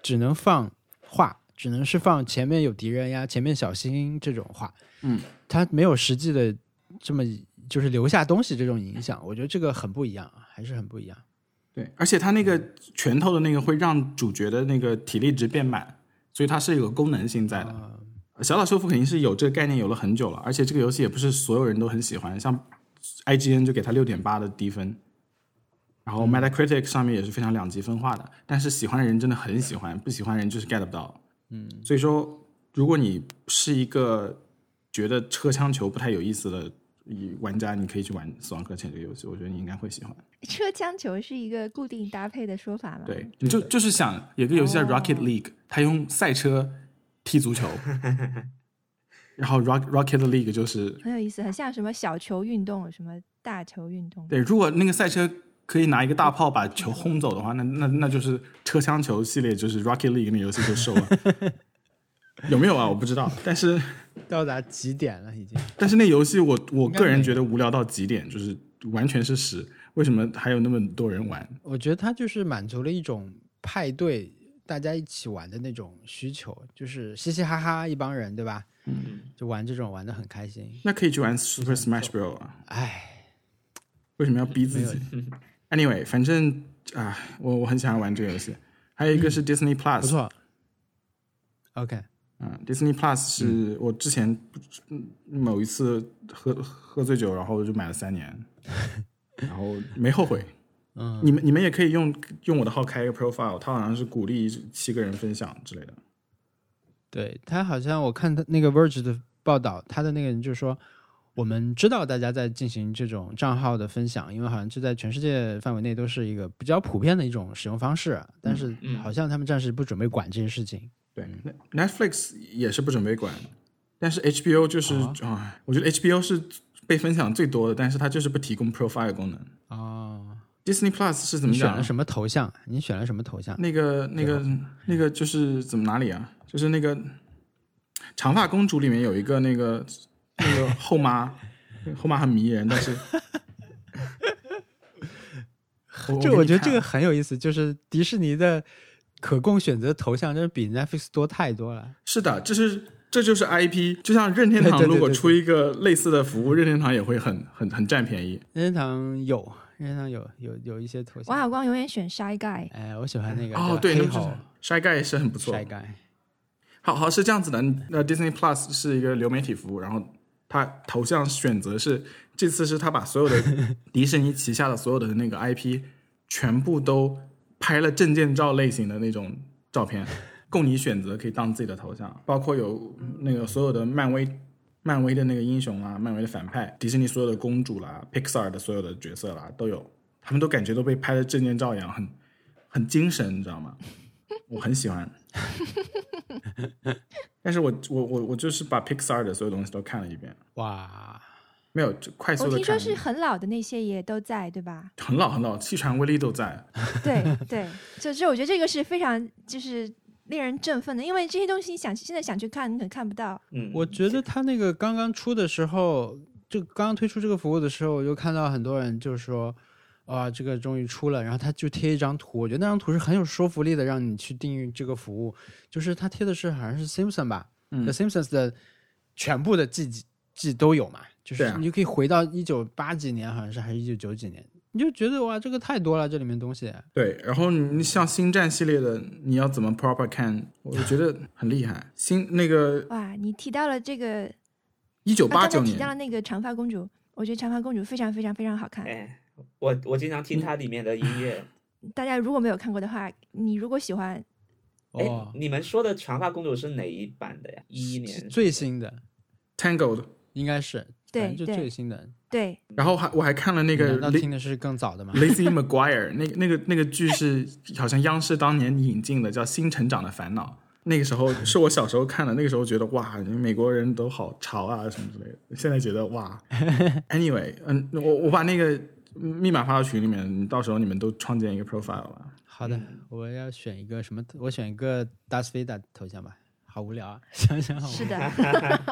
Speaker 1: 只能放话，只能是放前面有敌人呀，前面小心这种话。
Speaker 2: 嗯，
Speaker 1: 它没有实际的这么就是留下东西这种影响，我觉得这个很不一样，啊，还是很不一样。
Speaker 2: 对，而且它那个拳头的那个会让主角的那个体力值变满，所以它是有功能性在的。
Speaker 1: 啊
Speaker 2: 小岛秀夫肯定是有这个概念，有了很久了，而且这个游戏也不是所有人都很喜欢，像 IGN 就给它六点八的低分，然后 Metacritic 上面也是非常两极分化的，但是喜欢的人真的很喜欢，不喜欢的人就是 get 不到。嗯，所以说，如果你是一个觉得车枪球不太有意思的玩家，你可以去玩《死亡搁浅》这个游戏，我觉得你应该会喜欢。
Speaker 4: 车枪球是一个固定搭配的说法吗？
Speaker 2: 对，你就就是想有个游戏叫
Speaker 4: 哦
Speaker 2: Rocket League，它用赛车踢足球，然后 Rock Rocket League 就是
Speaker 4: 很有意思，很像什么小球运动，什么大球运动。
Speaker 2: 对，如果那个赛车可以拿一个大炮把球轰走的话，那那那就是车厢球系列，就是 Rocket League 那游戏就收了。 有没有啊？我不知道，但是
Speaker 1: 到达极点了已经。
Speaker 2: 但是那游戏我我
Speaker 1: 应该
Speaker 2: 个
Speaker 1: 没
Speaker 2: 人
Speaker 1: 有
Speaker 2: 觉得无聊到极点，就是完全是屎。为什么还有那么多人玩？
Speaker 1: 我觉得它就是满足了一种派对大家一起玩的那种需求，就是嘻嘻哈哈一帮人，对吧？
Speaker 3: 嗯，
Speaker 1: 就玩这种玩的很开心。
Speaker 2: 那可以去玩 Super Smash Bros 啊。
Speaker 1: 哎，
Speaker 2: 为什么要逼自己？Anyway，反正啊，我我很喜欢玩这个游戏。还有一个是 Disney Plus，
Speaker 1: 嗯不错。OK，
Speaker 2: 嗯，Disney Plus
Speaker 1: 嗯
Speaker 2: 是我之前不知嗯某一次喝喝醉酒，然后就买了三年，然后没后悔。
Speaker 1: 嗯，
Speaker 2: 你们你们也可以用用我的号开一个 profile，它好像是鼓励七个人分享之类的。
Speaker 1: 对他好像我看他那个 Verge 的报道，他的那个人就说，我们知道大家在进行这种账号的分享，因为好像这在全世界范围内都是一个比较普遍的一种使用方式，但是
Speaker 3: 嗯
Speaker 1: 好像他们暂时不准备管这些事情。
Speaker 2: 对
Speaker 1: 嗯
Speaker 2: 那，Netflix 也是不准备管，但是 HBO 就是啊、我觉得 HBO 是被分享最多的，但是它就是不提供 profile 功能。
Speaker 1: 哦，
Speaker 2: Disney Plus 是怎
Speaker 1: 你啊
Speaker 2: 么
Speaker 1: 选
Speaker 2: 讲
Speaker 1: 了
Speaker 2: 呢？
Speaker 1: 什么啊头像？你选了什么头像？
Speaker 2: 那个那个那个就是怎么哪里啊？就是那个《长发公主》里面有一个那个那个后妈， 后妈很迷人，但是 我
Speaker 1: 这
Speaker 2: 我
Speaker 1: 我
Speaker 2: 给
Speaker 1: 觉
Speaker 2: 你
Speaker 1: 得这
Speaker 2: 看
Speaker 1: 个很有意思，就是迪士尼的可供选择头像真是比 Netflix 多太多了。
Speaker 2: 是的，这是这就是 IP，就像任天堂
Speaker 1: 对对对
Speaker 2: 如果
Speaker 1: 对
Speaker 2: 出一个类似的服务，任天堂也会很很很占便宜。
Speaker 1: 任天堂有，任天堂有有有一些头
Speaker 4: 王
Speaker 1: 像。
Speaker 4: 小光永远选 Shy Guy，
Speaker 1: 哎，我喜欢那个
Speaker 2: 哦，
Speaker 1: 对
Speaker 2: 对，
Speaker 1: 吧
Speaker 2: 那么就
Speaker 1: 黑
Speaker 2: 是
Speaker 1: 猴
Speaker 2: 筛盖是很不错，
Speaker 1: 晒干。
Speaker 2: 好好是这样子的，那 Disney Plus 是一个流媒体服务，然后它头像选择是这次是它把所有的迪士尼旗下的所有的那个 IP 全部都拍了证件照类型的那种照片，供你选择可以当自己的头像，包括有那个所有的漫威。漫威的那个英雄啦、漫威的反派，迪士尼所有的公主啦、Pixar 的所有的角色啦，都有，他们都感觉都被拍的证件照一样，很很精神，你知道吗？我很喜欢。但是我我我我就是把 Pixar 的所有东西都看了一遍，
Speaker 1: 哇，
Speaker 2: 没有就快速
Speaker 4: 我
Speaker 2: 的看了
Speaker 4: 哦听
Speaker 2: 一遍。
Speaker 4: 说是很老的那些也都在，对吧？
Speaker 2: 很老很老，气喘威力都在。
Speaker 4: 对对，就是我觉得这个是非常就是令人振奋的，因为这些东西你想现在想去看，你可能看不到。
Speaker 3: 嗯
Speaker 1: 我觉得他那个刚刚出的时候，就刚刚推出这个服务的时候，我就看到很多人就是说，啊，这个终于出了，然后他就贴一张图，我觉得那张图是很有说服力的，让你去订阅这个服务。就是他贴的是好像是 Simpson 吧、
Speaker 2: 嗯
Speaker 1: t h e Simpsons 的全部的季季都有嘛，就
Speaker 2: 对
Speaker 1: 是
Speaker 2: 啊
Speaker 1: 你就可以回到一九八几年，好像是还是一九九几年，你就觉得哇，这个太多了，这里面东西。
Speaker 2: 对，然后你像星战系列的，你要怎么 proper 看？我觉得很厉害。星那个
Speaker 4: 哇，你提到了这个，
Speaker 2: 一九
Speaker 4: 啊
Speaker 2: 八
Speaker 4: 刚才
Speaker 2: 九
Speaker 4: 提到了
Speaker 2: 年，
Speaker 4: 那个长发公主，我觉得长发公主非常非常非常好看。
Speaker 3: 哎，我我经常听它里面的音乐，
Speaker 4: 大家如果没有看过的话，你如果喜欢
Speaker 3: 哎、
Speaker 1: 哦，
Speaker 3: 你们说的《长发公主》是哪一版的呀？一一年
Speaker 1: 最新的
Speaker 2: Tangled，
Speaker 1: 应该是
Speaker 4: 对
Speaker 1: 反正就
Speaker 4: 对
Speaker 1: 最新的。
Speaker 4: 对，
Speaker 2: 然后还我还看了那个
Speaker 1: 难道
Speaker 2: La-
Speaker 1: 听的是更早的吗？
Speaker 2: Lizzie McGuire 那个那个那个剧是好像央视当年引进的，叫《新成长的烦恼》。那个时候是我小时候看的，那个时候觉得哇，美国人都好潮啊什么之类的。现在觉得哇，anyway，嗯，我我把那个密码发到群里面，到时候你们都创建一个 profile 吧。
Speaker 1: 好的，
Speaker 2: 嗯
Speaker 1: 我要选一个什么？我选一个达斯维达头像吧。好 无聊啊，想想好无聊
Speaker 4: 是的，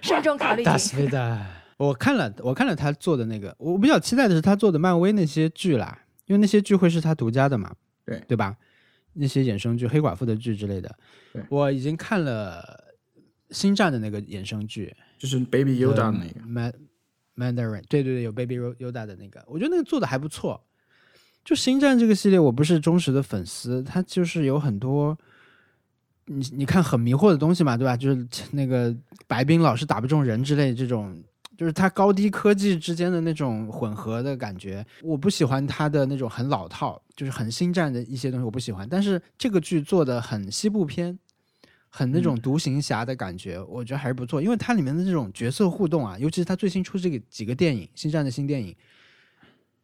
Speaker 4: 慎重考虑。
Speaker 1: 达斯维达，我看了，我看了他做的那个，我比较期待的是他做的漫威那些剧啦，因为那些剧会是他独家的嘛，
Speaker 2: 对
Speaker 1: 对吧？那些衍生剧、黑寡妇的剧之类的
Speaker 2: 对，
Speaker 1: 我已经看了《星战》的那个衍生剧
Speaker 2: 就是 Baby Yoda 那个，
Speaker 1: Ma- Mandarin，对对对，有 Baby Ro- Yoda 的那个，我觉得那个做的还不错。就《星战》这个系列，我不是忠实的粉丝，它就是有很多，你你看很迷惑的东西嘛，对吧？就是那个白冰老是打不中人之类的这种，就是它高低科技之间的那种混合的感觉，我不喜欢它的那种很老套，就是很星战的一些东西我不喜欢。但是这个剧做的很西部片，很那种独行侠的感觉，我觉得还是不错，因为它里面的这种角色互动啊，尤其是它最新出这个几个电影，星战的新电影，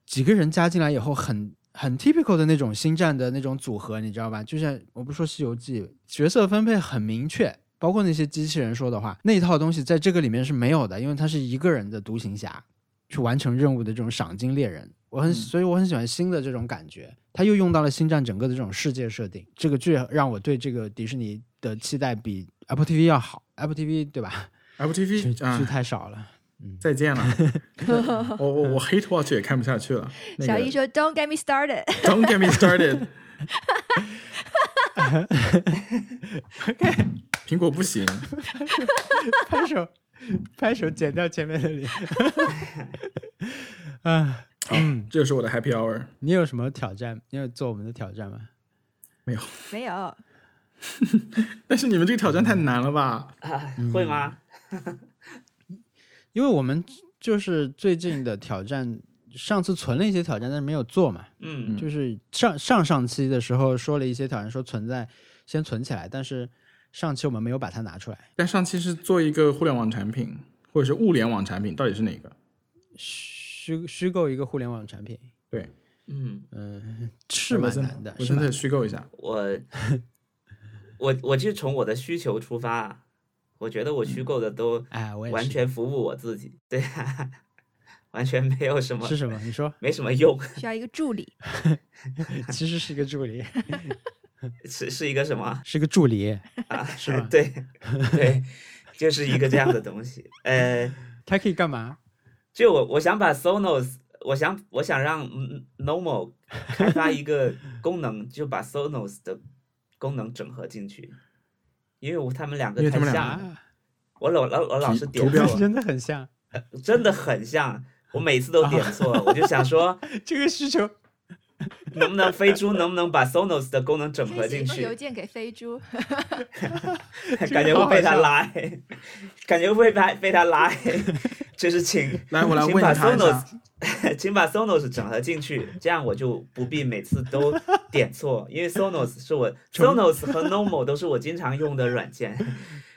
Speaker 1: 几个人加进来以后很。很 typical 的那种星战的那种组合，你知道吧？就像我不说《西游记》，角色分配很明确，包括那些机器人说的话，那一套东西在这个里面是没有的，因为他是一个人的独行侠去完成任务的这种赏金猎人。我很，所以我很喜欢新的这种感觉。他又用到了星战整个的这种世界设定，这个剧让我对这个迪士尼的期待比 Apple TV 要好。Apple TV 对吧？
Speaker 2: Apple
Speaker 1: 剧
Speaker 2: TV 啊、
Speaker 1: 剧太少了。嗯
Speaker 2: 再见了，我我我 Hate Watch 也看不下去了。那
Speaker 4: 小
Speaker 2: 个
Speaker 4: 易说：“Don't get me started。
Speaker 2: Don't get me started 。 苹果不行，
Speaker 1: 拍手，拍手，剪掉前面的脸。啊，
Speaker 2: 这就是我的 Happy Hour。
Speaker 1: 你有什么挑战？你有做我们的挑战吗？
Speaker 4: 没有，
Speaker 2: 但是你们这个挑战太难了吧？
Speaker 3: 啊，
Speaker 1: 嗯
Speaker 3: 会吗？
Speaker 1: 因为我们就是最近的挑战，上次存了一些挑战，但是没有做嘛。
Speaker 3: 嗯，
Speaker 1: 就是上上上期的时候说了一些挑战，说存在先存起来，但是上期我们没有把它拿出来。
Speaker 2: 但上期是做一个互联网产品，或者是物联网产品，到底是哪个？
Speaker 1: 虚虚构一个互联网产品
Speaker 2: 对，
Speaker 3: 嗯，
Speaker 1: 是
Speaker 2: 我
Speaker 1: 蛮
Speaker 2: 真
Speaker 1: 难的，
Speaker 2: 我
Speaker 1: 是
Speaker 2: 真
Speaker 1: 吧
Speaker 2: 的？虚构一下。
Speaker 3: 我我我就从我的需求出发啊，我觉得我虚构的都
Speaker 1: 哎，我也是
Speaker 3: 完全服务我自己，对、啊， 完全没有什么，
Speaker 1: 是什么？你说
Speaker 3: 没什么用，
Speaker 4: 需要一个助理。
Speaker 1: 其实是一个助理，
Speaker 3: 是是一个什么？？
Speaker 1: 是个助理，是吗
Speaker 3: 对对，就是一个这样的东西。呃，
Speaker 1: 他可以干嘛？
Speaker 3: 就我我想把 Sonos，我想我想让嗯 Normal 开发一个功能，就把 Sonos 的功能整合进去，因为我他们两个
Speaker 2: 因为
Speaker 3: 太
Speaker 2: 他们俩
Speaker 3: 像了，
Speaker 1: 啊，
Speaker 3: 我老老我老是
Speaker 2: 图
Speaker 3: 点
Speaker 2: 图标
Speaker 3: 错，
Speaker 1: 真的很 像。
Speaker 3: 真的很像，我每次都点错，我就 想说
Speaker 1: 这个需求
Speaker 3: 能不能飞猪能不能把 Sonos 的功能整
Speaker 4: 可
Speaker 3: 合
Speaker 4: 以写
Speaker 3: 进
Speaker 4: 一封
Speaker 3: 去
Speaker 4: 邮，件给飞猪，
Speaker 3: 感觉会被他拉黑，感觉会被他被他 拉黑，就是请
Speaker 2: 来，我来
Speaker 3: 请
Speaker 2: 问
Speaker 3: 把
Speaker 2: 他一
Speaker 3: Sonos
Speaker 2: 下。
Speaker 3: 请把 Sonos 整合进去，这样我就不必每次都点错，因为 Sonos 是我 Sonos 和 Normal 都是我经常用的软件。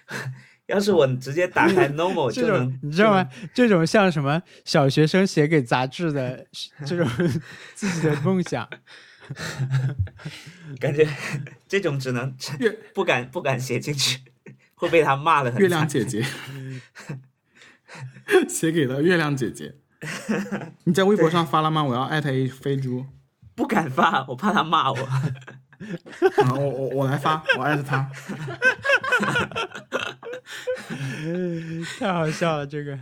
Speaker 3: 要是我直接打 开 Normal
Speaker 1: 这
Speaker 3: 就
Speaker 1: 种
Speaker 3: 能，
Speaker 1: 你知道吗？这种像什么小学生写给杂志的这种 自己的梦想，
Speaker 3: 就嗯能？感觉 这种只能
Speaker 2: 月
Speaker 3: 不敢不敢写进去，会被他骂的很
Speaker 2: 月亮
Speaker 3: 惨。
Speaker 2: 姐姐， 写给了月亮姐姐。你在微博上发了吗？我要艾特一飞猪。
Speaker 3: 不敢发，我怕他骂我。
Speaker 2: 啊，我我我来发，我艾特他。
Speaker 1: 太好笑了。这个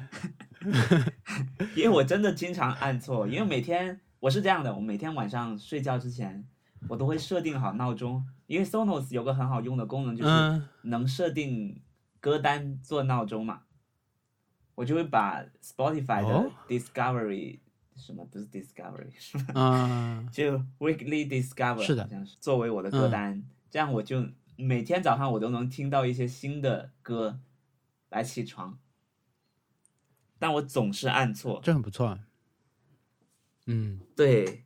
Speaker 3: 因为我真的经常按错，因为每天我是这样的，我每天晚上睡觉之前，我都会设定好闹钟，因为 Sonos 有个很好用的功能，就是
Speaker 1: 嗯，
Speaker 3: 能设定歌单做闹钟嘛，我就会把 Spotify 的
Speaker 1: 哦
Speaker 3: Discovery、什么不是 Discovery 是吧？
Speaker 1: 啊，
Speaker 3: 就 Weekly Discover
Speaker 1: 是的嗯
Speaker 3: 好像是作为我的歌单，这样我就每天早上我都能听到一些新的歌来起床，但我总是按错。
Speaker 1: 这很不错。嗯
Speaker 3: 对，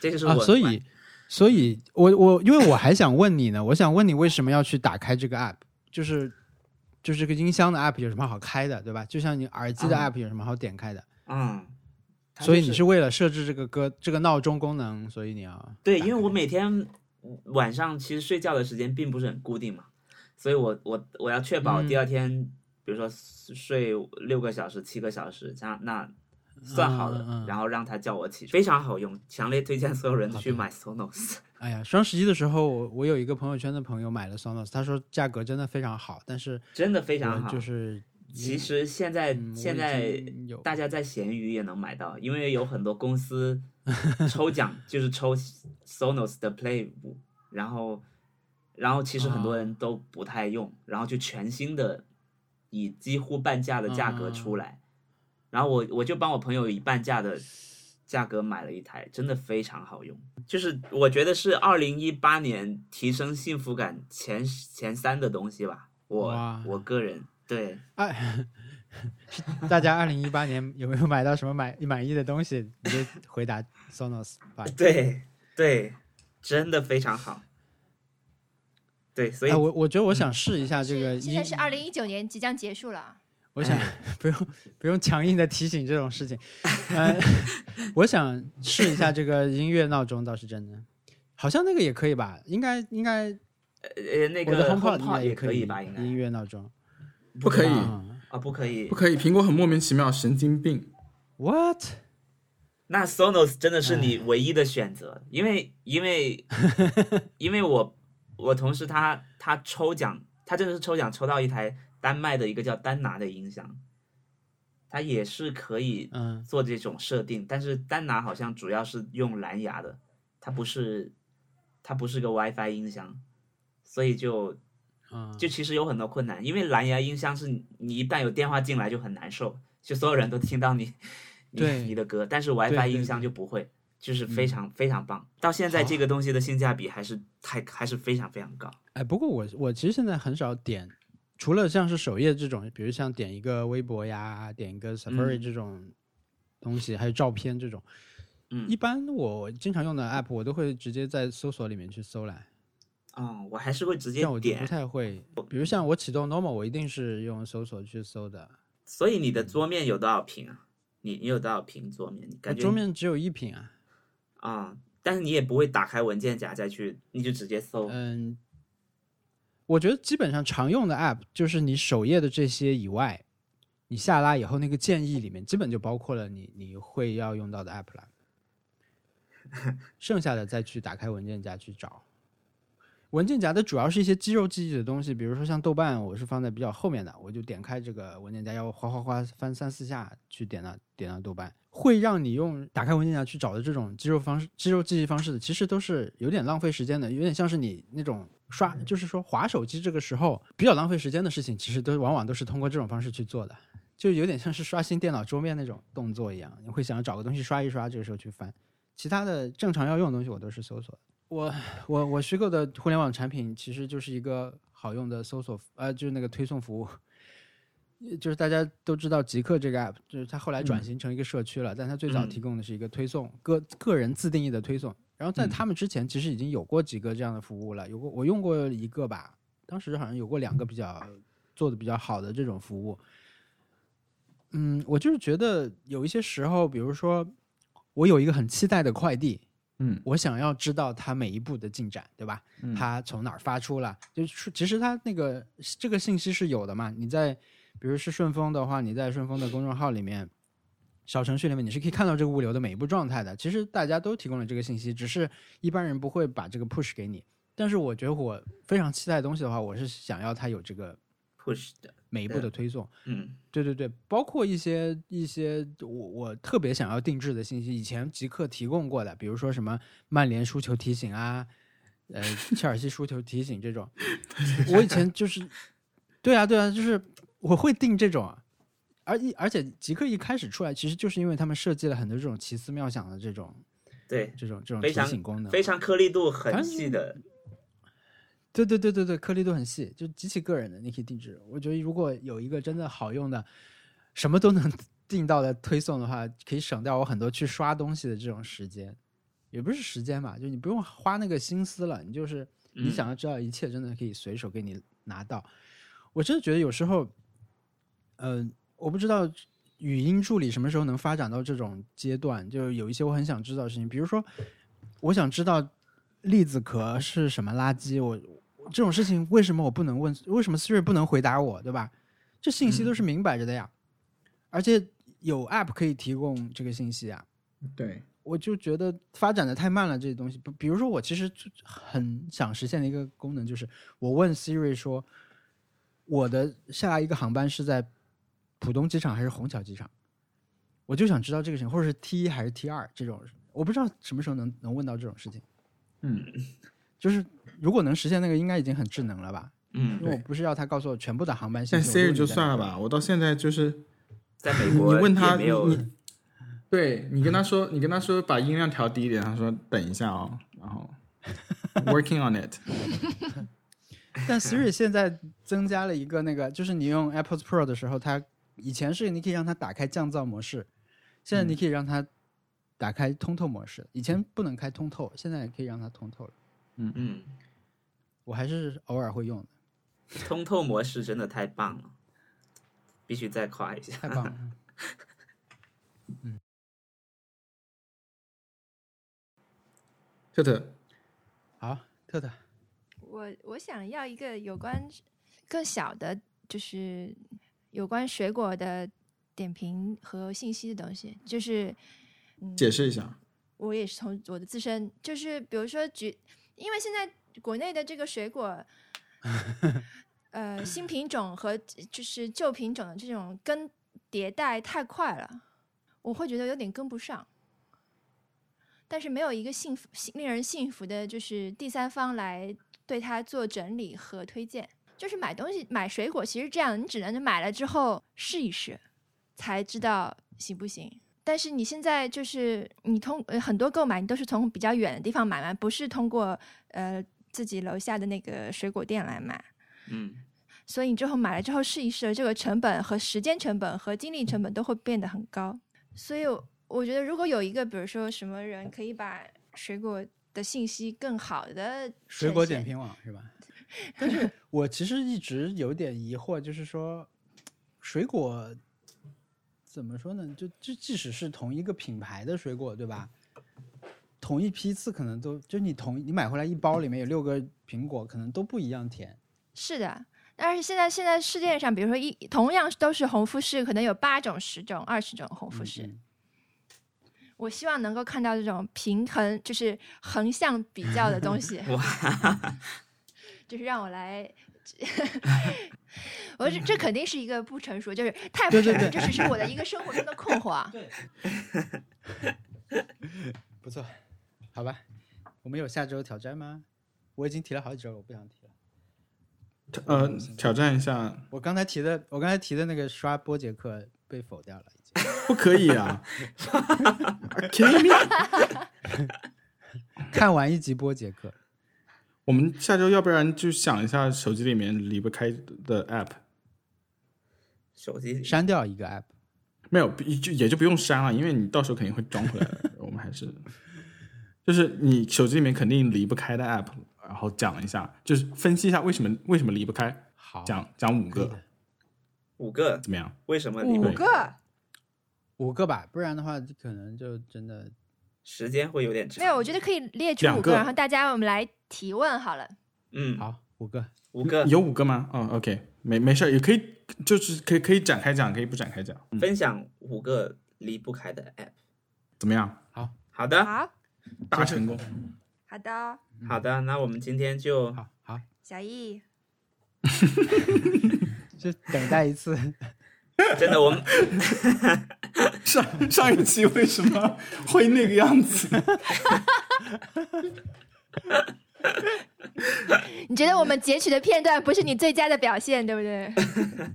Speaker 3: 这就是我、
Speaker 1: 啊，所以所以我我因为我还想问你呢，我想问你为什么要去打开这个 app？就是就是这个音箱的 app 有什么好开的，对吧？就像你耳机的
Speaker 3: 啊
Speaker 1: app 有什么好点开的？
Speaker 3: 嗯，它
Speaker 1: 所以
Speaker 3: 就
Speaker 1: 你
Speaker 3: 是
Speaker 1: 是为了设置这个歌这个闹钟功能，所以你要
Speaker 3: 对，
Speaker 1: 打
Speaker 3: 因为
Speaker 1: 开
Speaker 3: 我每天晚上其实睡觉的时间并不是很固定嘛，所以我我我要确保
Speaker 1: 嗯
Speaker 3: 第二天，比如说睡六个小时、七个小时，这样那算好了，
Speaker 1: 嗯嗯嗯
Speaker 3: 然后让他叫我起床，非常好用，强烈推荐所有人
Speaker 1: 好
Speaker 3: 去
Speaker 1: 的
Speaker 3: 买 Sonos。
Speaker 1: 哎呀，双十一的时候，我我有一个朋友圈的朋友买了 Sonos，他说价格真的非常好，但是
Speaker 3: 真的非常
Speaker 1: 我
Speaker 3: 好。
Speaker 1: 就是
Speaker 3: 其实现在、
Speaker 1: 嗯我
Speaker 3: 现
Speaker 1: 已
Speaker 3: 在
Speaker 1: 经有
Speaker 3: 大家在闲鱼也能买到，因为有很多 公司抽奖就是抽 Sonos 的 Play 五，然后然后其实很
Speaker 1: 啊
Speaker 3: 多人都不太用，然后就全新的以几乎半价的价格
Speaker 1: 啊
Speaker 3: 出来，然后我我就帮我朋友以半价的。价格买了一台，真的非常好用。就是我觉得是二零一八年提升幸福感前前三的东西吧。我
Speaker 1: 哇
Speaker 3: 我个人对，
Speaker 1: 哎，大家二零一八年有没有买到什么满满意的东西？你就回答 Sonos 吧。
Speaker 3: 对对，真的非常好。对，所以、嗯
Speaker 1: 哎，我我觉得我想试一下这个
Speaker 4: 是现在
Speaker 1: 音，
Speaker 4: 是二零一九年即将结束了，
Speaker 1: 我 想不用不用强硬的提醒这种事情。呃， 我想试一下这个音乐闹钟，倒是真的，好像那个也可以吧？应该应该
Speaker 3: 呃那
Speaker 1: 我的
Speaker 3: 个
Speaker 1: HomePod
Speaker 3: HomePod
Speaker 1: 也
Speaker 3: 也
Speaker 1: 可
Speaker 3: 可以吧？应该
Speaker 1: 音乐闹钟
Speaker 2: 不可以，
Speaker 1: 啊
Speaker 3: 啊、不可以
Speaker 2: 不。可以。苹果很莫名其妙，神经病。
Speaker 1: ？What？
Speaker 3: 那 Sonos 真的是
Speaker 1: 哎
Speaker 3: 你唯一的选择，因为因为 因为我我同事他他抽奖，他真的是抽奖抽到一台丹麦的一个叫丹拿的音响，它也是可以
Speaker 1: 嗯，
Speaker 3: 做这种设定，但是丹拿好像主要是用蓝牙的，它不是它不是个 WiFi 音箱，所以就
Speaker 1: 嗯
Speaker 3: 就其实有很多困难，因为蓝牙音箱是你你一旦有电话进来就很难受，就所有人都听到你你
Speaker 1: 对
Speaker 3: 你的歌，但是
Speaker 1: 对
Speaker 3: WiFi
Speaker 1: 对嗯
Speaker 3: 音箱就不会，就是非常、非常棒。到现在这个东西的性价比还是太还是非常非常高。
Speaker 1: 哎，不过我我其实现在很少点，除了像是首页这种，比如像点一个微博呀，点一个 Safari
Speaker 3: 嗯
Speaker 1: 这种东西，还有照片这种，
Speaker 3: 嗯
Speaker 1: 一般我经常用的 app 我都会直接在搜索里面去搜来，
Speaker 3: 嗯，我还是会直接
Speaker 1: 像我就不
Speaker 3: 点，
Speaker 1: 太会，比如像我启动 Normal，我一定是用搜索去搜的，
Speaker 3: 所以你的桌面有多少屏啊？你你有多少屏桌面？你
Speaker 1: 我
Speaker 3: 感觉
Speaker 1: 桌面只有一屏啊，
Speaker 3: 啊、但是你也不会打开文件夹再去，你就直接搜。
Speaker 1: 嗯，我觉得基本上常用的 app 就是你首页的这些以外，你下拉以后那个建议里面，基本就包括了你你会要用到的 app 了。剩下的再去打开文件夹去找。文件夹的主要是一些肌肉记忆的东西，比如说像豆瓣，我是放在比较后面的，我就点开这个文件夹，要哗哗哗翻三四下去点到点到豆瓣，会让你用打开文件夹去找的这种肌肉方式、肌肉记忆方式的，其实都是有点浪费时间的，有点像是你那种刷，就是说划手机这个时候比较浪费时间的事情，其实都往往都是通过这种方式去做的，就有点像是刷新电脑桌面那种动作一样，你会想要找个东西刷一刷，这个时候去翻。其他的正常要用的东西我都是搜索的。我我我虚构的互联网产品其实就是一个好用的搜索服，呃，就是那个推送服务。就是大家都知道极客这个 app，就是它后来转型成一个社区了，但它最早
Speaker 3: 嗯
Speaker 1: 提供的是一个推送，个个人自定义的推送。然后在
Speaker 2: 嗯
Speaker 1: 他们之前，其实已经有过几个这样的服务了，有过我用过一个吧，当时好像有过两个比较做的比较好的这种服务。嗯，我就是觉得有一些时候，比如说我有一个很期待的快递，
Speaker 2: 嗯，
Speaker 1: 我想要知道它每一步的进展，对吧？
Speaker 2: 嗯
Speaker 1: 它从哪儿发出了？就是其实它那个这个信息是有的嘛。你在比如是顺丰的话，你在顺丰的公众号里面、小程序里面，你是可以看到这个物流的每一步状态的。其实大家都提供了这个信息，只是一般人不会把这个 push 给你。但是我觉得我非常期待的东西的话，我是想要它有这个
Speaker 3: push 的，
Speaker 1: 每一步的推送。
Speaker 3: 嗯
Speaker 1: 对对对，包括一些一些我我特别想要定制的信息，以前极客提供过的，比如说什么曼联输球提醒啊，呃，切尔西输球提醒这 种，我以前就是，对啊对啊，就是我会定这种，而一而且极客一开始出来，其实就是因为他们设计了很多这种奇思妙想的这种
Speaker 3: 对，
Speaker 1: 这种这种
Speaker 3: 非
Speaker 1: 嗯提
Speaker 3: 常
Speaker 1: 醒功能，
Speaker 3: 非常颗粒度
Speaker 1: 反
Speaker 3: 很
Speaker 1: 正
Speaker 3: 细的，
Speaker 1: 对对对对对，颗粒度很细，就极其个人的，你可以定制。我觉得如果有一个真的好用的，什 么都能定到的推送的话，可以省掉我很多去刷东西的这种时间。也不是时间吧，就你不用花那个心思了，你就是你想要知道一切，真的可以随手给你拿到。我真的觉得有时候，嗯，我不知道语音助理什么时候能发展到这种阶段，就有一些我很想知道的事情，比如说，我想知道栗子壳是什么垃圾，我我这种事情为什么我不能问？为什么 Siri 不能回答我，对吧？这信息都是明摆着的呀，而且有 App 可以提供这个信息啊。
Speaker 2: 对，
Speaker 1: 我就觉得发展的太慢了，这些东西。比比如说，我其实就很想实现的一个功能就是，我问 Siri 说，我的下一个航班是在浦东机场还是虹桥机场，我就想知道这个事情，或者是 T 一还是 T 二这种，我不知道什么时候能能问到这种事情。
Speaker 2: 嗯，
Speaker 1: 就是如果能实现那个，应该已经很智能了吧？
Speaker 3: 嗯，
Speaker 1: 因为我
Speaker 2: 对
Speaker 1: 不是要他告诉我全部的航班信
Speaker 2: 但
Speaker 1: 息。我
Speaker 2: Siri
Speaker 1: 就一直
Speaker 2: 就
Speaker 1: 在
Speaker 2: 算了
Speaker 1: 那
Speaker 2: 吧，我到现在就是，
Speaker 3: 在美国
Speaker 2: 你问他
Speaker 3: 也没有
Speaker 2: 你对你跟他说，你跟他说把音量调低一点，他说等一下哦，然 后 working on it，
Speaker 1: 但 Siri 现在增加了一个那个，就是你用 AirPods Pro 的时候，它以前是你可以让它打开降噪模式，现在你可以让它打开通透模式。以前不能开通透，现在也可以让它通透了。
Speaker 3: 嗯，
Speaker 1: 我还是偶尔会用的，
Speaker 3: 通透模式真的太棒了，必须再夸一下。
Speaker 1: 太棒了。
Speaker 2: 特特，
Speaker 1: 好，特特，
Speaker 4: 我我想要一个有关更小的，就是有关水果的点评和信息的东西，就是
Speaker 2: 解释一下，
Speaker 4: 我也是从我的自身，就是比如说橘，因为现在国内的这个水果，呃，新品种和就是旧品种的这种更迭代太快了，我会觉得有点跟不上。但是没有一个幸福、信令人信服的，就是第三方来对它做整理和推荐。就是买东西、买水果，其实这样你只能买了之后试一试，才知道行不行。但是你现在就是你通、呃、很多购买，你都是从比较远的地方买嘛，不是通过呃自己楼下的那个水果店来买。
Speaker 3: 嗯，。
Speaker 4: 所以你之后买了之后试一试，这个成本和时间成本和精力成本都会变得很高。所以我我觉得，如果有一个，比如说什么人可以把水果的信息更好的
Speaker 1: 水果点评网是吧？但 是我其实一直有点疑惑，就是说，水果怎么说呢？就就即使是同一个品牌的水果，对吧？同一批次可能都就你同你买回来一包里面有六个苹果，可能都不一样甜。
Speaker 4: 是的，但是现在现在世界上，比如说一同样都是红富士，可能有八种、十种、二十种红富士。
Speaker 1: 嗯
Speaker 4: 我希望能够看到这种平衡，就是横向比较的东西
Speaker 3: 哇，
Speaker 4: 就是让我来。我这这肯定是一个不成熟，就是太不
Speaker 1: 对
Speaker 4: 成
Speaker 1: 对对
Speaker 4: 熟，这只是我的一个生活中的困惑。啊
Speaker 1: 不错，好吧，我们有下周挑战吗？我已经提了好几周了，我不想提了。
Speaker 2: 呃，挑战一下，
Speaker 1: 我刚才提的，我刚才提的那个刷波杰克被否掉了，已经。
Speaker 2: 不可以 啊 Are you，kidding me？
Speaker 1: 看完一集波杰克，
Speaker 2: 我们下周要不然就想一下手机里面离不开的 app，
Speaker 3: 手机
Speaker 1: 删掉一个 app。
Speaker 2: 没有就也就不用删了，因为你到时候肯定会装回来 的。我们还是，就是你手机里面肯定离不开的 app，然后讲一下，就是分析一下为什么为什么离不开，
Speaker 1: 好，
Speaker 2: 讲讲五
Speaker 1: 可以
Speaker 2: 个
Speaker 1: 的
Speaker 3: 五个
Speaker 2: 怎么样？
Speaker 3: 为什么离不
Speaker 4: 五
Speaker 3: 开？
Speaker 4: 个
Speaker 1: 五个吧，不然的话可能就真的
Speaker 3: 时间会有点长。
Speaker 4: 没有，我觉得可以列出
Speaker 2: 两
Speaker 4: 五
Speaker 2: 个
Speaker 4: 个，然后大家我们来提问好了。
Speaker 3: 嗯，
Speaker 1: 好五个。
Speaker 3: 五个
Speaker 2: 有五个吗？哦，OK，没没事儿，也可以，就是可以可以展开讲，可以不展开讲，嗯，
Speaker 3: 分享五个离不开的 app。
Speaker 2: 怎么样？
Speaker 3: 好的，
Speaker 4: 好
Speaker 2: 大成 功，
Speaker 4: 好的，
Speaker 3: 好的，那我们今天就
Speaker 1: 好 好，
Speaker 4: 小易，
Speaker 1: 就等待 一次。
Speaker 3: 真的我们
Speaker 2: 上上一期为什么会那个样子？
Speaker 4: 你觉得我们截取的片段不是你最佳的表现，对不对？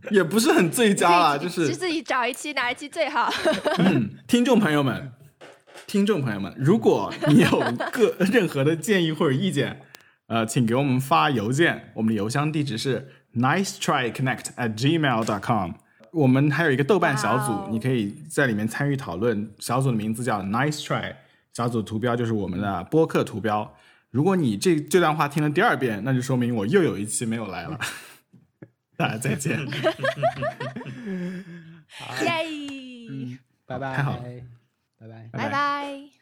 Speaker 2: 也不是很最佳 啦，啊就
Speaker 4: 就是自己找一期哪一期最好。
Speaker 2: 听众朋友们，听众朋友们，如果你有个 任何的建议或者意见，呃，请给我们发邮件，我们的邮箱地址是 nice try connect at gmail dot com。我们还有一个豆瓣小组
Speaker 4: 哇哦
Speaker 2: 你可以在里面参与讨论。小组的名字叫 Nice Try，小组图标就是我们的播客图标。如果你这这段话听了第二遍，那就说明我又有一期没有来了。 大家再见，
Speaker 4: 耶，
Speaker 1: 拜拜，
Speaker 2: 太好了
Speaker 1: 嗯拜拜。
Speaker 4: 拜拜。